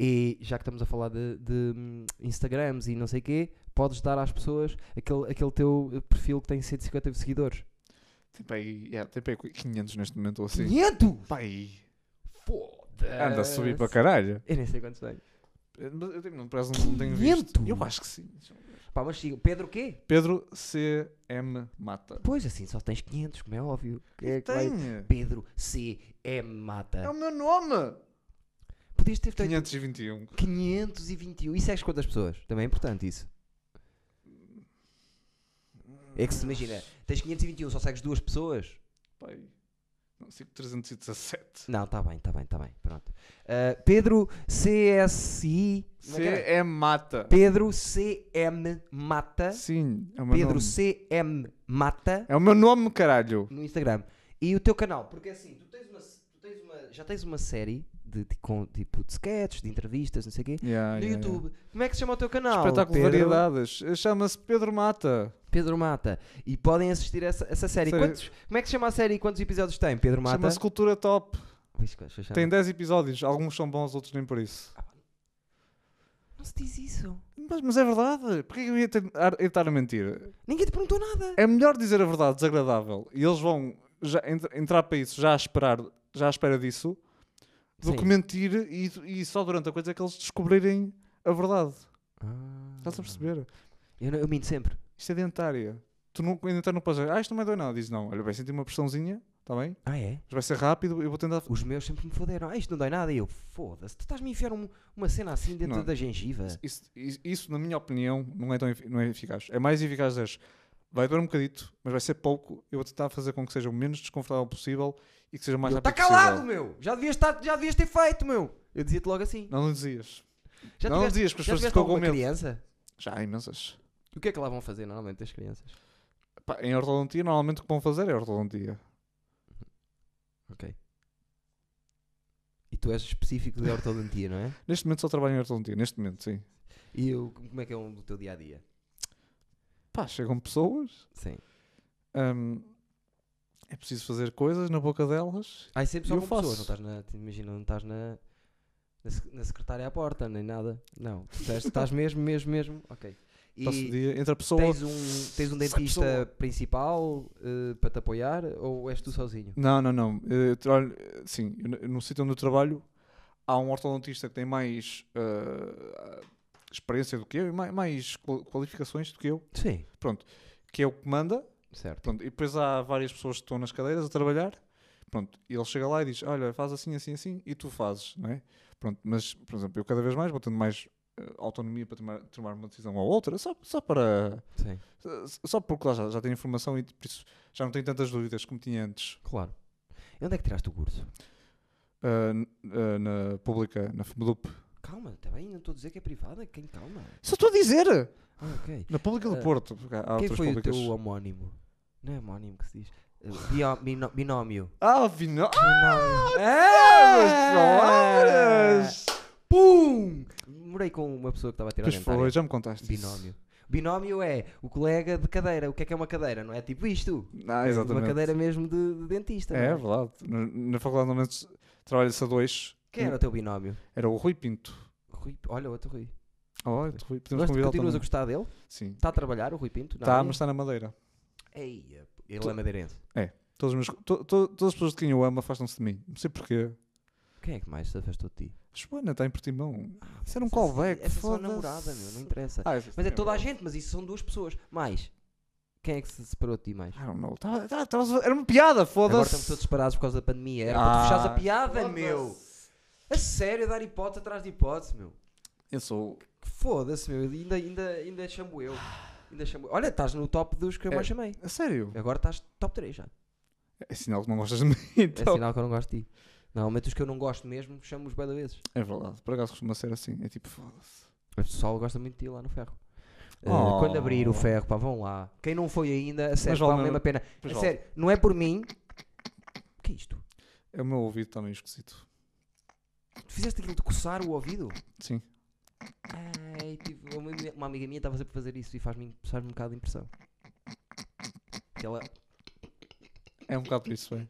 E já que estamos a falar de, de, hum, Instagrams e não sei o quê, podes dar às pessoas aquele, aquele teu eh, perfil que tem 150 seguidores.
Tem para aí, yeah, tem para aí 500 neste momento ou assim.
500!
Pá, aí.
Foda-se!
Anda a subir para caralho.
Eu nem sei quantos tenho.
Eu eu tenho, não, parece, um, não tenho visto.
500?
Eu acho que sim.
Pá, mas siga. Pedro o quê?
Pedro C.M. Mata.
Pois assim, só tens 500, como é óbvio. Que é que vai-
Tenho.
Pedro C. M. Mata.
É o meu nome.
Podias ter feito
521.
521. E segues quantas pessoas? Também é importante isso. É que se imagina, tens 521, só segues duas pessoas?
Pá, aí. Não, 5317.
Não, tá bem, tá bem, tá bem. Pronto. Ah, Pedro CSI. como é que era?
C.M. Mata.
Pedro CM Mata.
Sim, é o meu
Pedro
nome.
CM Mata
É o meu nome, caralho.
no Instagram. E o teu canal? Porque assim, tu tens uma. tu tens uma- já tens uma série de, de- com, tipo, de sketches, de entrevistas, não sei o quê.
Yeah,
No
yeah, yeah.
YouTube. Como é que se chama o teu canal?
Espetáculo de
Pedro?
variedades. Chama-se Pedro Mata.
Pedro Mata. E podem assistir essa, essa série.
Série.
Quantos- como é que se chama a série e quantos episódios tem, Pedro Mata?
Chama-se Cultura Top.
Pois, pois, pois, chama.
Tem 10 episódios. Alguns são bons, outros nem por isso.
Ah. Não se diz isso.
Mas, mas é verdade. Porquê que eu ia tentar- ia estar a mentir?
Ninguém te perguntou nada.
É melhor dizer a verdade desagradável e eles vão já ent- entrar para isso já a esperar, já à espera disso, do
Sim.
que mentir e, e só durante a coisa é que eles descobrirem a verdade.
Ah.
Estás a perceber?
Eu, não- eu minto sempre.
Isto é dentária. Tu não, ainda estás no prazer. Ah, isto não me dói nada. Diz não. Olha, vai sentir uma pressãozinha, está bem?
Ah, é?
Mas vai ser rápido. Eu vou tentar.
Os meus sempre me foderam. Ah, isto não dói nada. E eu, foda-se, tu estás-me a enfiar um- uma cena assim dentro
Não. é
da gengiva.
Isso, isso- isso, na minha opinião, não é tão efi- não é eficaz. É mais eficaz das. Vai durar um bocadito, mas vai ser pouco. Eu vou tentar fazer com que seja o menos desconfortável possível e que seja o mais
Está
rápido
tá calado,
possível.
meu! Já devias, estar- já devias ter feito, meu! Eu dizia-te logo assim.
Não dizias.
Já
não
tiveste,
dizias que as
já
pessoas
tiveste
ficam com
alguma
medo.
criança?
Já há imensas.
O que é que lá vão fazer normalmente as crianças?
Pá, em ortodontia, normalmente o que vão fazer é ortodontia.
Ok. E tu és específico de ortodontia, não é?
Neste momento só trabalho em ortodontia, neste momento, sim.
E eu, como é que é o teu dia a dia?
Pá, chegam pessoas,
Sim.
hum, é preciso fazer coisas na boca delas.
Ah, e sempre só
Eu
com pessoas,
faço.
não estás na. te- Imagina, não estás na. Na, sec- na secretária à porta, nem nada. Não. Tu estás- estás mesmo, mesmo, mesmo. Ok. E
Passo o dia entre a pessoa.
tens um, tens um
Sai pessoa.
dentista principal eh, para te apoiar ou és tu sozinho?
Não, não, não. Eu trabalho, sim, eu no- no sítio onde eu trabalho há um ortodontista que tem mais ah, experiência do que eu e mai- mais qual- qualificações do que eu,
Sim.
que é o que manda.
Certo.
Pronto, e depois há várias pessoas que estão nas cadeiras a trabalhar. Pronto, e ele chega lá e diz: Olha, faz assim, assim, assim, e tu fazes, não é? Pronto, mas, por exemplo, eu cada vez mais vou tendo mais eh, autonomia para tomar, tomar uma decisão ou outra, só, só para.
Sim.
Só porque lá já, já tenho informação e por isso já não tenho tantas dúvidas como tinha antes
Claro. E onde é que tiraste o curso?
ah, n- ah, na pública, na FMDUP.
Calma, está bem, não estou a dizer que é privada. Quem calma?
Só estou a dizer!
Ah, ok.
Na pública do
Ah,
Porto, porque há há
Quem
outras
foi o
públicas.
teu homónimo? Não é homónimo que se diz. Eh, bio- bino- binómio.
Ah, vinó!
Binómio. É,
Ah, meus senhores!
Pum! Morei com uma pessoa que estava a tirar
Pois foi,
dentária.
já me contaste. isso.
Binómio. Binómio é o colega de cadeira. O que é que é uma cadeira? Não é tipo isto.
Ah, exatamente.
Uma cadeira mesmo de, de dentista.
É, é
não é?
verdade. Na, na faculdade normalmente trabalha-se a dois.
Quem era o teu binómio?
Era o Rui Pinto.
Rui, olha, outro Rui.
Oh, é, Rui, podemos
Gosto-
convidá-lo
continuas
também.
a gostar dele?
Sim.
Está a trabalhar o Rui Pinto? na
Está,
área?
mas está na Madeira.
Ei, ele
Tu-
é madeirense.
Todos os meus- to- to- todas as pessoas de quem eu amo afastam-se de mim. Não sei porquê.
Quem é que mais se afastou de ti?
A Joana está em Portimão.
Ah,
Isso era um
essa-
callback.
Essa é só a
foda-se.
namorada, meu. Não interessa.
Ah, isso-
Mas é toda a gente, mas isso são duas pessoas. Mais. Quem é que se separou de ti mais?
I don't know. Tava- tava- tava- era uma piada,
Agora
foda-se.
estamos todos separados por causa da pandemia. Era para tu fechares a
Ah,
piada,
foda-se.
meu. A sério, dar hipótese atrás de hipótese, meu.
Eu sou.
Que Foda-se, meu. Ainda, ainda, ainda é chamo eu. Ainda chamo... Olha, estás no top dos que eu
É.
mais chamei.
A sério?
Agora estás top 3 já.
É sinal que não gostas de mim.
É
Então.
sinal que eu não gosto de ti. Normalmente os que eu não gosto mesmo chamo-os bué da vezes.
É verdade, por acaso costuma ser assim. É tipo, foda-se.
O pessoal gosta muito de ir lá no ferro. Uh,
Oh.
quando abrir o ferro, pá, vão lá. Quem não foi ainda, a sério,
vale
vale mesmo
mesmo.
a pena. A
Pois vale.
sério, não é por mim. O que é isto?
É o meu ouvido também esquisito.
Tu fizeste aquilo de coçar o ouvido?
Sim.
Ai, tive uma, amiga- uma amiga minha estava sempre a fazer isso e faz-me faz um bocado de impressão. Que ela.
É um bocado por isso, é.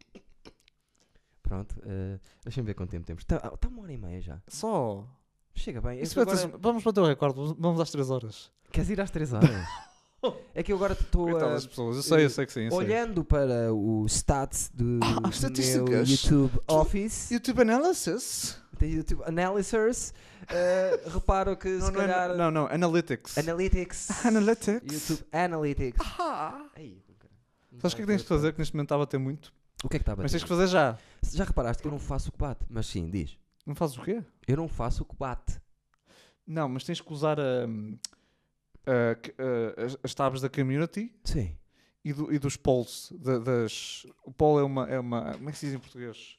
Pronto, eh, deixa-me ver quanto tempo temos. Está tá uma hora e meia já.
Só.
Chega bem. é
Isso
que
vai ter-
agora-
Vamos bater o recorde, vamos- vamos às 3 horas.
Queres ir às três horas? é que eu agora estou
Coitado
a.
das pessoas, eu sei, eu sei que sim. eu sei.
Olhando para o stats do
Ah, as
meu
estatísticas.
YouTube
Tu-
Office,
YouTube Analysis?
do YouTube Analyzers, tipo, eh, reparo que
Não,
se
não, é-
calhar
não, não, Analytics.
Analytics,
Analytics.
YouTube Analytics.
Ah.
Ai, nunca- nunca
Sabes o que é que tens de
foi-
fazer? Que neste momento está a bater muito.
O que é que está a
Mas tens
bater?
que fazer já.
Já reparaste que eu não faço o que bate? Mas sim, diz.
Não fazes o quê?
Eu não faço o que bate.
Não, mas tens que usar hum, a- que- a- as, as tabs da community
Sim.
e, do- e dos polls. da- das, o poll é uma, é uma. Como é que se diz em português?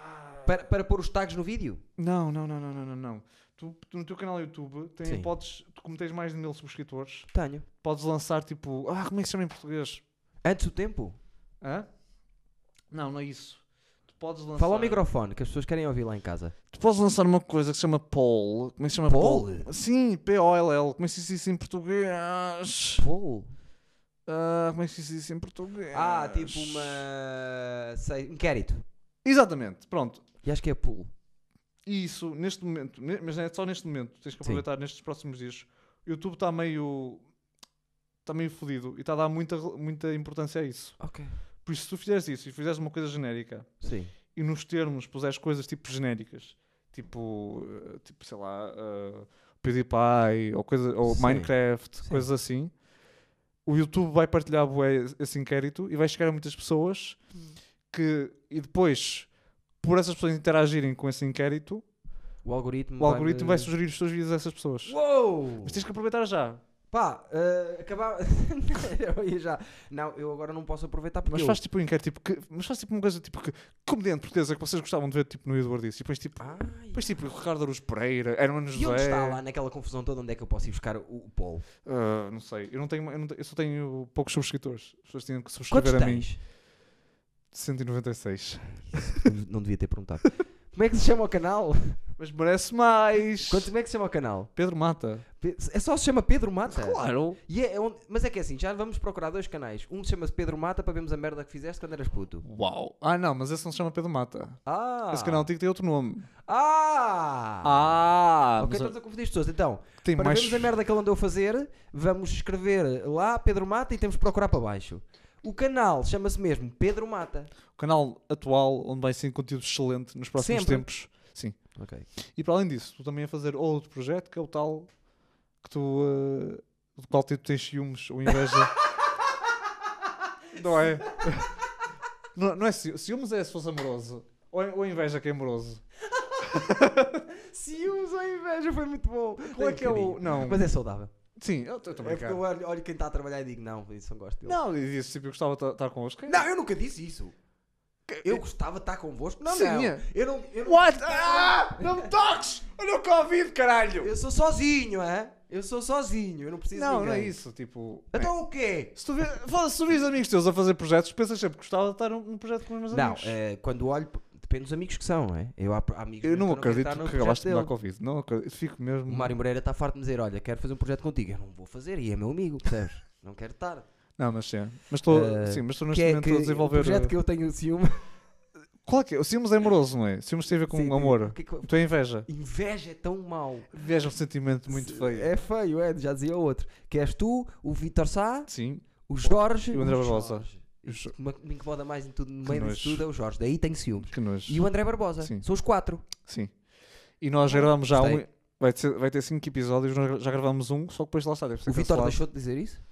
Ah,
Para, para pôr os tags no vídeo?
Não, não, não, não, não, não. não. Tu, tu no teu canal YouTube, tem,
Sim.
podes, tu, como tens mais de mil subscritores,
Tenho.
podes lançar tipo. Ah, como é que se chama em português?
Antes do tempo?
Hã? Não, não é isso. Tu podes lançar.
Fala ao microfone, que as pessoas querem ouvir lá em casa.
Tu podes lançar uma coisa que se chama poll. Como é que se chama
Poll?
Sim, P-O-L-L. Como é que se diz isso em português?
Pô.
Ah, como é que se diz isso em português?
Ah, tipo uma... Sei, inquérito.
Exatamente, pronto.
E acho que é pulo.
E isso, neste momento, ne- mas é só neste momento, tens que
Sim.
aproveitar nestes próximos dias. O YouTube está meio. Está meio fodido e está a dar muita, rel- muita importância a isso.
Ok.
Por isso, se tu fizeres isso e fizeres uma coisa genérica
Sim.
e nos termos puseres coisas tipo genéricas, tipo, eh, tipo sei lá, eh, PewDiePie ou, coisa, ou
Sim.
Minecraft,
Sim.
coisas assim, o YouTube vai partilhar bué esse inquérito e vai chegar a muitas pessoas que, e depois, por essas pessoas interagirem com esse inquérito,
O algoritmo
o algoritmo vai
me-
sugerir os seus vídeos a essas pessoas.
Uou!
Mas tens que aproveitar já.
Pá, eh, acabava... eu ia já... Não, eu agora não posso aproveitar porque
Mas
eu...
faz tipo um inquérito, tipo, que, mas faz tipo uma coisa tipo que comediante portuguesa que vocês gostavam de ver tipo, no Eduardo e depois tipo,
Ai.
depois, tipo Ricardo Aruz Pereira, Herman José.
E onde está lá naquela confusão toda onde é que eu posso ir buscar o, o polo?
Ah, não sei, eu, não tenho, eu, não te- eu só tenho poucos subscritores. As pessoas tinham que
Quantos
subscrever a mim.
tens?
196.
Não- não devia ter perguntado. Como é que se chama o canal?
Mas merece mais!
Quanto, como é que se chama o canal?
Pedro Mata.
Pe- É só se chama Pedro Mata?
Claro!
E é- é onde- mas é que é assim, já vamos procurar dois canais. Um chama-se Pedro Mata para vermos a merda que fizeste quando eras puto.
Uau! Ah, não, mas esse não se chama Pedro Mata.
Ah!
Esse canal antigo tem outro nome.
Ah!
Ah!
ok,
mas
estamos a confundir as pessoas. Então,
tem
para
mais.
vermos a merda que ele andou a fazer, vamos escrever lá Pedro Mata e temos que procurar para baixo. O canal chama-se mesmo Pedro Mata.
O canal atual onde vai ser conteúdo excelente nos próximos
Sempre.
tempos. Sim.
Ok.
E para além disso, tu também a fazer outro projeto que é o tal que tu. ah, do qual tipo tens ciúmes ou inveja. não é? não, não é ciú- ciúmes, é se fosse amoroso. Ou, ou inveja que é amoroso.
Ciúmes ou inveja foi muito bom.
Qual é que é o. Não.
Mas é saudável.
Sim, eu estou a
É porque
brincar.
eu olho, olho quem está a trabalhar e digo, não, isso não gosto dele.
Não, eu disse tipo, eu gostava de ta- estar convosco.
Não, eu nunca disse isso. Eu gostava de estar convosco. Não,
Sim,
não.
é.
Eu não. Eu, não-
What? Ah! Não me toques! Olha o Covid, caralho!
eu sou sozinho, é? Eu sou sozinho, eu não preciso de
Não, não
ninguém.
é isso. Tipo. é.
Então o quê?
Se tu, vê, fala, se tu vês amigos teus a fazer projetos, pensas sempre que gostava de estar num num projeto com os meus
Não,
amigos.
eh, quando olho, p- depende dos amigos que são, não é? Eu há há amigos
é, Eu
meus
não
que quero
acredito
estar no
que acabaste
projeto
de me dar
dele.
Covid. Não acredito. Fico mesmo.
O Mário Moreira está farto de me dizer: Olha, quero fazer um projeto contigo. Eu não vou fazer, e é meu amigo, percebes? não quero estar.
Não, mas sim. Mas estou
Eh,
sim, mas estou neste
Que é
momento
que
a desenvolver.
O projeto que eu tenho ciúme.
Qual é que é? O ciúmes é amoroso, não é? Ciúmes tem a ver com
Sim,
amor.
o que é que eu-
Tu é inveja.
Inveja é tão mau.
Inveja é um sentimento muito feio.
É feio, é, já dizia outro. Que és tu, o Vitor Sá,
Sim.
o Jorge.
E o André Barbosa.
Jorge.
O Jo-
O que me- me incomoda mais em tudo, no meio
nojo.
disso tudo é o Jorge. Daí tenho ciúmes.
Que nojo.
E o André Barbosa.
Sim.
São os quatro.
Sim. E nós já gravámos já
Gostei.
um. Vai ter, vai ter cinco episódios, nós já gravámos um, só que depois lá está. Deve ser
O Vitor
cancelado.
deixou de dizer isso?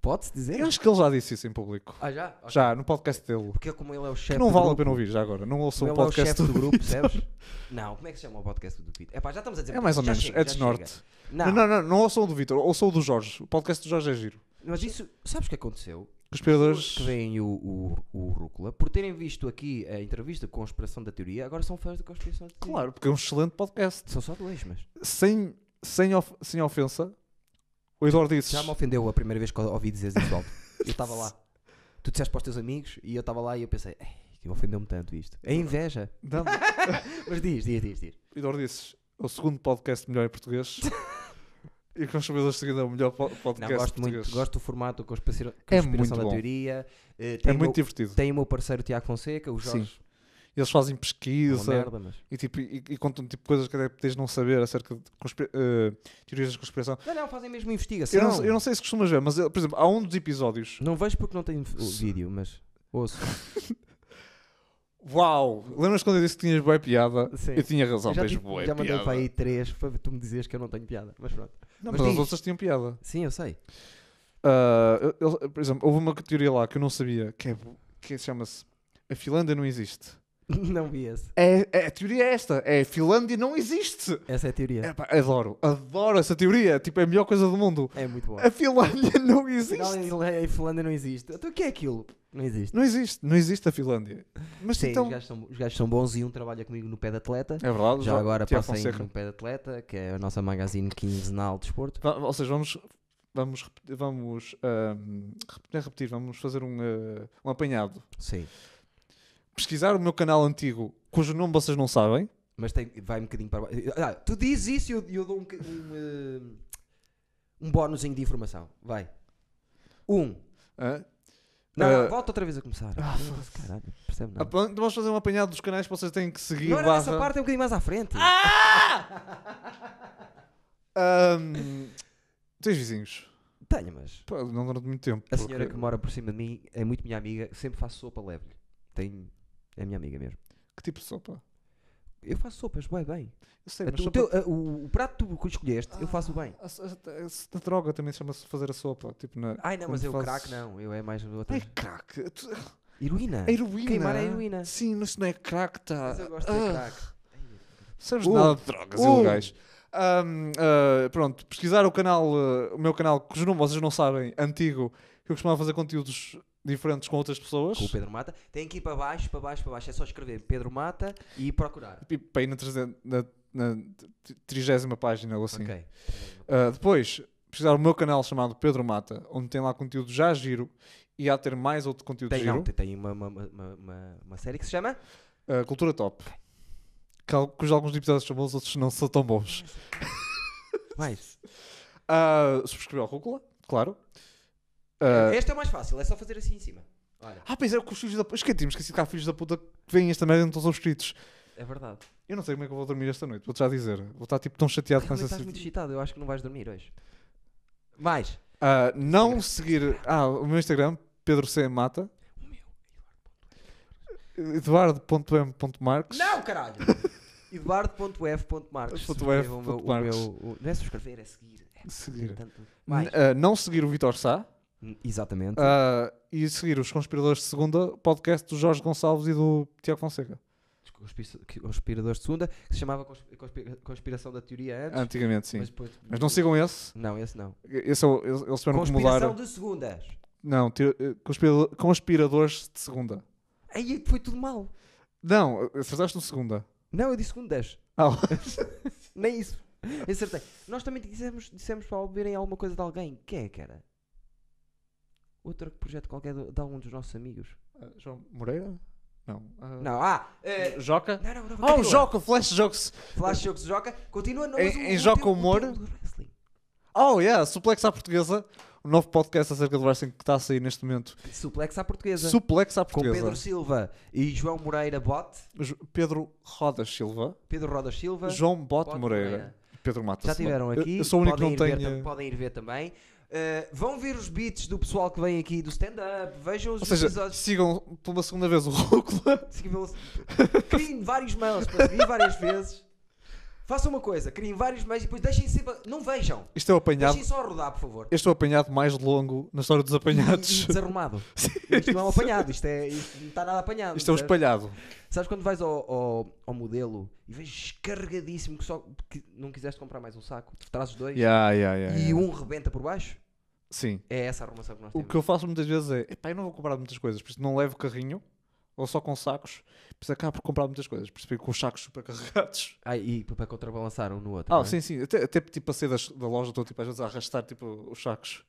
Pode-se dizer?
Eu acho que ele já disse isso em público.
Ah, já? Ok.
Já, no podcast dele.
Porque ele, como ele é o
Que
chefe
não
do
vale a
grupo,
pena ouvir já agora. Não ouçam
como ele
o
é o
um podcast
chefe do grupo,
Vitor.
percebes? Não, como é que se chama o podcast do Vitor? É pá, já estamos a dizer
É mais ou
já
menos.
chega,
é
já chega.
desnorte.
Não,
Não, não, não, não ouçam o do Vitor, ouçam o do Jorge. O podcast do Jorge é giro.
mas isso, sabes o que aconteceu?
Conspiradores.
que veem o, o, o Rúcula, por terem visto aqui a entrevista com a Conspiração da Teoria, agora são fãs da Conspiração da Teoria.
Claro, porque é um excelente podcast.
São só dois, mas
Sem, sem, of- sem ofensa, o Eduardo disse.
já me ofendeu a primeira vez que eu ouvi dizer isso alto. Eu estava lá. Tu disseste para os teus amigos e eu estava lá e eu pensei, "Ei, que ofendeu-me tanto isto. É inveja.
Não,
Mas diz, diz, diz, diz.
o Eduardo disse. É o segundo podcast melhor em português. e Conspiradores seguindo é o melhor po-
Não,
podcast
gosto
português.
muito, gosto do formato da conspira
É
Conspiração
muito
da
bom.
Teoria. Eh,
É
tem, o
muito
meu,
divertido.
tem o meu parceiro Tiago Fonseca, o Jorge.
Sim. Eles fazem
É uma
pesquisa.
merda, mas...
E, tipo, e, e contam tipo, coisas que até podes não saber acerca de conspira- eh, teorias da conspiração.
Não, não, fazem mesmo investigação.
Eu não, eu não sei se costumas ver, mas, eh, por exemplo, há um dos episódios.
Não vejo porque não tem f- o
Se-
vídeo, mas ouço.
Uau! Lembras quando eu disse que tinhas boa piada?
Sim.
Eu tinha razão,
Eu já
tens
tive-
boa
já
piada.
mandei para aí três para tu me dizeres que eu não tenho piada. Mas pronto.
Não,
Mas
mas, as
diz.
outras tinham piada.
Sim, eu sei.
Ah, eu- eu- por exemplo, houve uma teoria lá que eu não sabia, que, é, bo- que chama-se A Finlândia não existe.
não vi esse.
É, é- a teoria é esta: é a Finlândia não existe!
Essa é a teoria.
Epá, adoro, adoro essa teoria. Tipo, é a melhor coisa do mundo.
É, muito bom.
A Finlândia não existe!
Afinal, é, em- em Finlândia não existe. Então o que é aquilo? Não existe.
Não existe, não existe a Finlândia. Mas
Sim,
então.
os, gajos são, os gajos são bons e um trabalha comigo no pé de atleta.
É verdade,
Já agora
Tiago
passem
Fonseca.
no pé de atleta, que é a nossa magazine quinzenal de desporto.
Va- Ou seja, vamos. Vamos, repetir- vamos ahm, rep- não é repetir, vamos fazer um, ah, um apanhado.
Sim.
Pesquisar o meu canal antigo, cujo nome vocês não sabem.
Mas tem, vai um bocadinho para baixo. Ah, tu dizes isso e eu, eu dou um, ca- um, eh, um bónusinho de informação. Vai. Um.
hã?
Não,
Eh,
não, volta outra vez a começar.
Ah,
Foda-se, Caralho, percebe
Ah,
nada.
pá, então vamos fazer um apanhado dos canais que vocês têm que seguir.
Não era
barra-
essa parte, é um bocadinho mais à frente.
Ahm, tens vizinhos?
Tenho, mas
Pá, não durante muito tempo.
a senhora
porque-
que mora por cima de mim é muito minha amiga, sempre faço sopa leve-lhe. Tenho... É minha amiga mesmo.
Que tipo de sopa?
Eu faço sopas, bem, bem.
Eu sei,
A
mas
tu- o,
sopa-
teu- a- o- o prato que tu escolheste, eu faço bem.
A, a- a- a droga também chama-se fazer a sopa. Tipo, na,
Ai não, mas
quando
eu
fazes-
crack não, eu é mais outra.
É crack. Tu-
Ah, Heroína.
A heroína.
Queimar a heroína.
Sim, mas isso não é crack, tá.
Mas eu gosto de
Ah,
crack.
Sabes
Uh.
nada de drogas, é um
Uh.
ilegais. Ahm, ah, pronto, pesquisar o canal, ah, o meu canal, cujo nome vocês não sabem, antigo, que eu costumava fazer conteúdos diferentes com outras pessoas.
Com o Pedro Mata. Tem que ir para baixo, para baixo, para baixo. É só escrever Pedro Mata e procurar.
E para ir na, treze- na, na t- trigésima página ou assim.
Ok.
Ah, depois, pesquisar o meu canal chamado Pedro Mata, onde tem lá conteúdo já giro e há de ter mais outro conteúdo
Tem,
giro.
não, tem- tem uma, uma, uma, uma- uma série que se chama
Uh, cultura top. Que al- Cujos alguns episódios são bons, outros não são tão bons.
Mais.
Uh, subscrever ao Rúcula, claro. Uh,
Este é o mais fácil, é só fazer assim em cima. Olha,
ah, pois é, que os filhos da puta. Esqueci-me, esqueci que há filhos da puta que veem esta merda e não estão subscritos.
é verdade.
Eu não sei como é que eu vou dormir esta noite, vou-te já dizer. Vou estar tipo tão chateado com
Realmente
essa
estás muito excitado, eu acho que não vais dormir hoje. Mais.
Ah, não seguir. Ah, o meu Instagram, Pedro C. Mata. Eduardo.m.marques.
Não, caralho! Eduardo.f.marques.
F.F.
subscrevam o meu- o
Marques.
meu- o- Não é subscrever, é seguir. É
Seguir.
tanto- Mais.
N- ah, não seguir o Vitor Sá.
N- Exatamente.
Ah, e seguir os Conspiradores de Segunda, podcast do Jorge Gonçalves e do Tiago Fonseca.
Os conspi- que- Conspiradores de segunda, que se chamava conspi- conspi- Conspiração da Teoria antes.
Antigamente, sim.
Mas,
Mas,
depois-
não sigam esse.
Não, esse não.
esse é o- eles, eles tiveram que mudar.
Conspiração de segundas.
Não, tira- eh, conspira- Conspiradores de Segunda.
Aí é foi tudo mal.
Não, acertaste no Segunda.
Não, eu disse segundas.
Ah,
Nem isso. Eu Acertei. Nós também dissemos, dissemos para beberem alguma coisa de alguém. Quem é que era? Outro projeto qualquer de, de algum dos nossos amigos.
João Moreira? Não. ah,
Não, ah! eh,
Joca?
não, não, não.
Ah, o
continua.
Joca, Flash Jokes.
Flash Jogo se joga. Continua não,
Em-
mas o- é
em
o
Joca
teu- o
Humor?
teu do wrestling.
Oh, yeah, Suplex à Portuguesa. O novo podcast acerca do wrestling que está a sair neste momento.
Suplex à portuguesa.
Suplex à
com
Portuguesa.
Pedro Silva e João Moreira Bote.
Jo- Pedro Rodas Silva.
Pedro Rodas Silva.
João Bote,
Bote
Moreira.
Moreira.
Pedro Mata.
Já tiveram
Eu-
aqui.
Eu, sou o único que
podem
não
ir ver
tenho.
tam- podem ir ver também. Eh, vão ver os beats do pessoal que vem aqui do stand-up. Vejam os
Ou seja,
episódios.
sigam por uma segunda vez o Rúcula.
Seguiu- Criem vários mails para seguir várias vezes. Façam uma coisa, criem vários mails e depois deixem sempre. Não vejam.
Isto é o apanhado.
Deixem só rodar, por favor.
Este é o apanhado mais longo na história dos
E-
apanhados.
e Desarrumado. Isto não é um apanhado, isto, é, isto não está nada apanhado.
Isto é um
percebes?
espalhado.
Sabes quando vais ao, ao- ao modelo e vês carregadíssimo que só que não quiseste comprar mais um saco, tu trazes dois
Yeah, yeah, yeah,
e
yeah.
um rebenta por baixo?
Sim.
É essa a arrumação que nós
O
temos.
que eu faço muitas vezes é, epá, eu não vou comprar muitas coisas, por isso não levo carrinho, ou só com sacos, por isso acabo por comprar muitas coisas, por isso fico com os sacos super carregados.
Ah, e para contrabalançar um no outro.
Ah,
não é?
sim, sim, até, até tipo a sair das- da loja estou tipo às vezes a arrastar tipo os sacos.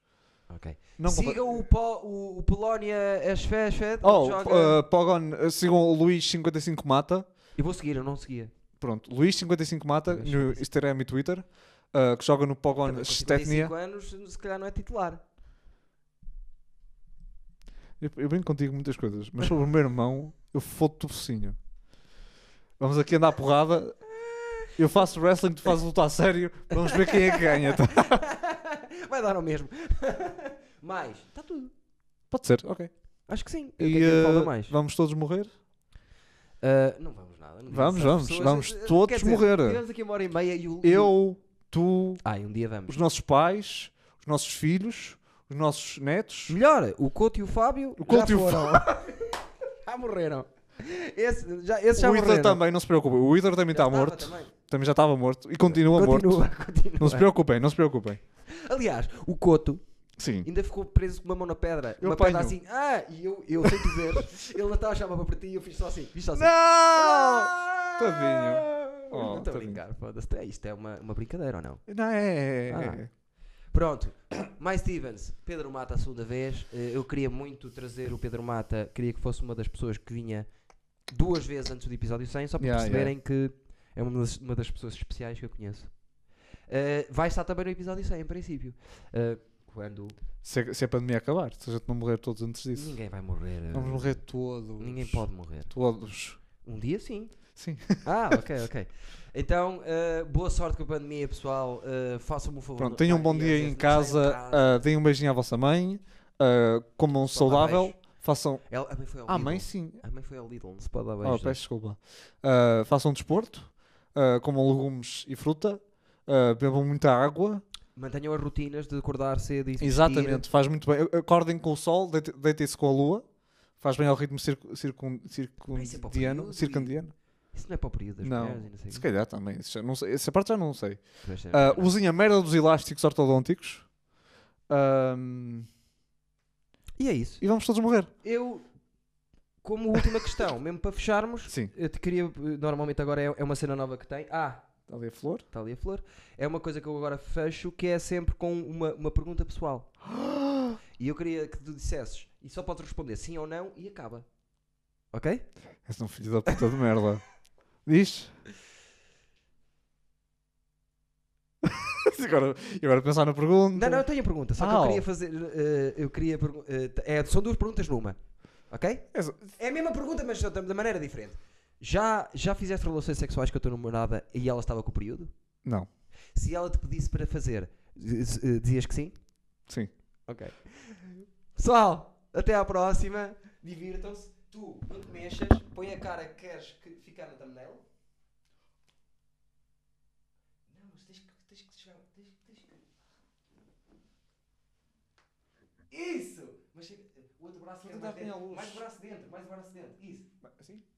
Ok.
Não compra-
Siga o, Pó- o, o Polónia as fé, as fé,
Oh,
joga-
uh, Pogon, uh, sigam o Luís55 Mata,
Eu vou seguir, eu não seguia.
pronto, Luís55 Mata
Luís
no
55.
Instagram e Twitter, uh, que joga no Pogon
Também, com
Stetnia.
55 anos, se calhar não é titular.
Eu, eu brinco contigo muitas coisas, mas sobre o meu irmão, eu foto-te o focinho. Vamos aqui andar à porrada. Eu faço wrestling, tu fazes lutar a sério. Vamos ver quem é que ganha. tá?
Vai dar ao mesmo. mais. Está Tá tudo.
Pode ser, ok.
Acho que sim.
E,
o que é que falta
eh,
mais?
Vamos todos morrer?
Ah, não vamos nada. não
Vamos,
digas às
vamos, vamos
eh,
todos
quer
morrer.
Tivemos aqui uma hora e meia e o.
Eu, tu,
Ai, um dia vamos.
os nossos pais, os nossos filhos, os nossos netos.
Melhor, o Couto e o Fábio.
O Couto
já
e o
foram. já morreram. Esse já, esse já
O Hitler
morreram.
também, não se preocupem. O Hitler também
Já
está
estava
morto.
também.
Também já estava morto. E continua, morto.
Continua, continua.
Não se preocupem, não se preocupem.
Aliás, o Couto
Sim.
ainda ficou preso com uma mão na pedra.
Eu
uma pedra
apanho.
assim, ah, e eu, eu sem dizer, ele não estava a chamar para ti e eu fiz só assim, fiz só assim.
Não!
Ah!
Tadinho. Oh,
não estou a
tadinho.
brincar, foda-se. É, Isto é uma, uma brincadeira ou não?
Não, é. é,
Ah.
é.
Pronto, mais Stevens, Pedro Mata a segunda vez. Eh, Eu queria muito trazer o Pedro Mata, queria que fosse uma das pessoas que vinha duas vezes antes do episódio 100, só para
Yeah,
perceberem que é uma das, uma das pessoas especiais que eu conheço. Eh, vai estar também no episódio 100, em princípio. Eh, quando
Se, a- se a pandemia acabar, se a gente não morrer todos antes disso.
ninguém vai morrer. eh,
Vamos morrer todos.
Ninguém pode morrer.
Todos.
Um dia sim.
Sim.
Ah, ok, ok. Então, eh, boa sorte com a pandemia, pessoal. Eh, Façam-me um favor.
Pronto, tenham um bom
Ai,
dia
às
em
vezes não saiam de
casa. ah, deem um beijinho à vossa mãe. ah, comam
Só dá
saudável. Façam.
Ela- a mãe foi ao
Ah,
Lidl.
mãe, sim.
A mãe foi ao Lidl, não se pode dar
Ah,
É beijo. né?
peço desculpa. Ah, façam desporto. ah, comam legumes e fruta. ah, bebam muita água.
Mantenham as rotinas de acordar cedo e se vestir.
Exatamente, faz muito bem. Acordem com o sol, deite- deitem-se com a lua. Faz bem ao ritmo circu- circun-
Ah, isso é para o
circundiano.
período e-
circundiano.
Isso não é para o período das
Não.
mulheres e não sei o
Se
quê.
calhar também. isso já não sei- Essa parte já não sei.
Mas é-
Ah, usem a merda dos elásticos ortodônticos. Ahm,
E é isso.
e vamos todos morrer.
Eu, como última questão, mesmo para fecharmos,
Sim.
eu te queria. Normalmente agora é, é uma cena nova que tem. Ah,
Está Tá ali a flor.
está ali a flor. É uma coisa que eu agora fecho que é sempre com uma, uma pergunta pessoal. E eu queria que tu dissesses, e só podes responder sim ou não, e acaba. Ok?
És um filho da puta de merda. Diz. agora, e agora pensar na pergunta.
Não, não, eu tenho a pergunta, só que
Ah,
eu
oh.
queria fazer. eh, eu queria. pergu- eh, t- é, são duas perguntas numa. Ok?
És-
É a mesma pergunta, mas só de maneira diferente. Já, já fizeste relações sexuais com a tua namorada e ela estava com o período?
não.
Se ela te pedisse para fazer, diz- eh, dizias que sim?
Sim.
Ok. Pessoal, até à próxima. Divirtam-se. Tu não te mexas. Põe a cara que queres que ficar na thumbnail. Não, mas tens que, tens que chegar. Tens, tens que... Isso! Mas chega- o outro braço
Mas
é
dá
mais
bem à
dentro.
luz.
Mais o braço dentro. Mais o braço dentro. Isso.
Assim?